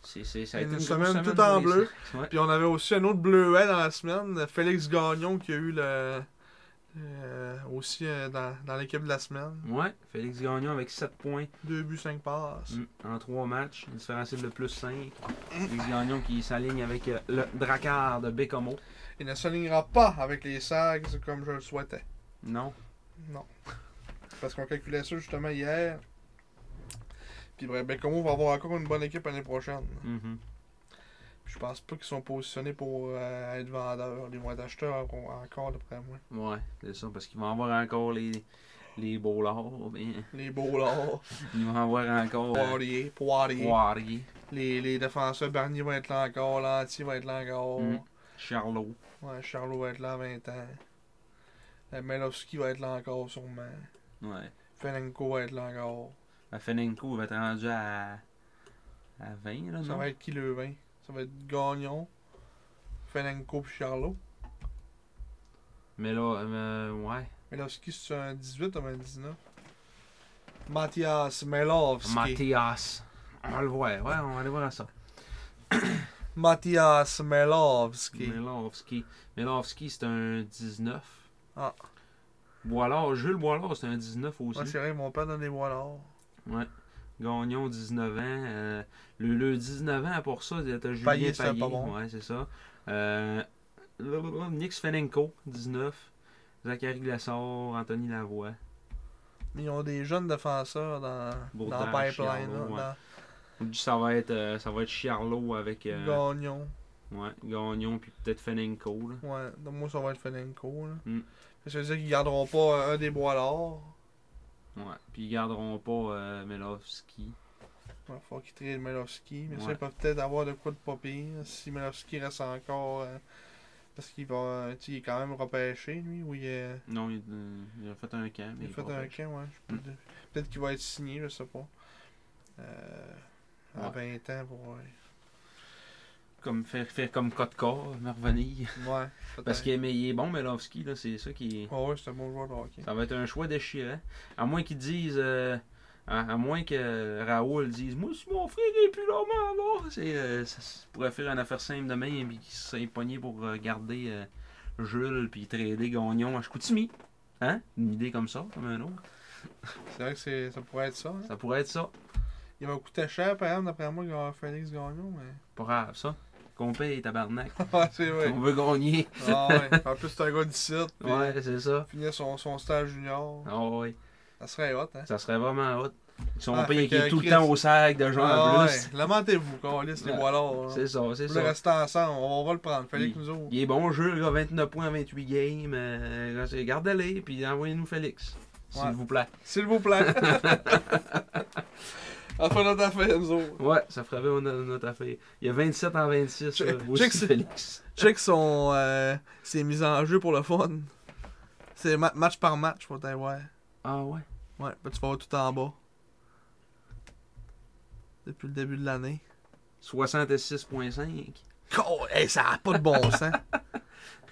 [SPEAKER 2] c'est, c'est, ça a
[SPEAKER 1] Et
[SPEAKER 2] été
[SPEAKER 1] une
[SPEAKER 2] grosse
[SPEAKER 1] semaine tout en
[SPEAKER 2] pour les
[SPEAKER 1] bleu.
[SPEAKER 2] Saints. Ouais.
[SPEAKER 1] Puis on avait aussi un autre bleuet dans la semaine, Félix Gagnon, qui a eu le. euh, aussi euh, dans, dans l'équipe de la semaine.
[SPEAKER 2] Ouais, Félix Gagnon avec 7 points
[SPEAKER 1] 2 buts, 5 passes.
[SPEAKER 2] mm, en 3 matchs, une différentiel de plus 5. Félix Gagnon qui s'aligne avec euh, le Dracard de Bécomo.
[SPEAKER 1] Il ne s'alignera pas avec les Sags comme je le souhaitais.
[SPEAKER 2] Non.
[SPEAKER 1] Non. Parce qu'on calculait ça justement hier. Puis bref, Bécomo va avoir encore une bonne équipe l'année prochaine.
[SPEAKER 2] Mhm.
[SPEAKER 1] Puis je pense pas qu'ils sont positionnés pour euh, être vendeurs. Ils vont être acheteurs en- encore, d'après moi.
[SPEAKER 2] Ouais, c'est ça, parce qu'ils vont avoir encore les, les beaux-lards. ben,
[SPEAKER 1] Les beaux là.
[SPEAKER 2] ils vont avoir encore euh,
[SPEAKER 1] Poirier, Poirier.
[SPEAKER 2] Poirier,
[SPEAKER 1] Les, les défenseurs, Barnier va être là encore, Lantier va être là encore.
[SPEAKER 2] Mm. Charlot.
[SPEAKER 1] Ouais, Charlot va être là à 20 ans. Euh, Melowski va être là encore sûrement.
[SPEAKER 2] Ouais.
[SPEAKER 1] Felenko va être là encore.
[SPEAKER 2] Ben, Fenenko va être rendu à, à 20, là,
[SPEAKER 1] Ça
[SPEAKER 2] Ah non?
[SPEAKER 1] va être qui le 20 Ça va être Gagnon, Felenko puis Charlot.
[SPEAKER 2] Mais là, euh, ouais.
[SPEAKER 1] Melowski, c'est un 18 ou un 19 Mathias Melowski.
[SPEAKER 2] Mathias. On va le voir, ouais, on va aller voir ça.
[SPEAKER 1] Mathias Melowski.
[SPEAKER 2] Melovski. Melovski, c'est un 19.
[SPEAKER 1] Ah.
[SPEAKER 2] Boilard, Jules Boilard, c'est un 19 aussi.
[SPEAKER 1] Moi, c'est vrai, mon père donne des bois d'or.
[SPEAKER 2] Gagnon, 19 ans. euh, le, le 19 ans, pour ça, t'as
[SPEAKER 1] Payet,
[SPEAKER 2] Julien Payet.
[SPEAKER 1] c'était pas bon.
[SPEAKER 2] Ouais, c'est ça. Euh, blablabla, Nix Fenenko, 19. Zachary Glassard, Anthony Lavoie.
[SPEAKER 1] Ils ont des jeunes défenseurs dans,
[SPEAKER 2] Bourdage,
[SPEAKER 1] dans le pipeline.
[SPEAKER 2] Charlot,
[SPEAKER 1] là,
[SPEAKER 2] On dit ça va être, euh, ça va être Charlot avec...
[SPEAKER 1] dans
[SPEAKER 2] euh,
[SPEAKER 1] Gagnon.
[SPEAKER 2] Ouais, Gagnon puis peut-être Fenenko. Là.
[SPEAKER 1] Ouais, donc moi ça va être Felenko. Là.
[SPEAKER 2] Mm.
[SPEAKER 1] Ça veut dire qu'ils garderont pas un des bois d'or.
[SPEAKER 2] Ouais. Puis ils garderont pas euh, Melowski.
[SPEAKER 1] Il faut qu'ils traitent Melowski. Mais ça,
[SPEAKER 2] Ouais.
[SPEAKER 1] ils peuvent peut-être avoir de quoi de pas pire. Si Melowski reste encore. euh, parce qu'il va. euh, tu sais, il est quand même repêché, lui. Ou il, est-
[SPEAKER 2] Non, il, euh, il Hmm. a fait un camp. mais
[SPEAKER 1] il a fait
[SPEAKER 2] va
[SPEAKER 1] un
[SPEAKER 2] pas-
[SPEAKER 1] camp, ouais. je sais pas. Peut-être qu'il va être signé, je sais pas. Euh, à 20 ans pour. Ouais,
[SPEAKER 2] Comme faire, faire comme Kotka, me revenir.
[SPEAKER 1] ouais
[SPEAKER 2] Parce
[SPEAKER 1] peut-être. Ah
[SPEAKER 2] qu'il mais il est bon, Melowski, là, c'est ça qui est...
[SPEAKER 1] Ouais, ouais, c'est un bon joueur de hockey.
[SPEAKER 2] Ça va être un choix déchirant. À moins qu'ils disent... euh, à, à moins que Raoul dise « Moi, si mon frère est plus là, m'en va! » C'est, euh, Ça ça pourrait faire une affaire simple demain, et puis qu'il se serait pogné pour euh, garder euh, Jules, puis trader Gagnon à Chicoutimi. Hein? Une idée comme ça, comme un autre.
[SPEAKER 1] C'est vrai que c'est- ça pourrait être ça. hein.
[SPEAKER 2] Ça pourrait être ça.
[SPEAKER 1] Il va coûter cher, par exemple, d'après moi, Gar- Félix Gagnon, mais.
[SPEAKER 2] Pas grave, ça. Qu'on paye, tabarnak.
[SPEAKER 1] ah, c'est vrai.
[SPEAKER 2] On veut gagner.
[SPEAKER 1] Ah ouais. En plus, c'est un gars d'ici. puis
[SPEAKER 2] Ouais, c'est ça.
[SPEAKER 1] il Finit son, son stage junior.
[SPEAKER 2] Ah ouais.
[SPEAKER 1] Ça serait hot, hein.
[SPEAKER 2] Ça serait vraiment hot. Ils sont
[SPEAKER 1] Ah,
[SPEAKER 2] payés
[SPEAKER 1] fait
[SPEAKER 2] qui est
[SPEAKER 1] que
[SPEAKER 2] tout le
[SPEAKER 1] Chris-
[SPEAKER 2] temps au sac de gens
[SPEAKER 1] Ah
[SPEAKER 2] en
[SPEAKER 1] ouais.
[SPEAKER 2] plus.
[SPEAKER 1] Lamentez-vous, Carlis, les
[SPEAKER 2] Ouais.
[SPEAKER 1] Boilards. hein.
[SPEAKER 2] C'est ça, c'est
[SPEAKER 1] Vous voulez
[SPEAKER 2] ça.
[SPEAKER 1] rester ensemble, on va le prendre. Félix
[SPEAKER 2] Il-
[SPEAKER 1] nous autres.
[SPEAKER 2] Il est bon jeu, le gars, 29 points, 28 games. Euh, Gardez-les, puis envoyez-nous Félix. S'il
[SPEAKER 1] Ouais.
[SPEAKER 2] vous plaît.
[SPEAKER 1] S'il vous plaît. on fait notre affaire, nous autres.
[SPEAKER 2] Ouais, ça ferait bien notre, notre affaire. Il y a 27 en 26
[SPEAKER 1] Check-
[SPEAKER 2] euh, aussi,
[SPEAKER 1] check ça.
[SPEAKER 2] Félix.
[SPEAKER 1] Check son, euh, ses mises en jeu pour le fun. C'est ma- match par match, faut t'aller voir.
[SPEAKER 2] Ah ouais.
[SPEAKER 1] Ouais, ben tu vas voir tout en bas. Depuis le début de l'année.
[SPEAKER 2] 66.5.
[SPEAKER 1] Oh, hey, ça n'a pas de bon sens.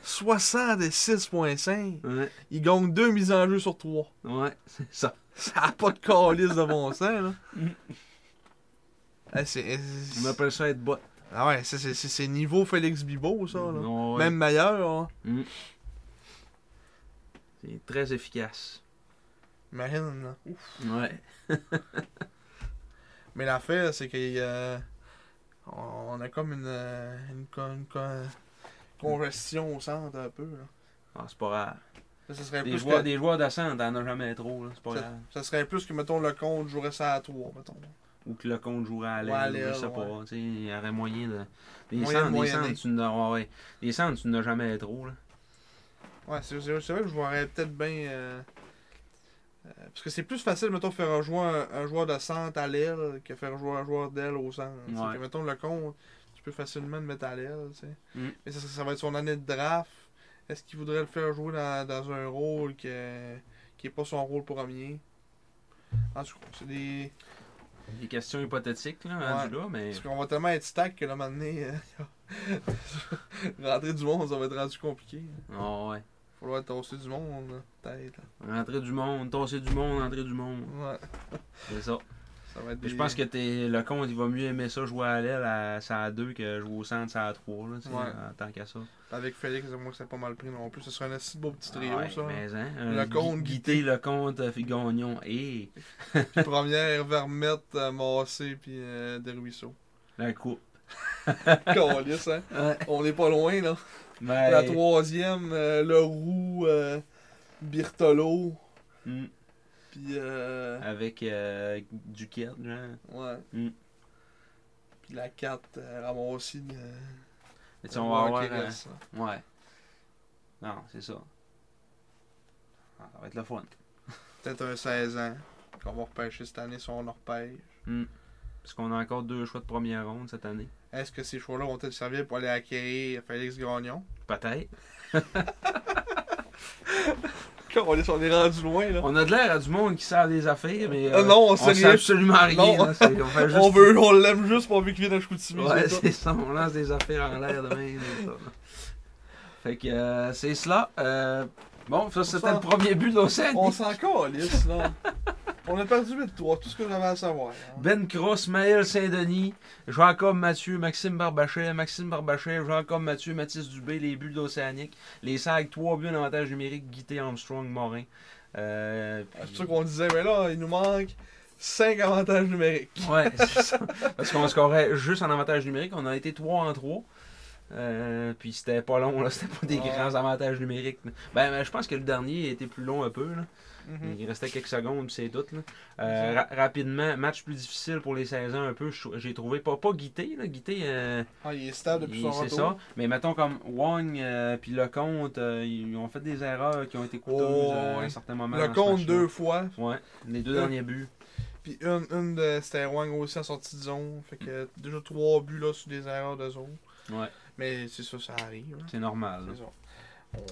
[SPEAKER 1] 66.5.
[SPEAKER 2] Ouais,
[SPEAKER 1] Il gagne deux mises en jeu sur trois.
[SPEAKER 2] ouais, c'est ça.
[SPEAKER 1] Ça n'a pas de calice de bon sens, là. Hey, c'est-
[SPEAKER 2] On appelle ça être bot.
[SPEAKER 1] Ah ouais, c'est- c'est- c'est c'est niveau Félix Bibo, ça, là.
[SPEAKER 2] Ouais.
[SPEAKER 1] Même meilleur, hein.
[SPEAKER 2] C'est très efficace.
[SPEAKER 1] Imagine, là. Ouf.
[SPEAKER 2] Ouais.
[SPEAKER 1] Mais l'affaire, c'est qu'il euh, on on a comme une, euh, une, con- une con- congestion au centre, un peu, là.
[SPEAKER 2] Ah, c'est pas grave.
[SPEAKER 1] Ça, ça serait
[SPEAKER 2] Des
[SPEAKER 1] plus
[SPEAKER 2] joueurs,
[SPEAKER 1] que...
[SPEAKER 2] des joueurs d'ascent, t'en as jamais trop, là. C'est pas
[SPEAKER 1] Ça,
[SPEAKER 2] grave.
[SPEAKER 1] ça serait plus que, mettons, le compte jouerait ça à 3, mettons.
[SPEAKER 2] ou que le compte jouerait à
[SPEAKER 1] Ouais, à
[SPEAKER 2] l'aile,
[SPEAKER 1] l'aile,
[SPEAKER 2] je sais pas,
[SPEAKER 1] ouais.
[SPEAKER 2] tu sais, il y aurait moyen de... Des
[SPEAKER 1] Moyen de
[SPEAKER 2] centres, des
[SPEAKER 1] moyenner.
[SPEAKER 2] centres, tu n'as ouais, ouais. Des centres, tu n'as jamais trop, là.
[SPEAKER 1] Ouais, c'est c'est- c'est vrai que je voudrais peut-être bien. euh, euh, parce que c'est plus facile, mettons, faire jouer un, un joueur de centre à l'aile que faire jouer un joueur d'aile au centre. tu sais.
[SPEAKER 2] Ouais.
[SPEAKER 1] Que, mettons, le con, tu peux facilement le mettre à l'aile. tu sais.
[SPEAKER 2] Mm.
[SPEAKER 1] Mais ça, ça- ça va être son année de draft. Est-ce qu'il voudrait le faire jouer dans, dans un rôle que- qui n'est pas son rôle premier En tout cas, c'est des.
[SPEAKER 2] Des questions hypothétiques, là, rendues là, mais...
[SPEAKER 1] Parce qu'on va tellement être stack que là, maintenant, rentrer du monde, ça va être rendu compliqué.
[SPEAKER 2] Ah ouais.
[SPEAKER 1] Faut falloir tosser du monde, là, peut-être.
[SPEAKER 2] Rentrer du monde, tasser du monde, rentrer du monde.
[SPEAKER 1] Ouais,
[SPEAKER 2] C'est ça.
[SPEAKER 1] ça va être des...
[SPEAKER 2] Puis Je pense que t'es, le compte, il va mieux aimer ça jouer à l'aile à ça à 2 que jouer au centre ça à 3, là, tu sais,
[SPEAKER 1] Ouais.
[SPEAKER 2] en tant qu'à ça.
[SPEAKER 1] Avec Félix, moi, c'est pas mal pris non plus. Ce serait un assez beau petit trio,
[SPEAKER 2] Ouais,
[SPEAKER 1] ça.
[SPEAKER 2] mais, hein,
[SPEAKER 1] Le
[SPEAKER 2] un
[SPEAKER 1] compte
[SPEAKER 2] Gui- Guité, le compte euh, Gagnon et
[SPEAKER 1] Puis première, Vermette, euh, Massé, puis euh, Desruisseaux.
[SPEAKER 2] la coupe.
[SPEAKER 1] Câlisse, hein?
[SPEAKER 2] Ouais.
[SPEAKER 1] On est pas loin, là.
[SPEAKER 2] Mais,
[SPEAKER 1] La troisième, euh, Leroux, euh, Birtolo,
[SPEAKER 2] mm,
[SPEAKER 1] puis... Euh,
[SPEAKER 2] avec euh, Duquette, genre.
[SPEAKER 1] ouais.
[SPEAKER 2] Mm.
[SPEAKER 1] Puis la 4, euh, Ramossi. euh,
[SPEAKER 2] Mais tu sais, on va avoir.
[SPEAKER 1] qui
[SPEAKER 2] euh,
[SPEAKER 1] reste, là.
[SPEAKER 2] ouais. Non, c'est ça. Ah, ça va être le fun.
[SPEAKER 1] Peut-être un 16 ans qu'on va repêcher cette année si on en repêche.
[SPEAKER 2] Parce qu'on a encore deux choix de première ronde cette année.
[SPEAKER 1] Est-ce que ces choix-là vont être servis pour aller acquérir Félix Grognon?
[SPEAKER 2] Peut-être.
[SPEAKER 1] on est, rendu loin, là.
[SPEAKER 2] On a de l'air à du monde qui sert des affaires, mais. euh,
[SPEAKER 1] Ah non, on
[SPEAKER 2] on
[SPEAKER 1] sait
[SPEAKER 2] sait
[SPEAKER 1] rien.
[SPEAKER 2] absolument rien.
[SPEAKER 1] Non.
[SPEAKER 2] là, c'est- on fait juste-
[SPEAKER 1] On veut, on l'aime juste pour qu'il vienne à Chicoutimi.
[SPEAKER 2] Ouais,
[SPEAKER 1] c'est tout.
[SPEAKER 2] c'est ça, on lance des affaires en l'air de même. c'est ça. Fait que euh, c'est cela. Euh, bon, ça c'était
[SPEAKER 1] s'en-
[SPEAKER 2] le premier but de l'Océanie.
[SPEAKER 1] On s'en calisse, là. on a perdu 8-3, tout ce que j'avais à savoir. hein.
[SPEAKER 2] Ben Cross, Maël Saint-Denis, Jacob Mathieu, Maxime Barbachet, Maxime Barbachet, Jacob Mathieu, Mathis Dubé, les buts d'Océanique, les sacs, 3 buts en avantage numérique, Guité, Armstrong, Morin. Euh,
[SPEAKER 1] Ah, C'est pour
[SPEAKER 2] puis-
[SPEAKER 1] ça qu'on disait, mais là, il nous manque 5 avantages numériques.
[SPEAKER 2] Ouais, c'est ça. Parce qu'on scorait juste en avantage numérique. On a été 3 en 3. Euh, puis c'était pas long, là. C'était pas des
[SPEAKER 1] Ouais.
[SPEAKER 2] grands avantages numériques. Ben, ben, je pense que le dernier était plus long un peu, là.
[SPEAKER 1] Mhm.
[SPEAKER 2] Il restait quelques secondes, puis c'est tout, là. Euh, ra- rapidement, match plus difficile pour les 16 ans, un peu. je trou- J'ai trouvé pas, pas Guité, là. Guité, euh,
[SPEAKER 1] Ah, il est stable depuis
[SPEAKER 2] il-
[SPEAKER 1] son
[SPEAKER 2] c'est
[SPEAKER 1] retour.
[SPEAKER 2] ça. Mais mettons comme Wang euh, puis Lecomte, euh, ils ont fait des erreurs qui ont été coûteuses
[SPEAKER 1] Oh,
[SPEAKER 2] euh, à
[SPEAKER 1] ouais.
[SPEAKER 2] un certain moment.
[SPEAKER 1] Le
[SPEAKER 2] dans ce
[SPEAKER 1] compte
[SPEAKER 2] match-là.
[SPEAKER 1] deux Euh. fois,
[SPEAKER 2] Ouais, les deux
[SPEAKER 1] Ouais.
[SPEAKER 2] derniers buts.
[SPEAKER 1] puis une, une de c'était Wang aussi en sortie de zone. Fait que déjà 3 buts là sur des erreurs de zone.
[SPEAKER 2] Ouais,
[SPEAKER 1] Mais c'est ça, ça arrive. hein.
[SPEAKER 2] c'est normal. là.
[SPEAKER 1] C'est ça.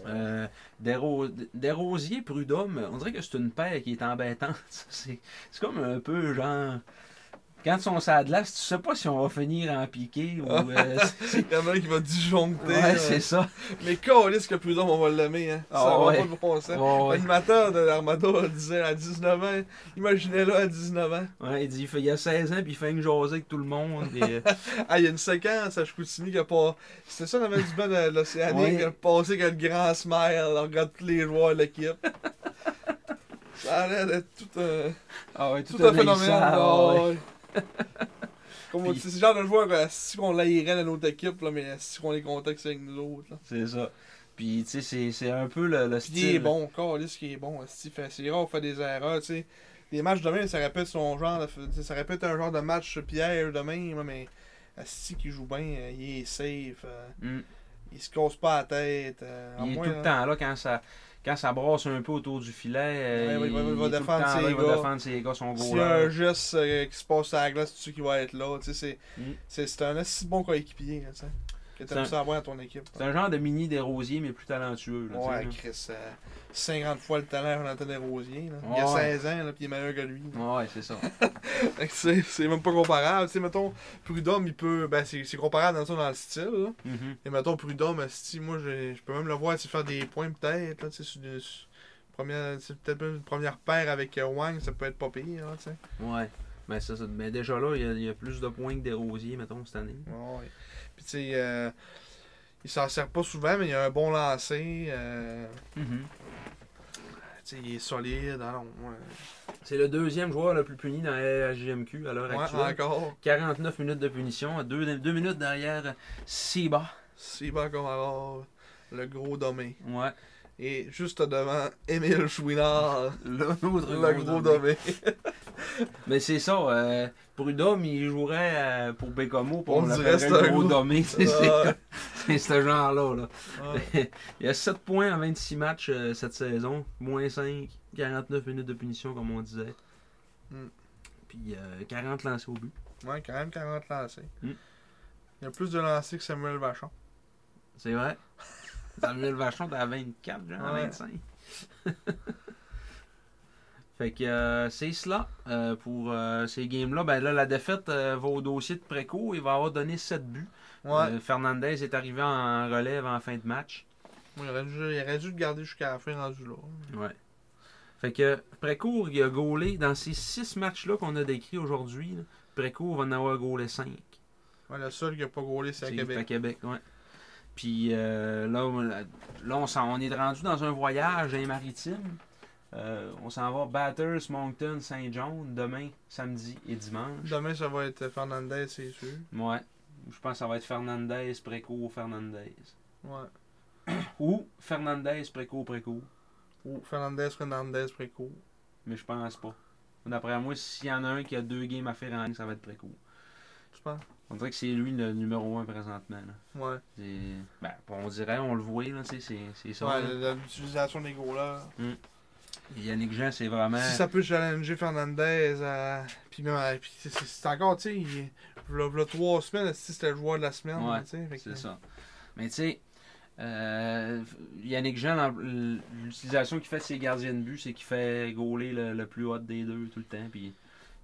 [SPEAKER 2] Euh, des, ro- des rosiers prud'hommes, on dirait que c'est une paire qui est embêtante. ça, C'est c'est comme un peu genre. Quand ils sont sur la glace, tu sais pas si on va finir en piqué ou. euh, c'est-
[SPEAKER 1] Il y en a un qui va disjoncter.
[SPEAKER 2] ouais,
[SPEAKER 1] là.
[SPEAKER 2] c'est ça.
[SPEAKER 1] Mais câlisse que plus on va l'aimer. Hein. Ça
[SPEAKER 2] Ah,
[SPEAKER 1] va
[SPEAKER 2] ouais.
[SPEAKER 1] pas de bon sens.
[SPEAKER 2] Ouais, ouais.
[SPEAKER 1] L'animateur de l'Armada disait à 19 ans, imaginez-le à 19 ans.
[SPEAKER 2] Ouais, il dit il fait- il y a 16 ans, puis il fait une jaser avec tout le monde. puis, euh,
[SPEAKER 1] Ah, il y a une séquence à Chicoutimi qui a pas. C'était ça, la même du banc de l'Océanique,
[SPEAKER 2] Ouais.
[SPEAKER 1] qui a passé avec le grand smile, on regarde tous les joueurs de l'équipe. ça a l'air d'être tout un,
[SPEAKER 2] ah ouais,
[SPEAKER 1] tout
[SPEAKER 2] un
[SPEAKER 1] un phénomène.
[SPEAKER 2] haïssant,
[SPEAKER 1] là,
[SPEAKER 2] ouais.
[SPEAKER 1] ouais. Comme on
[SPEAKER 2] Puis-
[SPEAKER 1] dit, c'est ce genre de joueur, euh, si on l'aillerait dans notre équipe, là, mais si on les contacte avec nous autres. Là.
[SPEAKER 2] C'est ça. Puis, tu sais, c'est- c'est un peu le, le
[SPEAKER 1] Puis
[SPEAKER 2] style.
[SPEAKER 1] il est bon, Carlis qui est bon. esti. Fait- C'est rare, on fait des erreurs, tu sais. Les matchs demain, ça répète son genre, de- tu sais, ça répète un genre de match Pierre demain, là, mais Asti qui joue bien, euh, il est safe, euh,
[SPEAKER 2] Mm.
[SPEAKER 1] il se casse pas la tête. euh, à
[SPEAKER 2] Il est
[SPEAKER 1] moins,
[SPEAKER 2] tout le
[SPEAKER 1] là,
[SPEAKER 2] temps là quand ça, quand ça brasse un peu autour du filet. euh,
[SPEAKER 1] Ouais,
[SPEAKER 2] il,
[SPEAKER 1] il va- il va
[SPEAKER 2] est tout le
[SPEAKER 1] défendre
[SPEAKER 2] temps là,
[SPEAKER 1] ses
[SPEAKER 2] il va
[SPEAKER 1] gars.
[SPEAKER 2] défendre ses gars, son
[SPEAKER 1] S'il y a
[SPEAKER 2] voleur.
[SPEAKER 1] un geste euh, qui se passe à la glace, tu sais qu'il va être là. tu sais, C'est
[SPEAKER 2] Mm.
[SPEAKER 1] c'est- c'est un assez bon coéquipier là, tu sais, que
[SPEAKER 2] C'est
[SPEAKER 1] tu aimes
[SPEAKER 2] un-
[SPEAKER 1] ça avoir dans ton équipe.
[SPEAKER 2] C'est un genre de mini Desrosiers, mais plus talentueux. Là,
[SPEAKER 1] Ouais,
[SPEAKER 2] tu sais,
[SPEAKER 1] Chris, euh, 50 fois le talent de Jonathan Desrosiers. là. Il a
[SPEAKER 2] Ouais.
[SPEAKER 1] 16 ans, là, puis il est meilleur que lui. là.
[SPEAKER 2] là. ouais c'est ça.
[SPEAKER 1] Fait que C'est c'est même pas comparable. Tu sais, mettons, Prudhomme, il peut. Ben, c'est c'est comparable dans, le sens dans le style. Là.
[SPEAKER 2] Mhm.
[SPEAKER 1] Et mettons, Prudhomme, si moi, je je peux même le voir tu sais, faire des points, peut-être. là, Tu sais, sur des- sur- première- tu sais, peut-être même une première paire avec euh, Wang, ça peut être pas pire. Là, tu sais.
[SPEAKER 2] Ouais. Mais ça, ça- mais déjà là, il y a- il y, a plus de points que Desrosiers, mettons, cette année.
[SPEAKER 1] Ouais. Puis, tu sais, euh, il s'en sert pas souvent, mais il a un bon lancer. euh, tu sais, il est solide. Ah non, ouais.
[SPEAKER 2] C'est le deuxième joueur le plus puni dans la LHJMQ à l'heure
[SPEAKER 1] Ouais,
[SPEAKER 2] actuelle.
[SPEAKER 1] encore.
[SPEAKER 2] 49 minutes de punition, 2 minutes derrière Siba.
[SPEAKER 1] C'est bon comme alors. Le gros domé.
[SPEAKER 2] Ouais.
[SPEAKER 1] Et juste devant Émile Chouinard,
[SPEAKER 2] L'autre
[SPEAKER 1] le gros dommé.
[SPEAKER 2] Mais c'est ça, euh, Prud'homme, il jouerait euh, pour Bécomo, pour
[SPEAKER 1] On
[SPEAKER 2] on
[SPEAKER 1] dirait
[SPEAKER 2] l'appellerait
[SPEAKER 1] c'est un
[SPEAKER 2] le gros
[SPEAKER 1] gros-
[SPEAKER 2] dommé. C'est
[SPEAKER 1] Ah.
[SPEAKER 2] c'est- c'est ce genre-là. là.
[SPEAKER 1] Ah.
[SPEAKER 2] Il a 7 points en 26 matchs euh, cette saison, moins 5, 49 minutes de punition, comme on disait.
[SPEAKER 1] Mm.
[SPEAKER 2] Puis euh, 40 lancés au but.
[SPEAKER 1] Ouais, quand même 40 lancés.
[SPEAKER 2] Mm.
[SPEAKER 1] Il y a plus de lancés que Samuel Vachon.
[SPEAKER 2] C'est vrai. Samuel Vachon, t'as 24, genre à
[SPEAKER 1] Ouais.
[SPEAKER 2] 25. fait que euh, c'est cela euh, pour euh, ces games-là. Ben là, la défaite euh, va au dossier de Préco. Il va avoir donné 7 buts.
[SPEAKER 1] Ouais,
[SPEAKER 2] Euh, Fernandez est arrivé en relève en fin de match.
[SPEAKER 1] il, aurait dû, il aurait dû le garder jusqu'à la fin rendu là.
[SPEAKER 2] Ouais. Fait que Précourt, il a gaulé dans ces six matchs-là qu'on a décrits aujourd'hui. là, Précourt va en avoir gaulé 5.
[SPEAKER 1] Ouais, le seul qui a pas gaulé, c'est à
[SPEAKER 2] À
[SPEAKER 1] Québec.
[SPEAKER 2] Québec, ouais. Puis euh, là, on- là, on, s'en- on est rendu dans un voyage hein, maritime. Euh, on s'en va Batters, Moncton, Saint-John demain, samedi et dimanche.
[SPEAKER 1] Demain, ça va être Fernandez, c'est sûr.
[SPEAKER 2] Ouais. Je pense que ça va être Fernandez, Précourt, Fernandez.
[SPEAKER 1] Ouais.
[SPEAKER 2] Ou Fernandez, Précourt, Précourt.
[SPEAKER 1] Ou Fernandez, Fernandez, Préco.
[SPEAKER 2] Mais je pense pas. D'après moi, s'il y en a un qui a deux games à faire en ligne, ça va être très cool.
[SPEAKER 1] Tu penses?
[SPEAKER 2] On dirait que c'est lui le numéro un présentement. là.
[SPEAKER 1] Ouais.
[SPEAKER 2] C'est- Ben, on dirait, on le voit, là, tu sais, c'est c'est ça.
[SPEAKER 1] ouais,
[SPEAKER 2] là.
[SPEAKER 1] la- l'utilisation des gauleurs.
[SPEAKER 2] Et Yannick Jean, c'est vraiment.
[SPEAKER 1] Si ça peut challenger Fernandez, euh, puis même, euh, puis c'est- c'est c'est encore, tu sais, il v'là- v'là trois semaines, si c'était le joueur de la semaine,
[SPEAKER 2] Ouais,
[SPEAKER 1] tu sais. fait que-
[SPEAKER 2] C'est ça. Mais tu sais, euh, Yannick Jean, l'em- l'utilisation qu'il fait de ses gardiens de but, c'est qu'il fait gauler le, le plus haut des deux tout le temps. Puis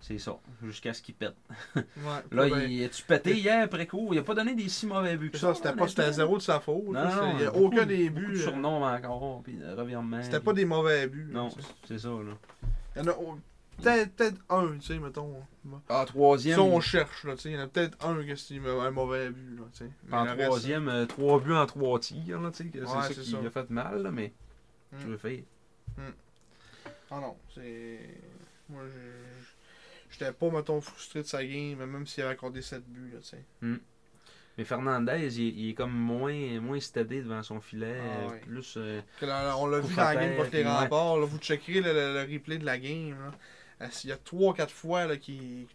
[SPEAKER 2] c'est ça, jusqu'à ce qu'il pète.
[SPEAKER 1] Ouais,
[SPEAKER 2] Là,
[SPEAKER 1] puis ben,
[SPEAKER 2] il est-tu pété hier après coup Il a pas donné des si mauvais buts que
[SPEAKER 1] puis ça, c'était pas c'était
[SPEAKER 2] honnêtement.
[SPEAKER 1] zéro de sa faute.
[SPEAKER 2] Non,
[SPEAKER 1] là, c'est-
[SPEAKER 2] non,
[SPEAKER 1] il y a
[SPEAKER 2] beaucoup-
[SPEAKER 1] aucun des
[SPEAKER 2] Beaucoup de
[SPEAKER 1] buts. euh,
[SPEAKER 2] surnoms encore, puis de revirements,
[SPEAKER 1] C'était
[SPEAKER 2] puis-
[SPEAKER 1] pas des mauvais buts.
[SPEAKER 2] Non,
[SPEAKER 1] tu sais.
[SPEAKER 2] c'est ça, là.
[SPEAKER 1] Il y en a oh, peut-être peut-être un, tu sais, mettons. Ah,
[SPEAKER 2] En troisième,
[SPEAKER 1] Si on cherche, là, tu sais, il y en a peut-être un que c'est un mauvais but, là, tu sais. Mais
[SPEAKER 2] en
[SPEAKER 1] le reste,
[SPEAKER 2] troisième euh, trois buts en trois tirs, là, tu sais, que
[SPEAKER 1] Ouais,
[SPEAKER 2] c'est ça
[SPEAKER 1] c'est
[SPEAKER 2] qui
[SPEAKER 1] ça.
[SPEAKER 2] lui a fait mal, là, mais
[SPEAKER 1] Mm.
[SPEAKER 2] je veux faire.
[SPEAKER 1] Ah non, c'est. Moi, je- j'étais pas, mettons, frustré de sa game, même s'il avait accordé 7 buts, là, tu sais.
[SPEAKER 2] Mais Fernandez, il, il est comme moins, moins stédé devant son filet,
[SPEAKER 1] Ah
[SPEAKER 2] euh,
[SPEAKER 1] ouais.
[SPEAKER 2] plus... euh,
[SPEAKER 1] Que là, on l'a
[SPEAKER 2] Coup
[SPEAKER 1] vu dans la game
[SPEAKER 2] frappé,
[SPEAKER 1] contre les
[SPEAKER 2] puis ouais.
[SPEAKER 1] remparts. là, vous checkerez le, le- le replay de la game. là. Euh, Il y a 3-4 fois là, qui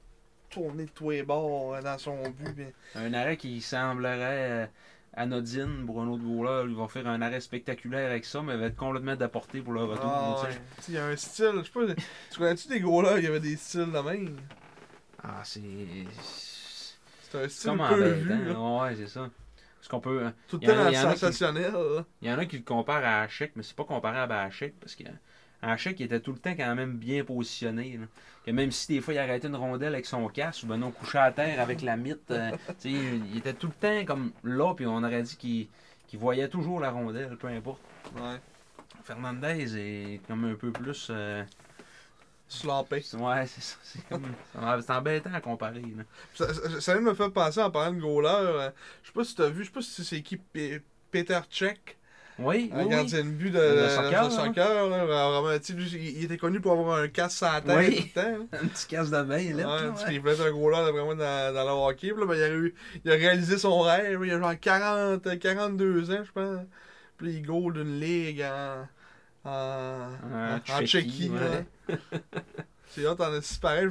[SPEAKER 1] tournait de tous les bords euh, dans son but. mais-
[SPEAKER 2] un arrêt qui semblerait euh, anodine pour un autre goaler. Il va faire un arrêt spectaculaire avec ça, mais va être complètement déporté pour le retour.
[SPEAKER 1] Ah,
[SPEAKER 2] tu
[SPEAKER 1] ouais.
[SPEAKER 2] sais.
[SPEAKER 1] Tu sais, Il y a un style. Je sais pas, tu connais-tu des gros-là qui avaient des styles de même
[SPEAKER 2] Ah, c'est...
[SPEAKER 1] C'est un
[SPEAKER 2] C'est
[SPEAKER 1] style
[SPEAKER 2] comme
[SPEAKER 1] peu vu. là.
[SPEAKER 2] embêtant. Ouais, c'est ça. Parce qu'on peut...
[SPEAKER 1] Tout le
[SPEAKER 2] Il y en
[SPEAKER 1] temps
[SPEAKER 2] a-
[SPEAKER 1] dans
[SPEAKER 2] il
[SPEAKER 1] le
[SPEAKER 2] y en a qui-
[SPEAKER 1] sensationnel. là.
[SPEAKER 2] Il y en a qui le comparent à Hachek, mais c'est pas comparable à Hachek parce que Hachek il était tout le temps quand même bien positionné. là. Que même si des fois il arrêtait une rondelle avec son casque ou ben non couché à terre avec la mythe, euh, tu sais, il était tout le temps comme là, puis on aurait dit qu'il qu'il voyait toujours la rondelle, peu importe.
[SPEAKER 1] Ouais.
[SPEAKER 2] Fernandez est comme un peu plus. euh,
[SPEAKER 1] Sloppé.
[SPEAKER 2] Ouais, c'est ça. C'est comme- c'est embêtant à comparer. là.
[SPEAKER 1] Ça, ça, ça me fait penser en parlant de goaler. euh, Je sais pas si t'as vu, je sais pas si c'est qui Pe- Peter Check.
[SPEAKER 2] Oui,
[SPEAKER 1] Un
[SPEAKER 2] oui, oui.
[SPEAKER 1] gardien de but de,
[SPEAKER 2] Le
[SPEAKER 1] de
[SPEAKER 2] soccer, hein.
[SPEAKER 1] soccer.
[SPEAKER 2] là.
[SPEAKER 1] là, vraiment, tu sais, lui, il, il était connu pour avoir un casse sur la tête
[SPEAKER 2] Oui.
[SPEAKER 1] tout le temps.
[SPEAKER 2] Un petit casse de bain,
[SPEAKER 1] Ouais,
[SPEAKER 2] là.
[SPEAKER 1] parce
[SPEAKER 2] ouais.
[SPEAKER 1] qu'il voulait être un gros là vraiment dans, dans le hockey. Puis là, ben, il, a eu- il a réalisé son rêve. Il a genre 40, euh, 42 ans, je pense. Puis là, il goal d'une ligue en, en, en- en
[SPEAKER 2] Tchéquie,
[SPEAKER 1] Tchéquie.
[SPEAKER 2] ouais.
[SPEAKER 1] là. C'est là, t'en as si pareil.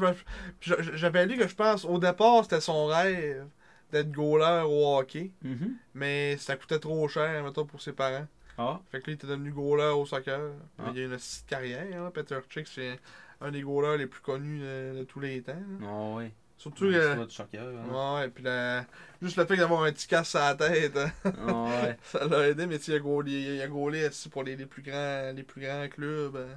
[SPEAKER 1] Je- je- J'avais lu que je pense, au départ, c'était son rêve d'être goaler au hockey.
[SPEAKER 2] Mhm.
[SPEAKER 1] Mais ça coûtait trop cher, mettons, pour ses parents.
[SPEAKER 2] Ah,
[SPEAKER 1] Fait que là, il était devenu goaler au soccer. Puis
[SPEAKER 2] Ah.
[SPEAKER 1] Il a eu une petite carrière. Là. Peter Chick, c'est un des goalers les plus connus de, de tous les temps. là.
[SPEAKER 2] non, oui.
[SPEAKER 1] Surtout
[SPEAKER 2] Tu euh,
[SPEAKER 1] que-
[SPEAKER 2] vois du soccer. hein.
[SPEAKER 1] Ouais, ouais, puis la- juste le fait d'avoir un petit casse à la tête, hein,
[SPEAKER 2] Ah, ouais.
[SPEAKER 1] ça l'a aidé, mais tu sais, il a gaulé, il a gaulé aussi pour les, les plus grands, les plus grands clubs euh,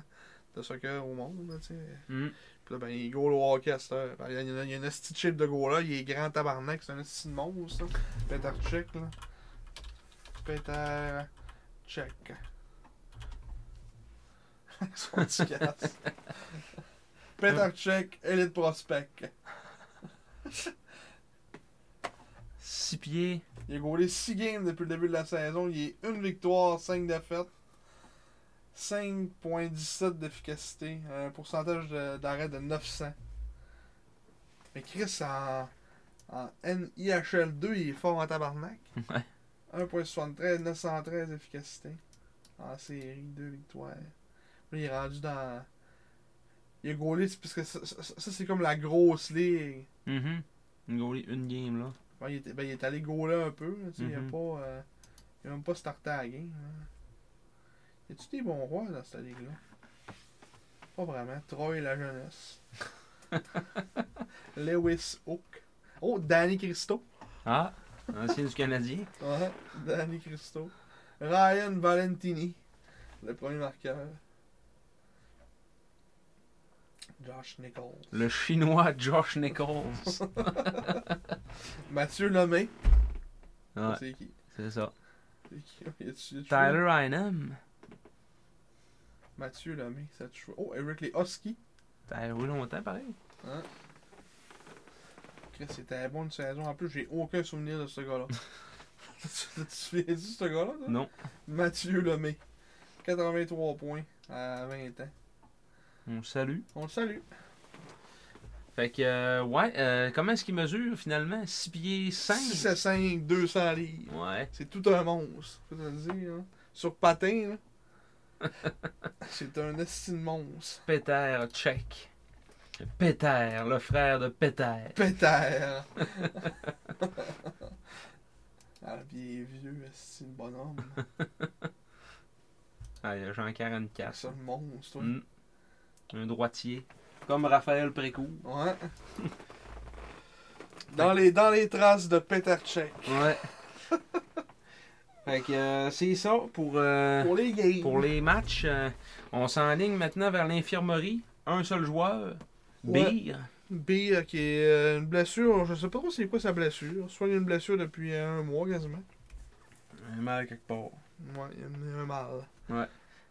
[SPEAKER 1] de soccer au monde, là, tu sais.
[SPEAKER 2] Mhm.
[SPEAKER 1] Puis là, ben, il gaule au hockey à cette heure. Ben, Il y a, il y a- il y a un esti de chip de goaler, il est grand tabarnak, c'est un esti de monstre, ça. Peter Check, là. Peter Check. Son petit casse. Peter Check, Elite Prospect.
[SPEAKER 2] 6 pieds.
[SPEAKER 1] Il a goalé 6 games depuis le début de la saison. Il est une victoire, 5 défaites. 5.17 d'efficacité. Un pourcentage de- d'arrêt de, 900. Mais Chris, en, en NIHL2, il est fort en tabarnak.
[SPEAKER 2] Ouais.
[SPEAKER 1] 1.73, 913 d'efficacité. en série, deux victoires. Là, il est rendu dans. Il est gaulé, c'est parce que ça, ça- ça, c'est comme la grosse ligue.
[SPEAKER 2] Mhm. Une goalie, une game, là.
[SPEAKER 1] Ben, il, est, ben, il est allé gauler un peu, là, tu sais, il a
[SPEAKER 2] Mhm.
[SPEAKER 1] pas. euh, il a même pas starté à la game. là. Y a-tu des bons rois dans cette ligue-là Pas vraiment. Troy et la jeunesse. Lewis Hook. Oh, Danny Christo.
[SPEAKER 2] Ah, ancien du Canadien.
[SPEAKER 1] Ouais, Danny Christo. Ryan Valentini, le premier marqueur. Josh Nichols.
[SPEAKER 2] Le chinois Josh Nichols.
[SPEAKER 1] Mathieu Lemay.
[SPEAKER 2] Ouais,
[SPEAKER 1] C'est qui?
[SPEAKER 2] c'est ça.
[SPEAKER 1] C'est qui? Y a-tu- y a-tu-
[SPEAKER 2] Tyler Einem.
[SPEAKER 1] Mathieu Lemay, ça te choisit. Oh, Eric Lehoski.
[SPEAKER 2] T'as joué longtemps, pareil.
[SPEAKER 1] Chris, c'était la bonne saison. En plus, j'ai aucun souvenir de ce gars-là. tu tu te souviens de ce gars-là? toi?
[SPEAKER 2] Non.
[SPEAKER 1] Mathieu Lemay. 83 points à 20 ans.
[SPEAKER 2] On le salue.
[SPEAKER 1] On le salue.
[SPEAKER 2] Fait que, euh, ouais, euh, comment est-ce qu'il mesure finalement 6 pieds 5
[SPEAKER 1] 6 à 5, 200 livres.
[SPEAKER 2] Ouais.
[SPEAKER 1] C'est tout un monstre, faut te le dire. hein. Sur patin, là, c'est un esti de monstre.
[SPEAKER 2] Peter Tchèque. Peter, le frère de Peter.
[SPEAKER 1] Pétère! ah, puis il est vieux, esti de bonhomme.
[SPEAKER 2] Ah, il a genre 44.
[SPEAKER 1] C'est un monstre, toi.
[SPEAKER 2] Mm. Un droitier. Comme Raphaël Précourt.
[SPEAKER 1] Ouais. Dans les, dans les traces de Peter Check.
[SPEAKER 2] Ouais. fait que euh, c'est ça pour, euh,
[SPEAKER 1] Pour les gays.
[SPEAKER 2] pour les matchs. euh, on s'enligne maintenant vers l'infirmerie. Un seul joueur.
[SPEAKER 1] Ouais.
[SPEAKER 2] Beer.
[SPEAKER 1] B, euh, qui est euh, une blessure, je sais pas trop c'est quoi sa blessure. Soit il y a une blessure depuis euh, un mois quasiment.
[SPEAKER 2] Un mal quelque part.
[SPEAKER 1] Ouais, il y a un- un mal.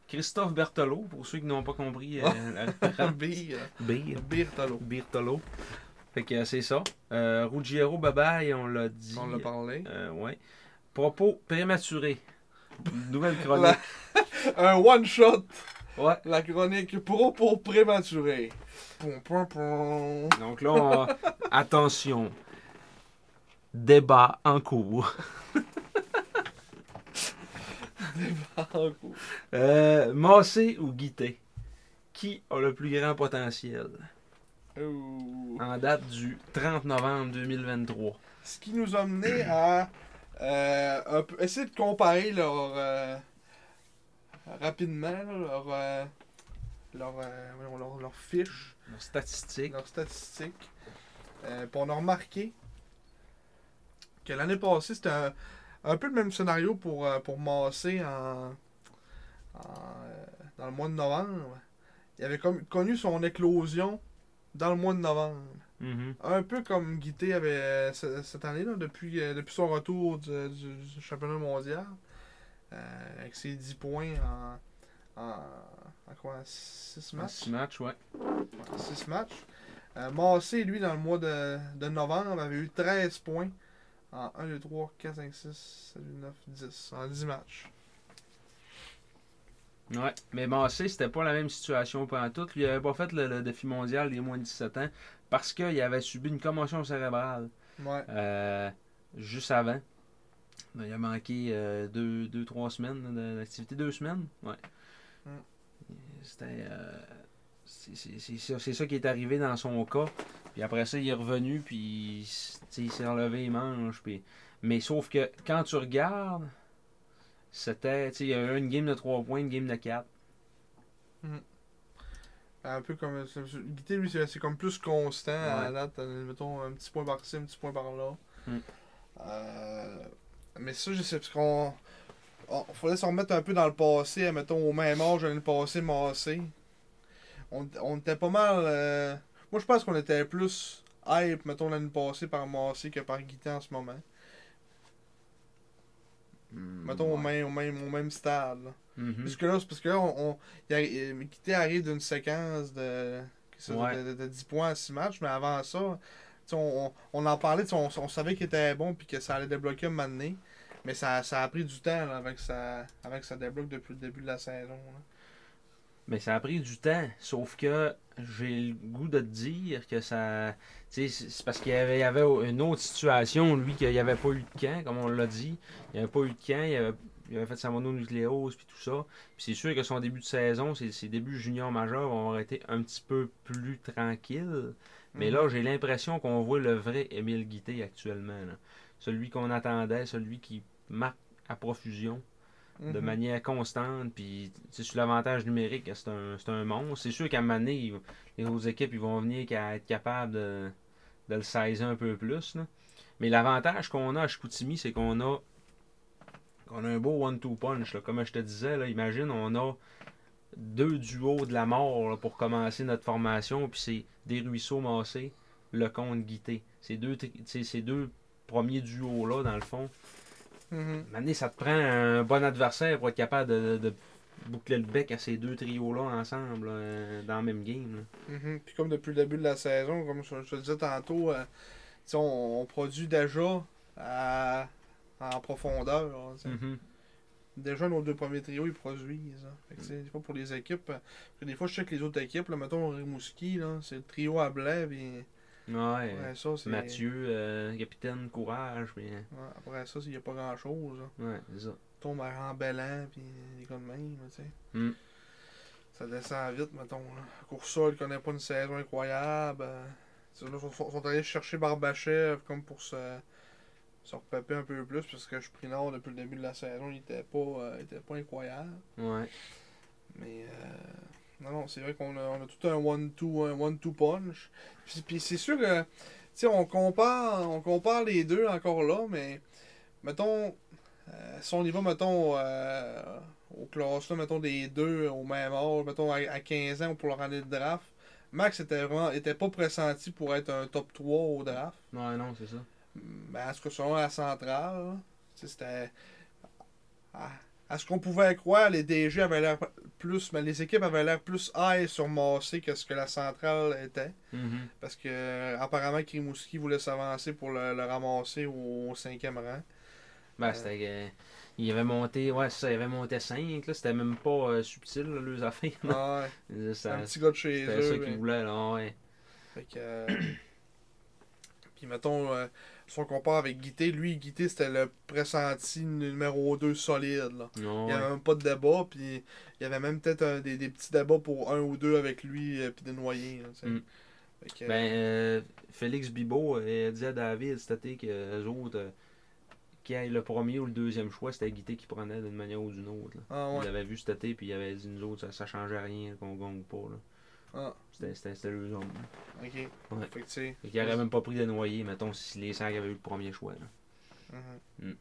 [SPEAKER 2] Christophe Berthelot, pour ceux qui n'ont pas compris euh, la référence.
[SPEAKER 1] B,
[SPEAKER 2] Beer.
[SPEAKER 1] Birtalo.
[SPEAKER 2] Birtolo. Fait que euh, c'est ça. Euh, Ruggiero Babaille, on l'a dit.
[SPEAKER 1] On l'a parlé.
[SPEAKER 2] Euh, ouais. Propos prématurés. Nouvelle chronique.
[SPEAKER 1] Un one shot,
[SPEAKER 2] Ouais.
[SPEAKER 1] la chronique propos prématurés. Pom, pom, pom.
[SPEAKER 2] Donc là, on- euh, attention. Débat en cours. Euh, Massé ou Guité Qui a le plus grand potentiel
[SPEAKER 1] Ouh.
[SPEAKER 2] En date du 30 novembre 2023.
[SPEAKER 1] Ce qui nous a mené à euh, un peu- essayer de comparer leur euh, rapidement là, leur euh, leur, euh, voyons, leur leur fiche,
[SPEAKER 2] Nos statistiques.
[SPEAKER 1] leurs statistiques. Euh, puis on a remarqué que l'année passée c'était un, un peu le même scénario pour euh, pour Massé en, en, euh, dans le mois de novembre. Il avait comme connu son éclosion dans le mois de novembre.
[SPEAKER 2] Mhm.
[SPEAKER 1] Un peu comme Guité avait euh, ce- cette année, là, depuis, euh, depuis son retour du, du- du championnat mondial, euh, avec ses 10 points en, en, en quoi 6 matchs
[SPEAKER 2] Six matchs, ouais.
[SPEAKER 1] 6 matchs. Euh, Massé, lui, dans le mois de, de novembre, avait eu 13 points en 1, 2, 3, 4, 5, 6, 7, 8, 9, 10, en 10 matchs.
[SPEAKER 2] Ouais, mais Massé, c'était pas la même situation pendant tout. Lui, il avait pas fait le, le défi mondial des moins de 17 ans parce qu'il avait subi une commotion cérébrale
[SPEAKER 1] Ouais.
[SPEAKER 2] euh, juste avant. Ben, Il a manqué 2 deux, deux, trois semaines là, de- d'activité. Deux semaines, ouais.
[SPEAKER 1] Mm.
[SPEAKER 2] C'était. euh, c'est- c'est c'est ça, c'est ça qui est arrivé dans son cas. Puis après ça, il est revenu, puis tu sais, il s'est relevé les manches. Puis... Mais sauf que quand tu regardes, c'était. tu sais, Il y a eu une game de 3 points, une game de 4.
[SPEAKER 1] Ben, Un peu comme. euh, c'est- c'est- Guité, lui, c'est c'est comme plus constant à la
[SPEAKER 2] Ouais.
[SPEAKER 1] date. euh, Mettons un petit point par-ci, un petit point par-là.
[SPEAKER 2] Mm.
[SPEAKER 1] Euh, mais ça, je sais, parce qu'on. on- faudrait se remettre un peu dans le passé, euh, mettons au même âge, l'année passée, massé. On, on était pas mal. euh, moi, je pense qu'on était plus hype, mettons, l'année passée par massé que par Guité en ce moment. Mettons au, même, au, même, au même stade. là.
[SPEAKER 2] Mhm.
[SPEAKER 1] Parce que là, c'est parce que là, on, on- il arri- euh, Kitté arrive d'une séquence de, qu'est-ce que ça,
[SPEAKER 2] Ouais.
[SPEAKER 1] de, de- de 10 points à 6 matchs, mais avant ça, tu sais, on, on- on en parlait, tu sais, on, on savait qu'il était bon puis que ça allait débloquer un moment donné, mais ça, ça a pris du temps là, avec, ça, avec ça débloque depuis le début de la saison. là.
[SPEAKER 2] Mais ça a pris du temps, sauf que j'ai le goût de te dire que ça. tu sais, C'est c'est parce qu'il y avait, il y avait une autre situation, lui, qu'il n'y avait pas eu de camp, comme on l'a dit. Il n'y avait pas eu de camp, il y avait, il avait fait sa mononucléose, puis tout ça. Puis c'est sûr que son début de saison, ses, ses débuts junior majeurs vont avoir été un petit peu plus tranquilles. Mais
[SPEAKER 1] Mhm.
[SPEAKER 2] là, j'ai l'impression qu'on voit le vrai Émile Guité actuellement. là. Celui qu'on attendait, celui qui marque à profusion de
[SPEAKER 1] Mhm.
[SPEAKER 2] manière constante. Puis, tu sais, sur l'avantage numérique, c'est un, c'est un monstre. C'est sûr qu'à un moment donné, ils- les autres équipes ils vont venir qu'à être capables de, de le saisir un peu plus. là. Mais l'avantage qu'on a à Chicoutimi, c'est qu'on a, qu'on a un beau one-two punch. là. Comme je te disais, là, imagine, on a deux duos de la mort là, pour commencer notre formation. Puis c'est des ruisseaux massés, le compte guité. Ces deux, tri- tu sais, ces deux premiers duos-là, dans le fond,
[SPEAKER 1] Mhm.
[SPEAKER 2] Mané, ça te prend un bon adversaire pour être capable de, de boucler le bec à ces deux trios-là ensemble, là, euh, dans le même game. là.
[SPEAKER 1] Mhm. Puis comme depuis le début de la saison, comme je, je te le disais tantôt, euh, tu sais, on, on produit déjà à- en profondeur. hein, tu sais. Déjà, nos deux premiers trios, ils produisent. hein. Fait que, tu sais, des fois, pour les équipes, euh, parce que des fois, je check les autres équipes, là, mettons Rimouski, là, c'est le trio à blé, puis
[SPEAKER 2] Ouais.
[SPEAKER 1] après ça, c'est...
[SPEAKER 2] Mathieu, euh, capitaine, courage, mais.
[SPEAKER 1] Ouais, après ça, il n'y a pas grand-chose. là.
[SPEAKER 2] Ouais, c'est ça.
[SPEAKER 1] Tombe en Bellan, puis des gars de même, là, tu sais.
[SPEAKER 2] Mm.
[SPEAKER 1] Ça descend vite, mettons. là. Coursol connaît pas une saison incroyable. euh, tu sais, là, ils sont, sont allés chercher Barbachev comme pour se, se repéper un peu plus, parce que je prie nord depuis le début de la saison, il était pas, euh, il était pas incroyable.
[SPEAKER 2] Ouais.
[SPEAKER 1] Mais euh, non, non, c'est vrai qu'on a, on a tout un one-two, un one-two punch. Puis, puis c'est sûr que, tu sais, on compare, on compare les deux encore là, mais mettons, euh, si on y va, mettons, euh, au classement, mettons, des deux au même âge, mettons, à, à 15 ans pour leur année de draft, Max était vraiment, était pas pressenti pour être un top 3 au draft.
[SPEAKER 2] Ouais, non, c'est ça.
[SPEAKER 1] Mais Mm, à ce que selon la centrale, là, tu sais, c'était. À, à ce qu'on pouvait croire, les DG avaient l'air plus. Mais les équipes avaient l'air plus high sur Massé que ce que la centrale était.
[SPEAKER 2] Mhm.
[SPEAKER 1] Parce que euh, apparemment Krimouski voulait s'avancer pour le, le ramasser au, au cinquième rang.
[SPEAKER 2] Ben, c'était. euh, il avait monté. Ouais, c'est ça, il avait monté 5, là. C'était même pas euh, subtil, là, leurs affaires. là.
[SPEAKER 1] Ouais, c'est
[SPEAKER 2] Ça-
[SPEAKER 1] un petit gars de chez
[SPEAKER 2] C'était ça
[SPEAKER 1] eux.
[SPEAKER 2] qu'ils
[SPEAKER 1] mais-
[SPEAKER 2] voulaient, là, ouais.
[SPEAKER 1] Fait que, euh, Puis mettons, euh, si on compare avec Guité, lui, Guité, c'était le pressenti numéro 2 solide. Là. Il n'y
[SPEAKER 2] Non, ouais.
[SPEAKER 1] avait même pas de débat, puis il y avait même peut-être un- des, des petits débats pour un ou deux avec lui, euh, puis des noyés. là, tu sais.
[SPEAKER 2] Mm.
[SPEAKER 1] Fait que,
[SPEAKER 2] Ben, euh, Félix Bibot euh, disait à David cet été que les autres, euh, qui aient le premier ou le deuxième choix, c'était Guité qui prenait d'une manière ou d'une autre. là.
[SPEAKER 1] ah
[SPEAKER 2] Il
[SPEAKER 1] ouais.
[SPEAKER 2] l'avait vu cet été, puis il avait dit nous autres, ça, ça changeait rien qu'on gagne ou pas. là.
[SPEAKER 1] Ah,
[SPEAKER 2] C'était- C'était c'était eux hommes. là.
[SPEAKER 1] ok.
[SPEAKER 2] Ouais.
[SPEAKER 1] Fait que, tu sais,
[SPEAKER 2] Fait qu'il n'aurait même pas pris de noyer, mettons, si les cinq avaient eu le premier choix. là.
[SPEAKER 1] mhm.
[SPEAKER 2] Mm.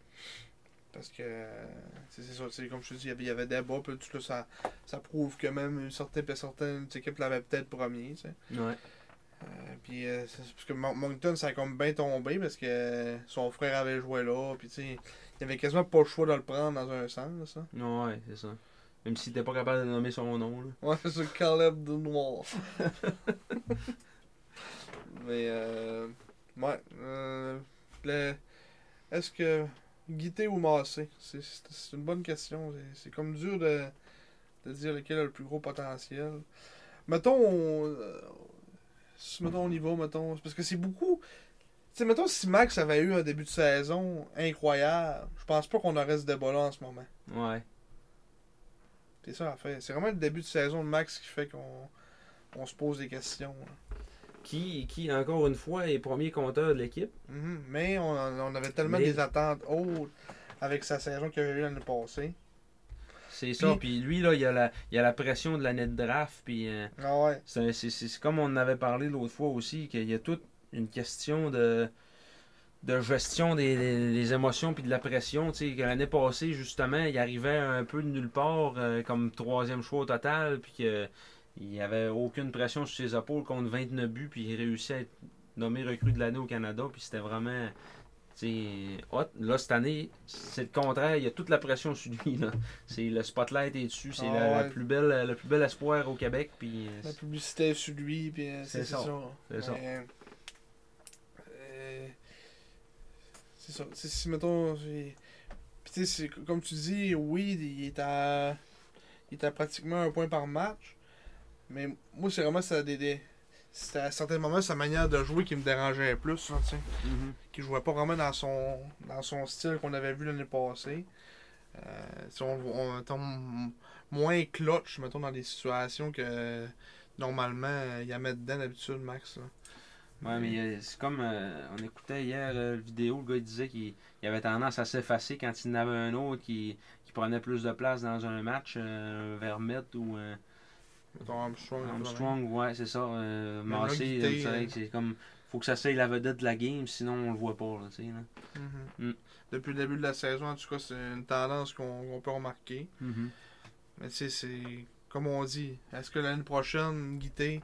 [SPEAKER 1] Parce que, euh, tu sais, c'est ça, tu sais, comme je te dis, il y avait- il y avait débat, puis tout là, ça, ça prouve que même certaines, puis certaines équipes l'avaient peut-être premier, tu sais.
[SPEAKER 2] Ouais.
[SPEAKER 1] Euh, puis, euh, c'est- c'est parce que Mon- Moncton, ça a comme bien tombé, parce que euh, son frère avait joué là, puis tu sais, il avait quasiment pas le choix de le prendre dans un sens, hein.
[SPEAKER 2] Ouais, c'est ça. Même s'il n'était pas capable de nommer son nom. là.
[SPEAKER 1] Ouais, c'est Caleb de Noir. Mais, euh, ouais. euh, le- Est-ce que guité ou masser C'est- C'est c'est une bonne question. C'est- C'est comme dur de, de dire lequel a le plus gros potentiel. Mettons, on, euh, si, mettons, on y va, mettons. Parce que c'est beaucoup. Tu sais, mettons, si Max avait eu un début de saison incroyable, je pense pas qu'on aurait ce débat-là en ce moment.
[SPEAKER 2] Ouais.
[SPEAKER 1] C'est ça, en fait. C'est vraiment le début de saison de Max qui fait qu'on on se pose des questions. là.
[SPEAKER 2] Qui, qui, encore une fois, est premier compteur de l'équipe.
[SPEAKER 1] Mhm. Mais on, on avait tellement
[SPEAKER 2] Mais-
[SPEAKER 1] des attentes hautes avec sa saison qu'il y avait eu l'année passée.
[SPEAKER 2] C'est ça. Puis lui, là, il a la, il a la pression de l'année de draft, puis. euh,
[SPEAKER 1] Ah ouais.
[SPEAKER 2] C'est un- c'est- c'est- c'est comme on en avait parlé l'autre fois aussi, qu'il y a toute une question de, de gestion des, des- des émotions puis de la pression. tu sais, que L'année passée, justement, il arrivait un peu de nulle part euh, comme troisième choix au total, puis que il n'y avait aucune pression sur ses épaules contre 29 buts, puis il réussit à être nommé recrue de l'année au Canada, puis c'était vraiment tu sais, hot. Là, cette année, c'est le contraire, il y a toute la pression sur lui. là. C'est Le spotlight est dessus, c'est
[SPEAKER 1] Ah
[SPEAKER 2] la- la
[SPEAKER 1] ouais.
[SPEAKER 2] plus belle, le plus bel espoir au Québec, puis euh,
[SPEAKER 1] La publicité est sur lui, puis euh,
[SPEAKER 2] C'est ça. C'est
[SPEAKER 1] Mais,
[SPEAKER 2] ça.
[SPEAKER 1] euh, c'est ça. Tu sais, si, mettons. j'ai- Puis, tu sais, c'est c- comme tu dis, oui, il est à. Il est à pratiquement un point par match. Mais moi, c'est vraiment ça. Des, des- c'était à certains moments sa manière de jouer qui me dérangeait plus. Hein, tu sais.
[SPEAKER 2] Mhm.
[SPEAKER 1] qui jouait pas vraiment dans son dans son style qu'on avait vu l'année passée. euh, si on, on tombe moins clutch, mettons, dans des situations que normalement, euh, il y a mettre dedans d'habitude, Max. là.
[SPEAKER 2] Ouais, mais euh, c'est comme euh, on écoutait hier euh, le vidéo, le gars il disait qu'il il avait tendance à s'effacer quand il en avait un autre qui, qui prenait plus de place dans un match, euh, un Vermette ou un
[SPEAKER 1] Mettons Armstrong. Armstrong.
[SPEAKER 2] Armstrong, ouais, c'est ça. Euh,
[SPEAKER 1] Même
[SPEAKER 2] Massé,
[SPEAKER 1] là,
[SPEAKER 2] euh,
[SPEAKER 1] guité,
[SPEAKER 2] c'est vrai que c'est comme. Faut que ça soit la vedette de la game, sinon on le voit pas, là, tu sais. là.
[SPEAKER 1] Mhm.
[SPEAKER 2] Mm.
[SPEAKER 1] Depuis le début de la saison, en tout cas, c'est une tendance qu'on qu'on peut remarquer.
[SPEAKER 2] Mhm.
[SPEAKER 1] Mais tu sais, c'est comme on dit, est-ce que l'année prochaine, Guité,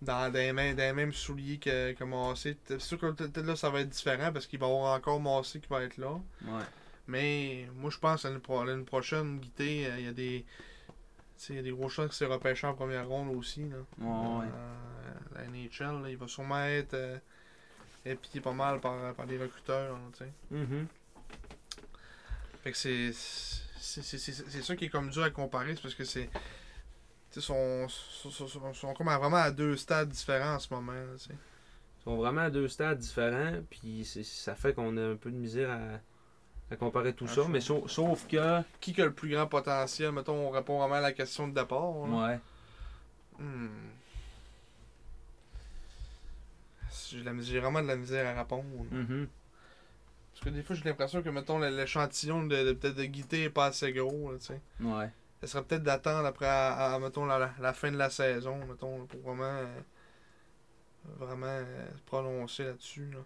[SPEAKER 1] dans des mains, dans les mêmes souliers que, que Massé, t- c'est sûr que peut-être là, ça va être différent parce qu'il va y avoir encore Massé qui va être là.
[SPEAKER 2] Ouais.
[SPEAKER 1] Mais moi, je pense que l'année pro- l'année prochaine, Guité, euh, il y a des. tu sais, il y a des gros chances qu'il s'est repêché en première ronde aussi. Là.
[SPEAKER 2] Ouais, ouais.
[SPEAKER 1] Euh, la NHL, là, il va sûrement être euh, épié pas mal par, par les recruteurs. là, tu sais.
[SPEAKER 2] Mhm.
[SPEAKER 1] Fait que c'est. C'est c'est- c'est- c'est ça qui est comme dur à comparer, c'est parce que c'est. Tu sais, sont, sont, sont- sont- sont comme à- vraiment à deux stades différents en ce moment. là, tu sais.
[SPEAKER 2] Ils sont vraiment à deux stades différents, puis c'est- ça fait qu'on a un peu de misère à, à comparer tout
[SPEAKER 1] Ah,
[SPEAKER 2] ça,
[SPEAKER 1] je
[SPEAKER 2] mais sauf, sauf que.
[SPEAKER 1] Qui a le plus grand potentiel Mettons, on répond vraiment à la question de départ. là.
[SPEAKER 2] Ouais.
[SPEAKER 1] Hmm. J'ai de la mis- j'ai vraiment de la misère à répondre.
[SPEAKER 2] Mhm.
[SPEAKER 1] Parce que des fois, j'ai l'impression que, mettons, le- l'échantillon de, de- peut-être de Guité est pas assez gros. Là, tu sais.
[SPEAKER 2] Ouais.
[SPEAKER 1] Ce serait peut-être d'attendre après, à- à- mettons, la, la- la fin de la saison, mettons, pour vraiment, euh, vraiment euh, se prononcer là-dessus. Là.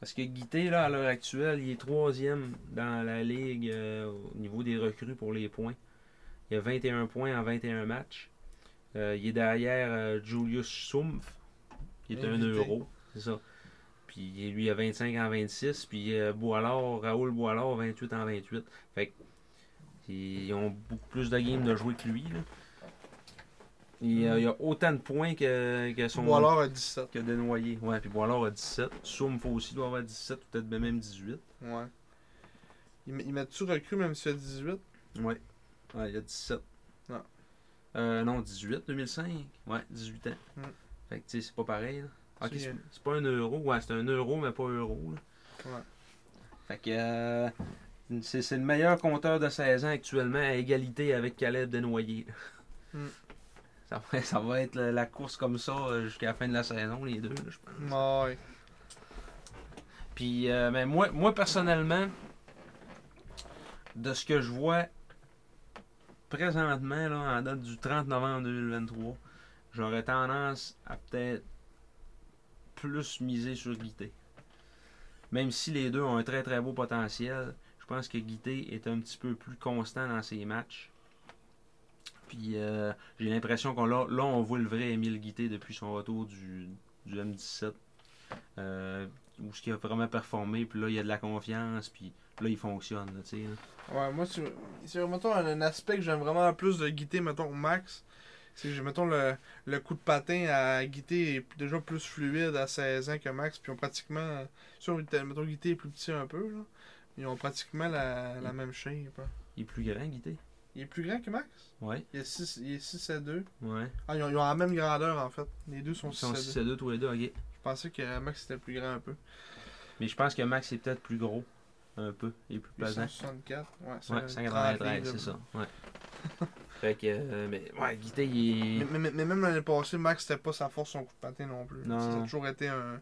[SPEAKER 2] Parce que Guité, là, à l'heure actuelle, il est troisième dans la ligue euh, au niveau des recrues pour les points. Il a 21 points en 21 matchs. Euh, il est derrière euh, Julius Soumpf, qui est un
[SPEAKER 1] Invité.
[SPEAKER 2] euro. C'est ça. Puis lui, il a 25 en 26. Puis euh, Boilard, Raoul Boilard, 28 en 28. Fait que, ils ont beaucoup plus de games de jouer que lui. là. Il, euh, il a autant de points que, que son
[SPEAKER 1] Ou alors à 17.
[SPEAKER 2] que Desnoyers. Ouais, puis Boilard a 17. Soumfo aussi doit avoir 17, ou peut-être même 18.
[SPEAKER 1] Ouais. Ils, met- ils mettent-tu recru même s'il y a 18
[SPEAKER 2] Ouais. Ouais, il a 17.
[SPEAKER 1] Ah.
[SPEAKER 2] Euh, non, 18, 2005. Ouais, 18 ans.
[SPEAKER 1] Mm.
[SPEAKER 2] Fait que, tu sais, c'est pas pareil. Là. Ok,
[SPEAKER 1] C'est-
[SPEAKER 2] c'est c'est pas un euro. Ouais, c'est un euro, mais pas euro. Là.
[SPEAKER 1] Ouais.
[SPEAKER 2] Fait que. euh, c'est c'est le meilleur compteur de 16 ans actuellement à égalité avec Caleb Desnoyers. là.
[SPEAKER 1] Mm.
[SPEAKER 2] Ça va, ça va être la la course comme ça euh, jusqu'à la fin de la saison, les deux, là, je pense.
[SPEAKER 1] Ouais.
[SPEAKER 2] Puis, euh, ben, moi, moi, personnellement, de ce que je vois présentement, là, en date du 30 novembre 2023, j'aurais tendance à peut-être plus miser sur Guité. Même si les deux ont un très très beau potentiel, je pense que Guité est un petit peu plus constant dans ses matchs. Puis euh, j'ai l'impression qu'on là, là, on voit le vrai Émile Guité depuis son retour du, du M17. Euh, où ce qui a vraiment performé, puis là, il y a de la confiance, puis là, il fonctionne, là, tu sais. là.
[SPEAKER 1] Ouais, moi, c'est c'est, mettons, un, un aspect que j'aime vraiment plus de Guité, mettons, au max. C'est que, j'ai, mettons, le, le coup de patin à Guité est déjà plus fluide à 16 ans que Max. Puis, on pratiquement. Si on était- mettons, Guité est plus petit un peu, là. Ils ont pratiquement la,
[SPEAKER 2] Mm.
[SPEAKER 1] la même shape. hein.
[SPEAKER 2] Il est plus grand, Guité.
[SPEAKER 1] Il est plus grand que Max
[SPEAKER 2] Ouais,
[SPEAKER 1] Il est 6, il est 6 à 2.
[SPEAKER 2] ouais.
[SPEAKER 1] Ah, ils ont, ils ont la même grandeur en fait. Les deux sont
[SPEAKER 2] Ils
[SPEAKER 1] 6
[SPEAKER 2] sont
[SPEAKER 1] à 2.
[SPEAKER 2] 6 et 2 tous les deux, ok.
[SPEAKER 1] Je pensais que Max était plus grand un peu.
[SPEAKER 2] Mais je pense que Max est peut-être plus gros, un peu, et plus
[SPEAKER 1] Il est
[SPEAKER 2] pesant.
[SPEAKER 1] 164. Ouais, c'est
[SPEAKER 2] Ouais, 193, c'est ça, ouais. fait que, euh, mais, ouais, Guité, il
[SPEAKER 1] Mais,
[SPEAKER 2] est...
[SPEAKER 1] mais- mais- mais même l'année passée, Max, c'était pas sa force son coup de patin non plus.
[SPEAKER 2] Non.
[SPEAKER 1] Ça a toujours été un,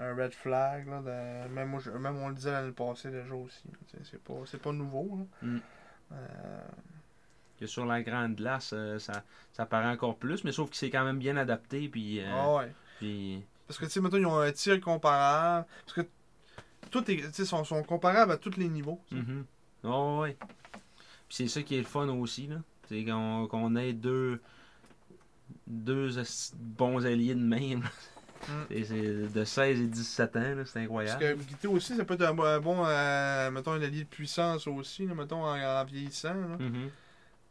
[SPEAKER 1] un red flag. Là, de- même, moi, je- même on le disait l'année passée déjà aussi. C'est- C'est pas, c'est pas nouveau. là.
[SPEAKER 2] Mm.
[SPEAKER 1] Euh,
[SPEAKER 2] que sur la grande glace, euh, ça, ça paraît encore plus, mais sauf qu'il s'est quand même bien adapté, puis... euh,
[SPEAKER 1] ah ouais.
[SPEAKER 2] puis
[SPEAKER 1] Parce que, tu sais, mettons, ils ont un tir comparable. Parce que tout est, tu sais, sont, sont comparables à tous les niveaux. tu sais.
[SPEAKER 2] Mhm. Ouais, ouais. Puis c'est ça qui est le fun aussi, là. C'est qu'on qu'on ait deux, deux esti- bons alliés de même. C'est- c'est de 16 et 17 ans, là, c'est
[SPEAKER 1] Parce
[SPEAKER 2] incroyable.
[SPEAKER 1] que Guité aussi, ça peut être un, bon- un bon, euh, mettons, un allié de puissance aussi, là, mettons, en, en vieillissant. là.
[SPEAKER 2] Mhm.
[SPEAKER 1] Tu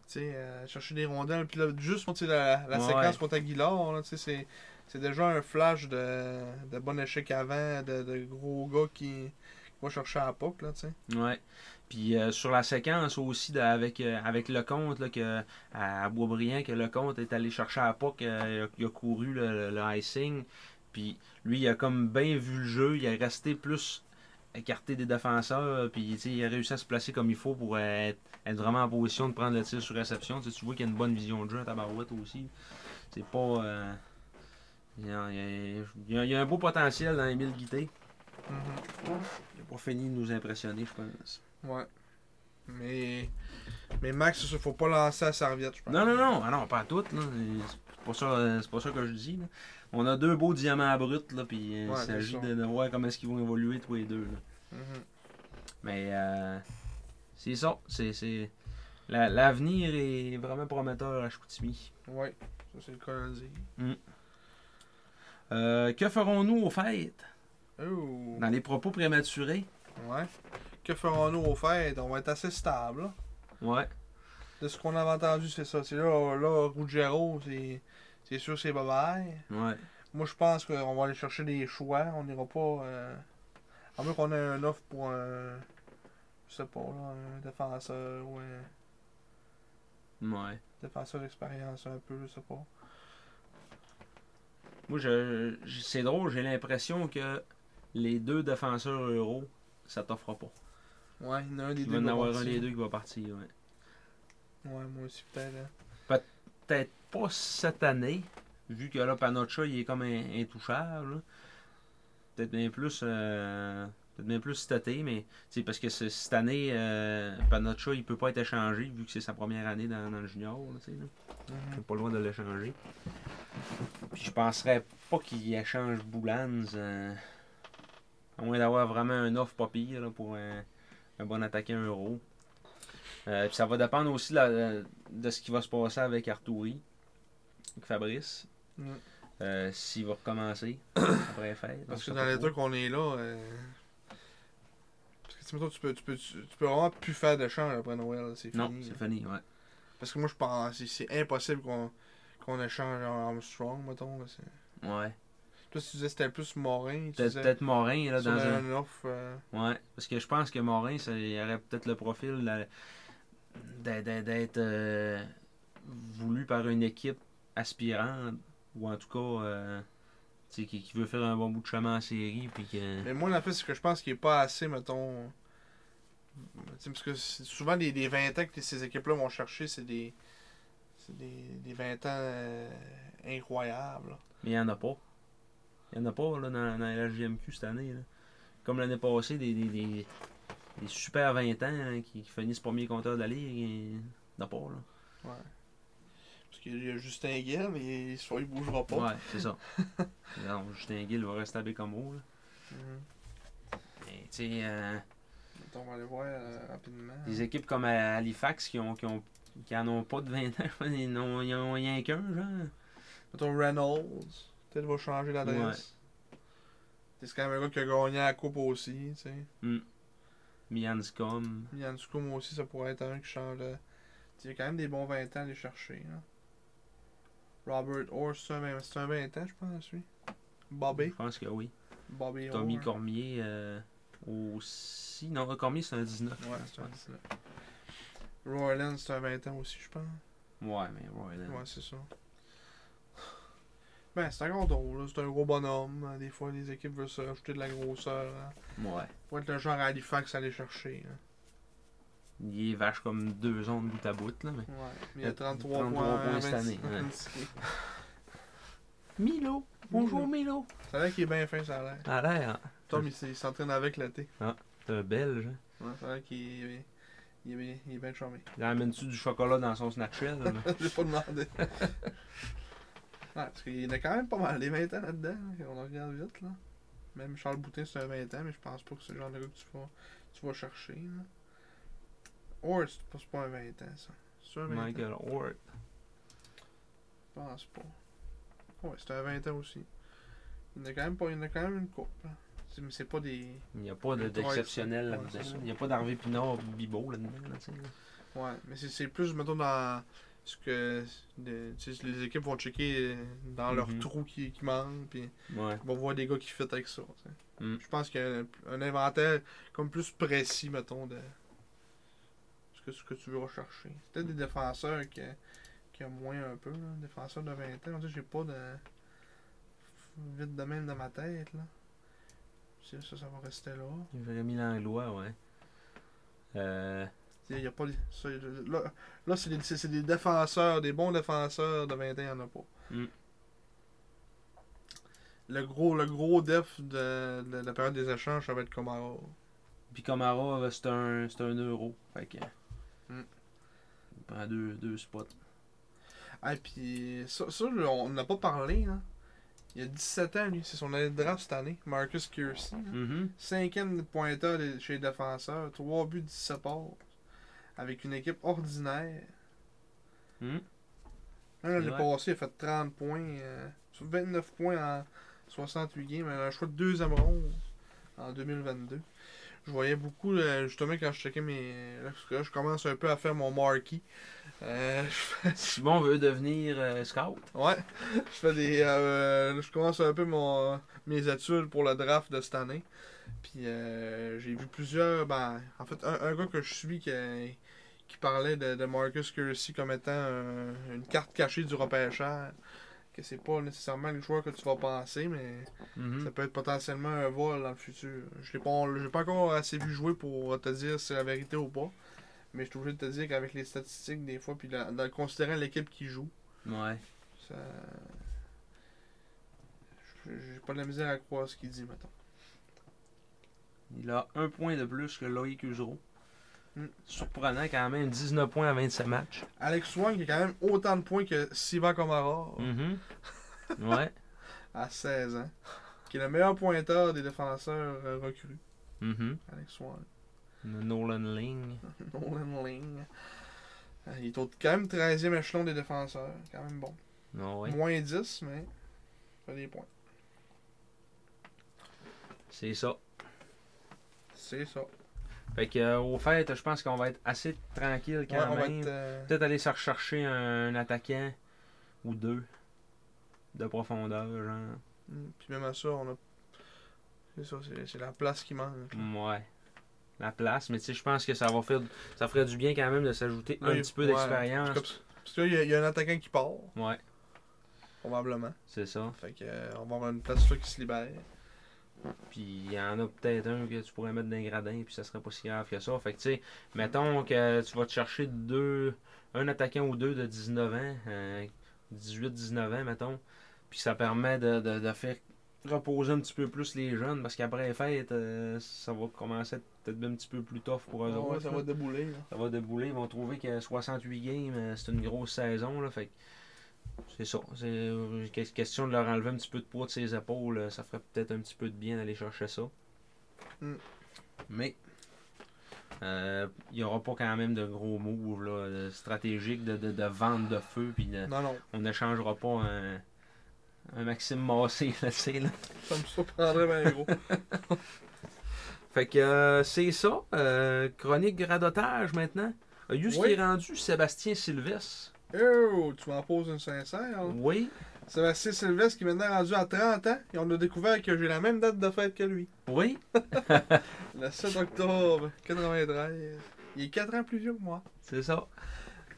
[SPEAKER 1] sais, euh, chercher des rondelles, puis là, juste tu sais, la, la
[SPEAKER 2] Ouais.
[SPEAKER 1] séquence contre Aguilar, là, tu sais, c'est, c'est déjà un flash de, de bon échec avant, de, de gros gars qui, qui va chercher à la puck, là, tu sais.
[SPEAKER 2] Ouais. Puis euh, sur la séquence aussi de- avec, euh, avec Lecomte, là, que, à Boisbriand, que Lecomte est allé chercher à Puck, euh, il, a, il a couru le, le- le icing. Puis lui, il a comme bien vu le jeu, il est resté plus écarter des défenseurs, puis tu sais, il a réussi à se placer comme il faut pour euh, être, être vraiment en position de prendre le tir sur réception. Tu, sais, tu vois qu'il a une bonne vision de jeu à Tabarouette aussi. C'est pas. euh, il, y a, il y a- il y a- il y a un beau potentiel dans Emile Guité.
[SPEAKER 1] Mhm.
[SPEAKER 2] Mm-hmm. Il n'a pas fini de nous impressionner, je pense.
[SPEAKER 1] Ouais. Mais, mais Max, il faut pas lancer la serviette, je pense.
[SPEAKER 2] Non, non, non, ah non pas à toutes. là. C'est pas, ça, c'est pas ça que je dis. là. On a deux beaux diamants bruts, là, puis euh,
[SPEAKER 1] Ouais,
[SPEAKER 2] il s'agit
[SPEAKER 1] bien sûr.
[SPEAKER 2] de, de voir comment est-ce qu'ils vont évoluer tous les deux. là.
[SPEAKER 1] Mhm.
[SPEAKER 2] Mais euh, c'est ça. C'est, c'est... la- l'avenir est vraiment prometteur à Chicoutimi.
[SPEAKER 1] Ouais, ça c'est le cas de le dire.
[SPEAKER 2] Euh, que ferons-nous aux fêtes
[SPEAKER 1] Oh.
[SPEAKER 2] Dans les propos prématurés
[SPEAKER 1] Ouais. Que ferons-nous aux fêtes? On va être assez stable. là.
[SPEAKER 2] Ouais.
[SPEAKER 1] De ce qu'on avait entendu, c'est ça. C'est là, là, Ruggiero, c'est c'est sûr c'est bye-bye.
[SPEAKER 2] Ouais.
[SPEAKER 1] Moi, je pense qu'on va aller chercher des choix. On n'ira pas... euh, À moins qu'on ait un offre pour un... Je sais pas, là, un défenseur ou un
[SPEAKER 2] Ouais.
[SPEAKER 1] défenseur d'expérience un peu, je sais pas.
[SPEAKER 2] Moi, je, je- c'est drôle, j'ai l'impression que les deux défenseurs euros, ça t'offre pas.
[SPEAKER 1] Ouais, il y en a un des
[SPEAKER 2] Il
[SPEAKER 1] deux.
[SPEAKER 2] va en
[SPEAKER 1] qui va
[SPEAKER 2] avoir un
[SPEAKER 1] partir.
[SPEAKER 2] des deux qui va partir. ouais.
[SPEAKER 1] Ouais, moi aussi, peut-être. hein.
[SPEAKER 2] Peut-être pas cette année, vu que là, Panocha, il est comme in- intouchable. là. Peut-être bien plus. euh, Peut-être bien plus cet été, mais tu sais, parce que c'est- cette année, euh, Panocha, il peut pas être échangé vu que c'est sa première année dans, dans le junior. Là, tu sais, là.
[SPEAKER 1] Mhm.
[SPEAKER 2] C'est pas loin de l'échanger. Puis je penserais pas qu'il échange Boulans. euh, à moins d'avoir vraiment un offre pas pire là, pour un, un bon attaquant euro. Euh, puis ça va dépendre aussi de, la- de ce qui va se passer avec Arturi, avec Fabrice.
[SPEAKER 1] Mm.
[SPEAKER 2] euh, S'il va recommencer après les fêtes.
[SPEAKER 1] Parce que
[SPEAKER 2] on
[SPEAKER 1] dans
[SPEAKER 2] sait
[SPEAKER 1] les
[SPEAKER 2] pas
[SPEAKER 1] deux
[SPEAKER 2] trop.
[SPEAKER 1] qu'on est là, euh, parce que tu sais, mettons, tu peux, tu peux, tu, tu peux vraiment plus faire de change après Noël, c'est
[SPEAKER 2] Non,
[SPEAKER 1] fini.
[SPEAKER 2] c'est fini, ouais.
[SPEAKER 1] Parce que moi, je pense, c'est- c'est impossible qu'on qu'on échange en Armstrong, mettons. là, c'est-
[SPEAKER 2] Ouais.
[SPEAKER 1] Toi, si tu disais que c'était plus Morin, tu
[SPEAKER 2] Peut-être
[SPEAKER 1] disais
[SPEAKER 2] peut-être Morin, là,
[SPEAKER 1] sur
[SPEAKER 2] dans un. Mm.
[SPEAKER 1] un offre. euh,
[SPEAKER 2] Ouais, parce que je pense que Morin, ça, il aurait peut-être le profil d'a- d'a- d'a- d'être euh, voulu par une équipe aspirante, ou en tout cas, euh, tu sais, qui, qui veut faire un bon bout de chemin en série. Puis que...
[SPEAKER 1] Mais moi, la fait, c'est que je pense qu'il est pas assez, mettons. tu sais, Parce que c'est souvent, les, les 20 ans que ces équipes-là vont chercher, c'est des, c'est des, des 20 ans euh, incroyables. là.
[SPEAKER 2] Mais il n'y en a pas. Il n'y en a pas là, dans, dans la JMQ cette année. là. Comme l'année passée, des, des, des, des super 20 ans hein, qui, qui finissent premier compteur de la ligue. et- Il n'y en a pas. Là.
[SPEAKER 1] Ouais. Parce qu'il y a Justin Guel, mais il, soit il bougera pas.
[SPEAKER 2] Ouais, c'est ça. non, Justin Gill va rester à Bécamo. Là.
[SPEAKER 1] Mhm.
[SPEAKER 2] Mais, tu sais, euh,
[SPEAKER 1] Attends, on va aller voir euh, rapidement.
[SPEAKER 2] Des équipes comme à Halifax qui ont, qui ont qui en ont pas de 20 ans, ils n'ont ils ont rien qu'un, genre.
[SPEAKER 1] Mettons Reynolds. Peut-être va changer l'adresse. C'est quand même un gars qui a gagné la coupe aussi, tu sais.
[SPEAKER 2] Mianscom.
[SPEAKER 1] Puis Yansuko, moi aussi, ça pourrait être un qui change de... Tu sais, il y a quand même des bons 20 ans à aller chercher, là. Robert Orr, c'est un, vingt- c'est un 20 ans, je pense, lui.
[SPEAKER 2] Je
[SPEAKER 1] Bobby.
[SPEAKER 2] pense que oui.
[SPEAKER 1] Bobby
[SPEAKER 2] Tommy
[SPEAKER 1] Orr.
[SPEAKER 2] Cormier euh, aussi. Non, Cormier c'est un 19.
[SPEAKER 1] Ouais, c'est un 19. Royland, c'est un 20 ans aussi, je pense.
[SPEAKER 2] Ouais, mais Royland.
[SPEAKER 1] Ouais, c'est ça. Ben, c'est encore drôle, là. C'est un gros bonhomme. hein. Des fois, les équipes veulent se rajouter de la grosseur, hein.
[SPEAKER 2] Ouais.
[SPEAKER 1] Faut être le genre à Halifax à aller chercher, hein.
[SPEAKER 2] Il est vache comme deux ondes bout à bout, là. Mais...
[SPEAKER 1] Ouais. Mais il y a 33,
[SPEAKER 2] 33 Euh, points cette
[SPEAKER 1] 26.
[SPEAKER 2] année, Milo! Bonjour Milo!
[SPEAKER 1] Ça a l'air qu'il est bien fin, ça a l'air.
[SPEAKER 2] À l'air, hein?
[SPEAKER 1] Tom, il s'est- il s'entraîne avec l'été.
[SPEAKER 2] c'est un belge. hein.
[SPEAKER 1] Ouais, ça a l'air qu'il est, il est, bien- il est bien charmé.
[SPEAKER 2] Il amène-tu du chocolat dans son snapchat? là?
[SPEAKER 1] J'ai pas demandé. ouais, parce qu'il y en a quand même pas mal, des 20 ans là-dedans. là, on en regarde vite, là. Même Charles Boutin, c'est un 20 ans, mais je pense pas que c'est le genre de gars que tu vas, tu vas chercher, là. Or, c'est pas, c'est pas un 20 ans, ça. C'est un 20 ans.
[SPEAKER 2] Michael Hort.
[SPEAKER 1] Je pense pas. Ouais, c'est un 20 ans aussi. Il y en a quand même, pas, il y en a quand même une coupe, là. C'est- Mais c'est pas des.
[SPEAKER 2] Il n'y a pas de-
[SPEAKER 1] Ouais,
[SPEAKER 2] d'exceptionnel
[SPEAKER 1] c'est-
[SPEAKER 2] là-dedans.
[SPEAKER 1] ouais, c'est ça.
[SPEAKER 2] Il n'y a pas d'Harvey Pinard Bibo là-dedans. là, tu sais, là.
[SPEAKER 1] Ouais, mais c'est- c'est plus, mettons, dans ce que de- tu sais, les équipes vont checker euh, dans leur
[SPEAKER 2] Mhm.
[SPEAKER 1] trou qui, qui manque, puis
[SPEAKER 2] Ouais.
[SPEAKER 1] vont voir des gars qui fit avec ça. tu sais.
[SPEAKER 2] Mm.
[SPEAKER 1] Je pense qu'il y a un, un inventaire comme plus précis, mettons, de ce que, ce que tu veux rechercher. C'est Peut-être des défenseurs qui, qui ont moins un peu, là. défenseurs de 20 ans. On dirait que j'ai pas de. vite de même dans ma tête. là. Ça, ça va rester là.
[SPEAKER 2] Jérémy Langlois, ouais. Euh,
[SPEAKER 1] Il y a pas les- ça, là, là, c'est des, c'est- c'est des défenseurs, des bons défenseurs de 21, il n'y en a pas.
[SPEAKER 2] Mm.
[SPEAKER 1] Le gros, le gros def de, de la période des échanges, ça va être Kamara.
[SPEAKER 2] puis Kamara, euh, c'est un, c'est un euro. Fait que.
[SPEAKER 1] Mm.
[SPEAKER 2] Il prend deux, deux spots.
[SPEAKER 1] Ah, puis ça, ça, là, on n'a pas parlé. Hein. Il a 17 ans, lui. C'est son année de draft cette année. Marcus Kiersey.
[SPEAKER 2] Mhm.
[SPEAKER 1] Cinquième pointeur des- chez les défenseurs. 3 buts, 17 passes. Avec une équipe ordinaire.
[SPEAKER 2] Mhm.
[SPEAKER 1] Là, L'année
[SPEAKER 2] Ouais.
[SPEAKER 1] passée, il a fait 30 points. euh, sur 29 points en 68 games. Un choix de deuxième ronde en 2022. Je voyais beaucoup, là, justement, quand je checkais mes. Là, parce que là, je commence un peu à faire mon marquee. Euh, je fais-
[SPEAKER 2] Simon veut devenir euh, scout.
[SPEAKER 1] Ouais, je fais des, euh, je commence un peu mon, mes études pour le draft de cette année. Puis euh, j'ai vu plusieurs, ben, en fait un, un gars que je suis qui, qui parlait de, de Marcus Curry comme étant un- une carte cachée du repêchage. Que c'est pas nécessairement le joueur que tu vas penser, mais
[SPEAKER 2] Mhm.
[SPEAKER 1] ça peut être potentiellement un vol dans le futur. Je l'ai pas, on- j'ai pas encore assez vu jouer pour te dire si c'est la vérité ou pas. Mais je suis obligé de te dire qu'avec les statistiques des fois, puis dans, dans- considérant l'équipe qui joue.
[SPEAKER 2] Ouais.
[SPEAKER 1] Ça... J'ai j'ai pas de la misère à croire ce qu'il dit, mettons.
[SPEAKER 2] Il a un point de plus que Loïc Usereau.
[SPEAKER 1] Mm.
[SPEAKER 2] Surprenant quand même, 19 points à 27 matchs.
[SPEAKER 1] Alex Wang, il a quand même autant de points que Sivan Komara
[SPEAKER 2] Mhm. ouais.
[SPEAKER 1] à 16 ans, qui est le meilleur pointeur des défenseurs euh, recrues.
[SPEAKER 2] Mhm.
[SPEAKER 1] Alex Wang.
[SPEAKER 2] Nolan Ling.
[SPEAKER 1] Nolan Ling. Euh, Il est au quand même 13e échelon des défenseurs. Quand même bon.
[SPEAKER 2] Ouais.
[SPEAKER 1] Moins 10, mais ça fait des points.
[SPEAKER 2] C'est ça.
[SPEAKER 1] C'est ça. Ouais,
[SPEAKER 2] Fait que, euh, au fait, je pense qu'on va être assez tranquille quand
[SPEAKER 1] on va
[SPEAKER 2] même.
[SPEAKER 1] être, euh,
[SPEAKER 2] Peut-être aller se rechercher un, attaquant ou deux de profondeur, genre.
[SPEAKER 1] mm, Puis même à ça, on a. C'est ça, c'est- c'est la place qui manque.
[SPEAKER 2] Ouais. La place, mais tu sais, je pense que ça va faire. Ça ferait du bien quand même de s'ajouter un
[SPEAKER 1] Oui,
[SPEAKER 2] petit peu
[SPEAKER 1] ouais.
[SPEAKER 2] d'expérience.
[SPEAKER 1] Parce que- parce que là, il y a- il y a un attaquant qui part,
[SPEAKER 2] Ouais,
[SPEAKER 1] probablement.
[SPEAKER 2] c'est ça.
[SPEAKER 1] Fait que euh, on va avoir une place sûre qui se libère.
[SPEAKER 2] Puis il y en a peut-être un que tu pourrais mettre dans les gradins, puis ça serait pas si grave que ça. Fait que tu sais, mettons que tu vas te chercher deux, un attaquant ou deux de 19 ans, euh, 18-19 ans, mettons. Puis ça permet de, de- de faire reposer un petit peu plus les jeunes, parce qu'après les fêtes, euh, ça va commencer à être peut-être un petit peu plus tough pour eux autres. là.
[SPEAKER 1] débouler. Là.
[SPEAKER 2] Ça va débouler, ils vont trouver que 68 games, euh, c'est une grosse saison. Là, fait que c'est ça. C'est euh, que- question de leur enlever un petit peu de poids de ses épaules. euh, Ça ferait peut-être un petit peu de bien d'aller chercher ça.
[SPEAKER 1] Mm.
[SPEAKER 2] Mais euh, il n'y aura pas quand même de gros moves là, de- stratégiques de, de, de vente de feu. Puis de-
[SPEAKER 1] Non, non.
[SPEAKER 2] on n'échangera pas un, un Maxime Massé. Là, tu sais, là.
[SPEAKER 1] Ça me surprendrait bien gros.
[SPEAKER 2] Fait que euh, c'est ça. euh, chronique gradotage maintenant. Euh, Yus
[SPEAKER 1] Oui.
[SPEAKER 2] qui est rendu Sébastien Sylvestre.
[SPEAKER 1] oh, tu m'en poses une sincère. hein.
[SPEAKER 2] Oui.
[SPEAKER 1] Sébastien Sylvestre qui est maintenant rendu à 30 ans et on a découvert que j'ai la même date de fête que lui.
[SPEAKER 2] Oui.
[SPEAKER 1] Le 7 octobre 93. Il est 4 ans plus vieux que moi.
[SPEAKER 2] C'est ça.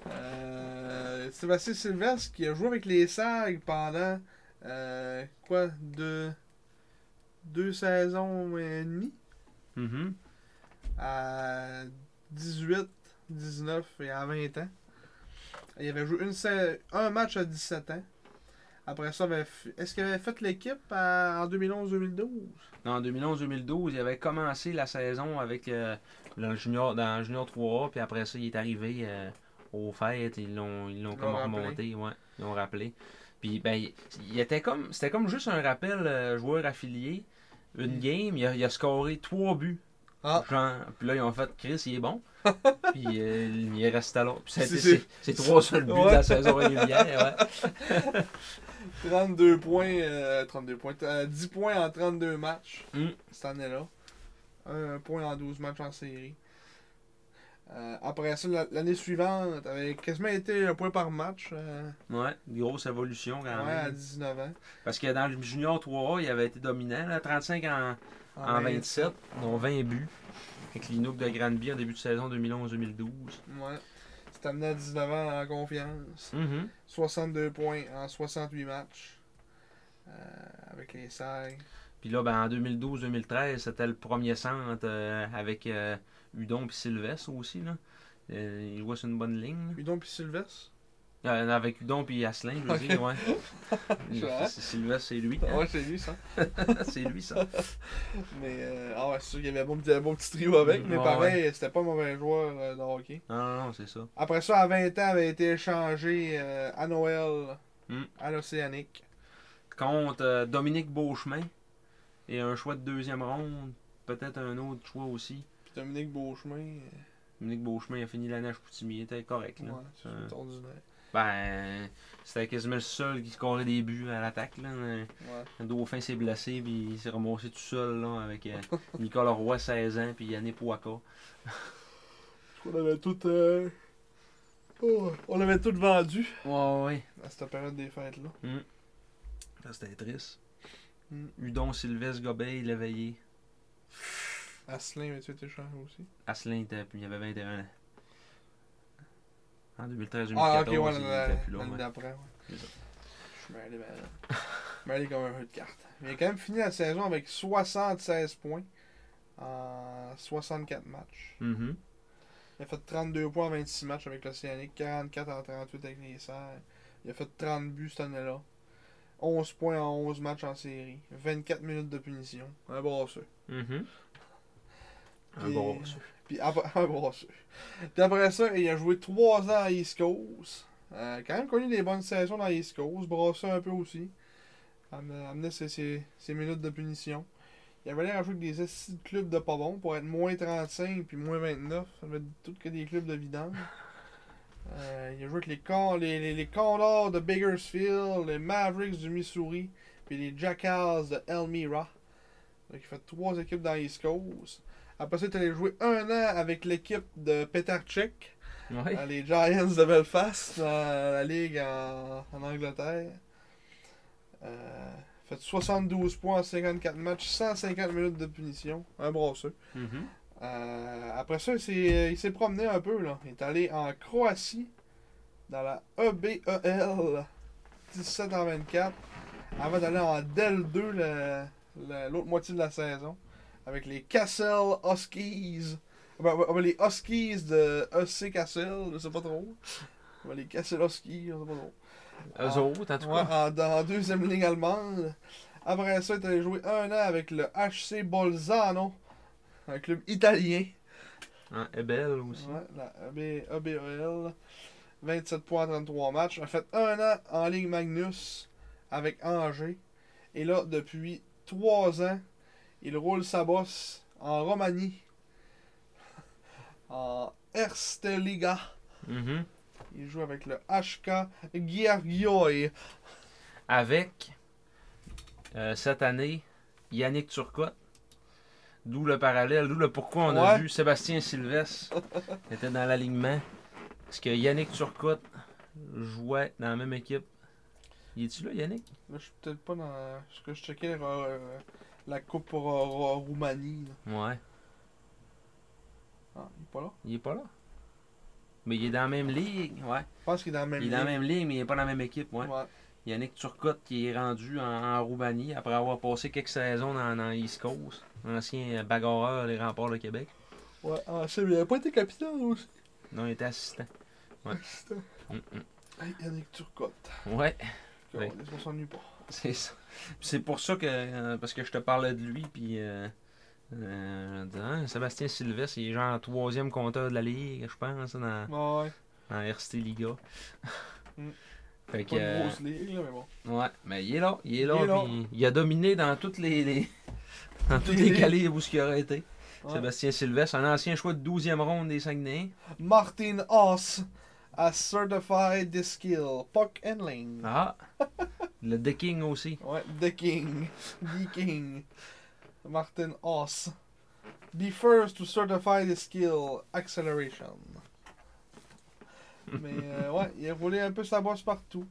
[SPEAKER 1] Euh, Sébastien Sylvestre qui a joué avec les SAG pendant euh, quoi deux, deux saisons et demie
[SPEAKER 2] Mhm.
[SPEAKER 1] à 18, 19 et à 20 ans. Il avait joué une, sa- un match à 17 ans. Après ça, avait f- est-ce qu'il avait fait l'équipe à- en 2011-2012
[SPEAKER 2] En 2011-2012, il avait commencé la saison avec euh, le junior, dans le Junior 3A, puis après ça, il est arrivé euh, aux fêtes, ils l'ont, ils l'ont
[SPEAKER 1] Ils
[SPEAKER 2] comme
[SPEAKER 1] l'ont rappelé.
[SPEAKER 2] remonté, ouais, ils l'ont rappelé. Puis ben, il, il était comme, c'était comme juste un rappel euh, joueur affilié, une
[SPEAKER 1] Mm.
[SPEAKER 2] game, il a, il a scoré trois buts.
[SPEAKER 1] Ah.
[SPEAKER 2] Genre, puis là, ils ont fait Chris, il est bon. puis euh, il est resté là. Puis ça a été
[SPEAKER 1] C'est-
[SPEAKER 2] ses, ses trois seuls buts de
[SPEAKER 1] Ouais.
[SPEAKER 2] la saison régulière. ouais.
[SPEAKER 1] 32 points, euh, 32 points, euh, 10 points en 32 matchs
[SPEAKER 2] Mm.
[SPEAKER 1] cette année-là. Un point en 12 matchs en série. Euh, après ça, la- l'année suivante, avait quasiment été un point par match euh,
[SPEAKER 2] Ouais, une grosse évolution quand
[SPEAKER 1] ouais,
[SPEAKER 2] même.
[SPEAKER 1] à 19 ans.
[SPEAKER 2] Parce que dans le Junior 3A, il avait été dominant, là, 35 en,
[SPEAKER 1] Ah,
[SPEAKER 2] en
[SPEAKER 1] ben,
[SPEAKER 2] 27, dont 20 buts. Avec l'Inoup de Granby en début de saison 2011-2012.
[SPEAKER 1] Ouais. C'est amené à 19 ans en confiance.
[SPEAKER 2] Mhm.
[SPEAKER 1] 62 points en 68 matchs. Euh, avec les SAG.
[SPEAKER 2] Puis là, ben, en 2012-2013, c'était le premier centre euh, avec euh, Hudon puis Sylvestre aussi. Là. Euh, ils jouaient sur une bonne ligne.
[SPEAKER 1] Udon puis Sylvestre.
[SPEAKER 2] là. Euh, avec Hudon puis Asselin, je veux
[SPEAKER 1] Ok.
[SPEAKER 2] dire, ouais.
[SPEAKER 1] Je vois.
[SPEAKER 2] C'est- Sylvestre, c'est lui. hein,
[SPEAKER 1] Ouais, j'ai vu ça.
[SPEAKER 2] c'est lui, ça.
[SPEAKER 1] Mais, euh, ah ouais, c'est sûr qu'il y avait un beau petit, un beau petit trio avec, mais
[SPEAKER 2] Ouais,
[SPEAKER 1] pareil, c'était pas un mauvais joueur euh, de hockey.
[SPEAKER 2] Non, non, non, c'est ça.
[SPEAKER 1] Après ça, à 20 ans, avait été échangé euh, à Noël,
[SPEAKER 2] Mm.
[SPEAKER 1] à l'Océanique.
[SPEAKER 2] Contre euh, Dominique Beauchemin et un choix de deuxième ronde. Peut-être un autre choix aussi.
[SPEAKER 1] Puis Dominique Beauchemin, euh,
[SPEAKER 2] Dominique Beauchemin a fini l'année à Chicoutimi, il était correct. Là.
[SPEAKER 1] ouais, c'est
[SPEAKER 2] Euh.
[SPEAKER 1] ordinaire.
[SPEAKER 2] Ben, c'était quasiment le seul qui scorait des buts à l'attaque. là.
[SPEAKER 1] Ouais.
[SPEAKER 2] Le Dauphin s'est blessé, puis il s'est remboursé tout seul là, avec euh, Nicolas Roy, 16 ans, puis Yannick Waka.
[SPEAKER 1] On avait tout. euh, oh, on avait tout vendu
[SPEAKER 2] Ouais, ouais.
[SPEAKER 1] à cette période des fêtes-là.
[SPEAKER 2] Ah, C'était triste.
[SPEAKER 1] Mm.
[SPEAKER 2] Hudon, Hmm. Sylvestre, Gobet, Léveillé.
[SPEAKER 1] Asselin avait-tu été échangé aussi
[SPEAKER 2] Asselin, était, il avait 21 ans. En 2013-2014,
[SPEAKER 1] Ah, ok, ouais,
[SPEAKER 2] il
[SPEAKER 1] l'année
[SPEAKER 2] était plus là.
[SPEAKER 1] l'année
[SPEAKER 2] ouais.
[SPEAKER 1] d'après, ouais.
[SPEAKER 2] C'est ça.
[SPEAKER 1] Je suis mêlé, malade. Je suis mêlé comme un jeu de cartes. Mais il a quand même fini la saison avec 76 points en 64 matchs.
[SPEAKER 2] Mhm.
[SPEAKER 1] Il a fait 32 points en 26 matchs avec l'Océanique, 44 en 38 avec les Serres. Il a fait 30 buts cette année-là. 11 points en 11 matchs en série. 24 minutes de punition. Un brasseux.
[SPEAKER 2] Mhm. Un
[SPEAKER 1] Puis-
[SPEAKER 2] bon
[SPEAKER 1] Puis après, un brasseux. Puis après ça, il a joué 3 ans à East Coast. Euh, quand même connu des bonnes saisons dans East Coast. Brasseux un peu aussi. Amenait amenait ses, ses- ses minutes de punition. Il avait l'air à jouer avec des assis de clubs de pas bons pour être moins 35 puis moins 29. Ça veut dire tout que des clubs de vidange. Euh, il a joué avec les, Con- les, les, les Condors de Bakersfield, les Mavericks du Missouri, puis les Jackals de Elmira. Donc il fait trois équipes dans East Coast. Après ça, il est allé jouer un an avec l'équipe de Petarchik,
[SPEAKER 2] Ouais.
[SPEAKER 1] euh, les Giants de Belfast, dans la ligue en, en Angleterre. Euh, fait 72 points en 54 matchs, 150 minutes de punition, un brasseux.
[SPEAKER 2] Mhm.
[SPEAKER 1] Euh, après ça, il s'est, il s'est promené un peu. Là. Il est allé en Croatie, dans la E EBEL, 17 en 24, avant d'aller en DEL 2 le- le- l'autre moitié de la saison, avec les Castle Huskies. Ah ben, ah ben, les Huskies de EC Castle, je sais pas trop. Ah ben, les Castle Huskies, je sais pas trop.
[SPEAKER 2] Eux
[SPEAKER 1] Ah.
[SPEAKER 2] autres, en tout
[SPEAKER 1] Ouais,
[SPEAKER 2] cas.
[SPEAKER 1] en, en deuxième ligne allemande. Après ça, il est allé jouer un an avec le HC Bolzano, un club italien.
[SPEAKER 2] En Ah, Ebel aussi.
[SPEAKER 1] Ouais, la AB ABEL. 27 points en 33 matchs. A fait un an en Ligue Magnus avec Angers. Et là, depuis 3 ans, il roule sa bosse en Romanie. En Erste Liga.
[SPEAKER 2] Mhm.
[SPEAKER 1] Il joue avec le HK Gheorghioui.
[SPEAKER 2] avec euh, cette année Yannick Turcotte. D'où le parallèle, d'où le pourquoi on a
[SPEAKER 1] Ouais.
[SPEAKER 2] vu Sébastien Sylvestre qui était dans l'alignement. Parce que Yannick Turcotte jouait dans la même équipe. Il est-tu là, Yannick
[SPEAKER 1] Là, je suis peut-être pas dans. Ce que je checkais euh, la Coupe Ro- Ro- Roumanie. là.
[SPEAKER 2] Ouais.
[SPEAKER 1] Ah, il est pas là.
[SPEAKER 2] Il est pas là. Mais il est dans la même ligue, ouais.
[SPEAKER 1] Je pense qu'il est dans la même
[SPEAKER 2] Il est dans la
[SPEAKER 1] ligue.
[SPEAKER 2] même ligue, mais il est pas dans la même équipe, ouais.
[SPEAKER 1] Ouais.
[SPEAKER 2] Yannick Turcotte qui est rendu en, en Roumanie après avoir passé quelques saisons dans, dans East Coast, ancien bagarreur des remparts de Québec.
[SPEAKER 1] Ouais, ah, c'est- il avait pas été capitaine aussi.
[SPEAKER 2] Non, il était assistant. Mm,
[SPEAKER 1] Hey, Yannick Turcotte.
[SPEAKER 2] mm. Ouais.
[SPEAKER 1] On
[SPEAKER 2] Ouais.
[SPEAKER 1] On s'ennuie pas.
[SPEAKER 2] C'est ça. Puis C'est pour ça que. euh, parce que je te parlais de lui, puis. euh, euh, je dis, hein, Sébastien Sylvestre, il est genre troisième compteur de la Ligue, je pense, dans,
[SPEAKER 1] Ouais,
[SPEAKER 2] dans RCT Liga.
[SPEAKER 1] Mm.
[SPEAKER 2] fait que.
[SPEAKER 1] pas une
[SPEAKER 2] euh,
[SPEAKER 1] grosse ligue, là, mais bon.
[SPEAKER 2] ouais, mais il est là, il est là,
[SPEAKER 1] Il est là.
[SPEAKER 2] puis il a dominé dans toutes les. les- dans tous
[SPEAKER 1] Les-
[SPEAKER 2] les calibres où ce qu'il aurait été.
[SPEAKER 1] Ouais.
[SPEAKER 2] Sébastien Sylvestre, un ancien choix de 12e ronde des Saguenay.
[SPEAKER 1] Martin Haas a certified this skill. Puck handling.
[SPEAKER 2] Ah! Le The King aussi.
[SPEAKER 1] Ouais, the king. The king. Martin Haas. The first to certify this skill. Acceleration. Mais euh, ouais, il a roulé un peu sa bosse partout.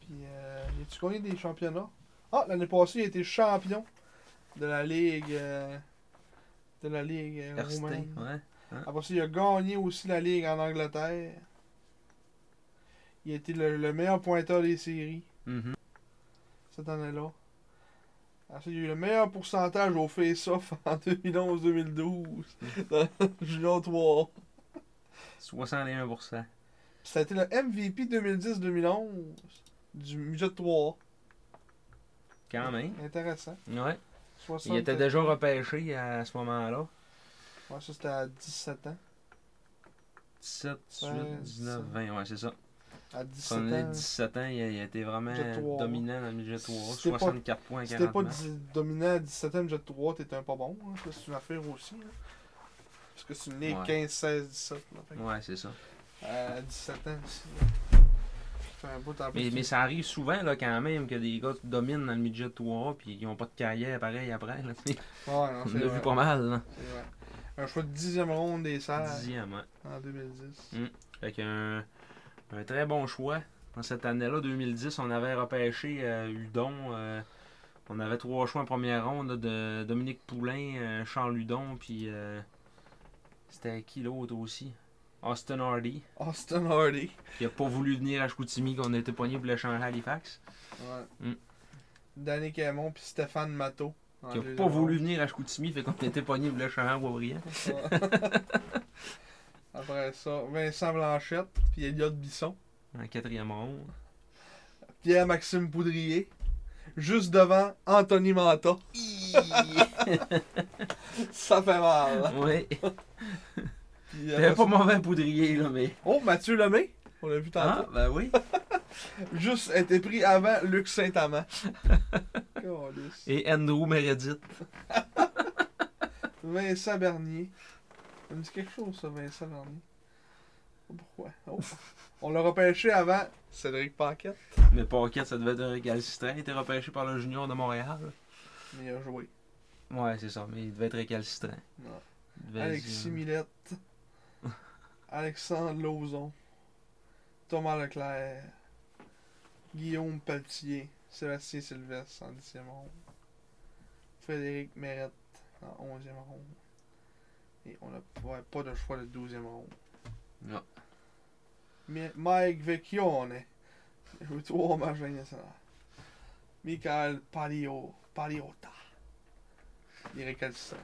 [SPEAKER 1] Puis, euh, il a-tu gagné des championnats? Ah, l'année passée, il a été champion de la Ligue... euh, de la Ligue euh,
[SPEAKER 2] RCT,
[SPEAKER 1] roumaine.
[SPEAKER 2] ouais.
[SPEAKER 1] Après ça, il a gagné aussi la Ligue en Angleterre. Il a été le, le meilleur pointeur des séries
[SPEAKER 2] Mhm.
[SPEAKER 1] cette année-là. Ah, c'est- il y a eu le meilleur pourcentage au face-off en 2011-2012 dans le Junior 3.
[SPEAKER 2] 61%.
[SPEAKER 1] Ça a été le MVP 2010-2011 du Midget 3.
[SPEAKER 2] Quand même.
[SPEAKER 1] Intéressant.
[SPEAKER 2] Ouais.
[SPEAKER 1] 60...
[SPEAKER 2] Il était déjà repêché à ce moment-là.
[SPEAKER 1] Ouais, ça c'était à 17 ans.
[SPEAKER 2] 17, 18,
[SPEAKER 1] Ouais,
[SPEAKER 2] 19,
[SPEAKER 1] c'est
[SPEAKER 2] 20. Ouais, c'est ça.
[SPEAKER 1] À
[SPEAKER 2] Quand on est
[SPEAKER 1] 17 ans.
[SPEAKER 2] 17 ans, il a, il a été vraiment
[SPEAKER 1] Midget trois.
[SPEAKER 2] dominant dans le milieu 3.
[SPEAKER 1] C'était pas-
[SPEAKER 2] 64 points en
[SPEAKER 1] Si t'es
[SPEAKER 2] 40
[SPEAKER 1] pas
[SPEAKER 2] matchs.
[SPEAKER 1] dix- dominant à 17 ans, Midget 3, t'étais un pas bon. hein. Ça, c'est une affaire aussi. hein. Parce que c'est né
[SPEAKER 2] Ouais.
[SPEAKER 1] 15, 16, 17. là. Fait que,
[SPEAKER 2] Ouais, c'est ça.
[SPEAKER 1] À 17 ans aussi. C'est un bout en
[SPEAKER 2] Mais,
[SPEAKER 1] plus.
[SPEAKER 2] mais ça arrive souvent là, quand même que des gars dominent dans le midget 3 puis ils ont pas de carrière pareil après. Là, tu sais.
[SPEAKER 1] Ouais, non,
[SPEAKER 2] on
[SPEAKER 1] c'est
[SPEAKER 2] l'a
[SPEAKER 1] vrai.
[SPEAKER 2] vu pas mal.
[SPEAKER 1] C'est vrai. Un choix de 10e ronde des
[SPEAKER 2] Là.
[SPEAKER 1] Serres
[SPEAKER 2] Dixième. hein.
[SPEAKER 1] en 2010.
[SPEAKER 2] Fait qu'un un très bon choix. Dans cette année-là, 2010, on avait repêché euh, Hudon. euh, on avait trois choix en première ronde là, de Dominique Poulain, euh, Charles Hudon, puis euh, c'était qui l'autre aussi Austin Hardy,
[SPEAKER 1] Austin Hardy.
[SPEAKER 2] qui a pas voulu venir à Chicoutimi, qu'on a été poigné pour le changer à Halifax.
[SPEAKER 1] Ouais.
[SPEAKER 2] Mm.
[SPEAKER 1] Danny Camon puis Stéphane Matteau. en
[SPEAKER 2] Qui a
[SPEAKER 1] deuxième
[SPEAKER 2] pas voulu
[SPEAKER 1] ronde.
[SPEAKER 2] venir à Chicoutimi, fait qu'on a été poigné pour le changer à Boisbriand.
[SPEAKER 1] Après ça, Vincent Blanchette puis Elliot Bisson.
[SPEAKER 2] En quatrième ronde.
[SPEAKER 1] Pierre-Maxime Poudrier. Juste devant Anthony Manta. Ça fait mal.
[SPEAKER 2] oui.
[SPEAKER 1] Puis
[SPEAKER 2] T'avais
[SPEAKER 1] après
[SPEAKER 2] pas
[SPEAKER 1] ça-
[SPEAKER 2] mauvais à poudrier, là, mais.
[SPEAKER 1] Oh, Mathieu Lemay. On l'a vu tantôt.
[SPEAKER 2] Ah, ben oui. Hein?
[SPEAKER 1] Juste été pris avant Luc Saint-Amand. Câlisse.
[SPEAKER 2] Et Andrew Meredith.
[SPEAKER 1] Vincent Bernier. Ça me dit quelque chose, ça, Vincent Bernier. Je sais pas Pourquoi? Oh. On l'a repêché avant Cédric Paquette,
[SPEAKER 2] Mais Paquette, ça devait être un récalcitrant. Il était repêché par le junior de Montréal.
[SPEAKER 1] mais il a joué.
[SPEAKER 2] Ouais, c'est ça, mais il devait être récalcitrant.
[SPEAKER 1] Non.
[SPEAKER 2] Il devait- euh,
[SPEAKER 1] Alexis Millette. Alexandre Lauzon. Thomas Leclerc. Guillaume Paltier. Sébastien Sylvestre en 10e ronde. Frédéric Mérette en 11e ronde. Et on n'a pas- pas de choix de 12e ronde.
[SPEAKER 2] Non.
[SPEAKER 1] Mi- Mike Vecchione. Il joue trois hommages à l'Union nationale. Michael Palio, Paliota. Il est récalcitrant.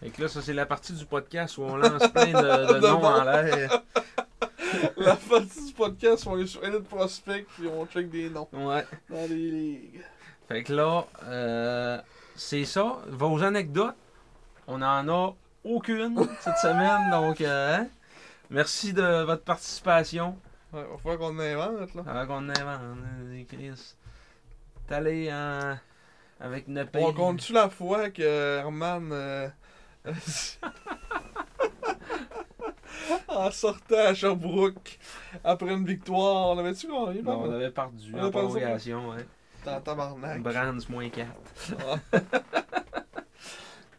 [SPEAKER 2] Fait que là, ça, c'est la partie du podcast où on lance plein de, de
[SPEAKER 1] De
[SPEAKER 2] noms
[SPEAKER 1] noms.
[SPEAKER 2] en l'air.
[SPEAKER 1] La partie du podcast, on est sur Edit Prospect puis on check des noms
[SPEAKER 2] Ouais.
[SPEAKER 1] dans les ligues.
[SPEAKER 2] Fait que là, euh, c'est ça. Vos anecdotes, on en a aucune cette semaine, donc. euh, hein. Merci de votre participation.
[SPEAKER 1] Ouais, va falloir qu'on invente là.
[SPEAKER 2] Avant qu'on euh, invente, des crises. T'es allé en- euh, avec une paye.
[SPEAKER 1] On compte-tu la fois que Herman. euh, en sortant à Sherbrooke après une victoire, on avait-tu gagné par
[SPEAKER 2] Non, on avait perdu
[SPEAKER 1] hein. On
[SPEAKER 2] en
[SPEAKER 1] a perdu.
[SPEAKER 2] prolongation, ouais.
[SPEAKER 1] Dans tabarnak.
[SPEAKER 2] Brands moins 4.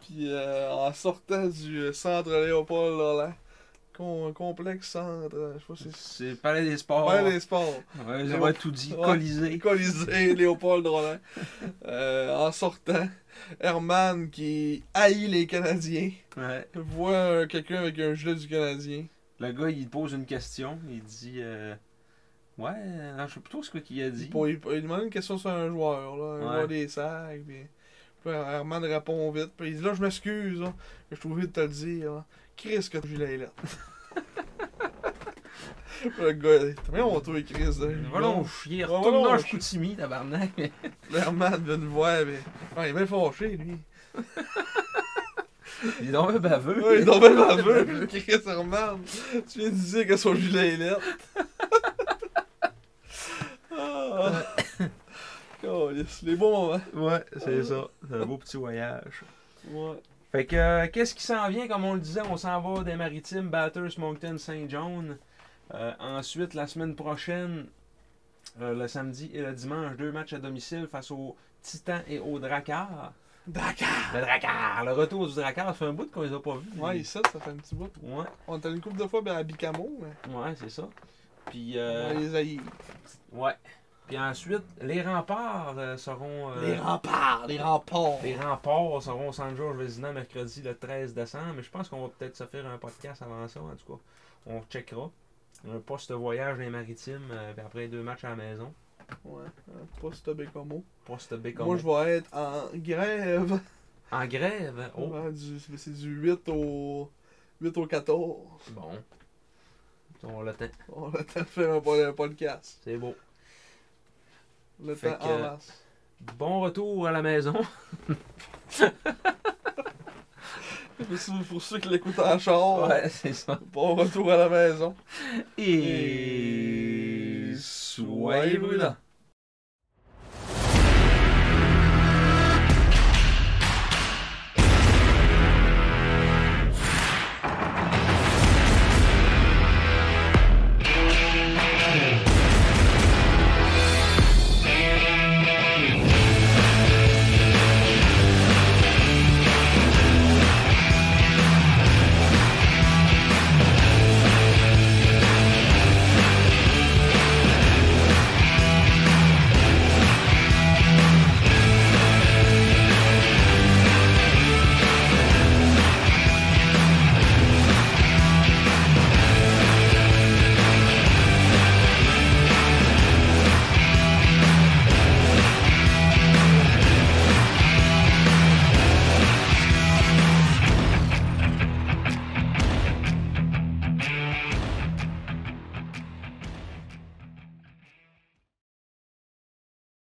[SPEAKER 1] Puis euh, en sortant du euh, centre Léopold Lolland, con- complexe centre, euh, je sais pas si c'est.
[SPEAKER 2] C'est le palais des sports.
[SPEAKER 1] Ouais, les sports.
[SPEAKER 2] Ouais, ils ont tout dit, colisé.
[SPEAKER 1] Colisée, Léopold Rollin. Euh, en sortant, Herman qui haït les Canadiens,
[SPEAKER 2] Ouais.
[SPEAKER 1] voit euh, quelqu'un avec un gilet du Canadien.
[SPEAKER 2] Le gars, il pose une question. Il dit. euh, Ouais, non, je sais plutôt ce que- qu'il a
[SPEAKER 1] Il,
[SPEAKER 2] dit.
[SPEAKER 1] po- il- il demande une question sur un joueur, là, un
[SPEAKER 2] Ouais.
[SPEAKER 1] joueur des sacs. Puis, puis Herman répond vite. Puis il dit Là, je m'excuse, là, mais je suis obligé de te le dire. là. Chris, que tu l'as là. le gars, t'as bien honte, Chris. hein. là.
[SPEAKER 2] Va donc
[SPEAKER 1] Ouais,
[SPEAKER 2] chier, retourne
[SPEAKER 1] ouais,
[SPEAKER 2] dans
[SPEAKER 1] ouais,
[SPEAKER 2] le
[SPEAKER 1] je-
[SPEAKER 2] Chicoutimi, tabarnak.
[SPEAKER 1] Herman vient nous voir, mais ouais, il est bien fâché, lui.
[SPEAKER 2] Il est donc bien baveux.
[SPEAKER 1] Ouais, il est tombé dans le vœu, puis Chris Herman. Tu viens de dire que son gilet est lettre. ah. Câlisse, les bons moments. hein.
[SPEAKER 2] Ouais, c'est ça. C'est un beau petit voyage.
[SPEAKER 1] Ouais.
[SPEAKER 2] Fait que, euh, qu'est-ce qui s'en vient, comme on le disait, on s'en va des Maritimes, Bathurst, Moncton, Saint John. Euh, ensuite, la semaine prochaine, euh, le samedi et le dimanche, deux matchs à domicile face aux Titans et aux Drakkar.
[SPEAKER 1] Dakar!
[SPEAKER 2] Le Drakkar, le retour du Drakkar, ça fait un bout qu'on les a pas vus.
[SPEAKER 1] Ouais, ici, ça fait un petit bout.
[SPEAKER 2] ouais,
[SPEAKER 1] On est allé une couple de fois ben, à Bicamo, mais
[SPEAKER 2] ouais, c'est ça. Puis,
[SPEAKER 1] on
[SPEAKER 2] euh,
[SPEAKER 1] les haïs.
[SPEAKER 2] ouais. Puis ensuite, les remparts euh, seront. euh,
[SPEAKER 1] remparts, les remparts.
[SPEAKER 2] Les remparts seront au San Georges Vézina mercredi le 13 décembre. Mais je pense qu'on va peut-être se faire un podcast avant ça. En tout cas, on checkera. Un poste voyage dans les maritimes, euh, puis après deux matchs à la maison.
[SPEAKER 1] Ouais, euh, pas ce big mot.
[SPEAKER 2] Pas ce bécon.
[SPEAKER 1] Moi, je vais être en grève.
[SPEAKER 2] En grève. Oh,
[SPEAKER 1] Ouais, du- C'est du 8 au, 8 au 14.
[SPEAKER 2] bon. On l'attend.
[SPEAKER 1] On a le temps de faire un pod- un podcast.
[SPEAKER 2] C'est beau.
[SPEAKER 1] Le
[SPEAKER 2] Fait
[SPEAKER 1] temps
[SPEAKER 2] que-
[SPEAKER 1] en masse.
[SPEAKER 2] Bon retour à la maison.
[SPEAKER 1] Mais c'est pour ceux qui l'écoutent en char,
[SPEAKER 2] Ouais, c'est ça.
[SPEAKER 1] bon retour à la maison.
[SPEAKER 2] Et soyez brûlants.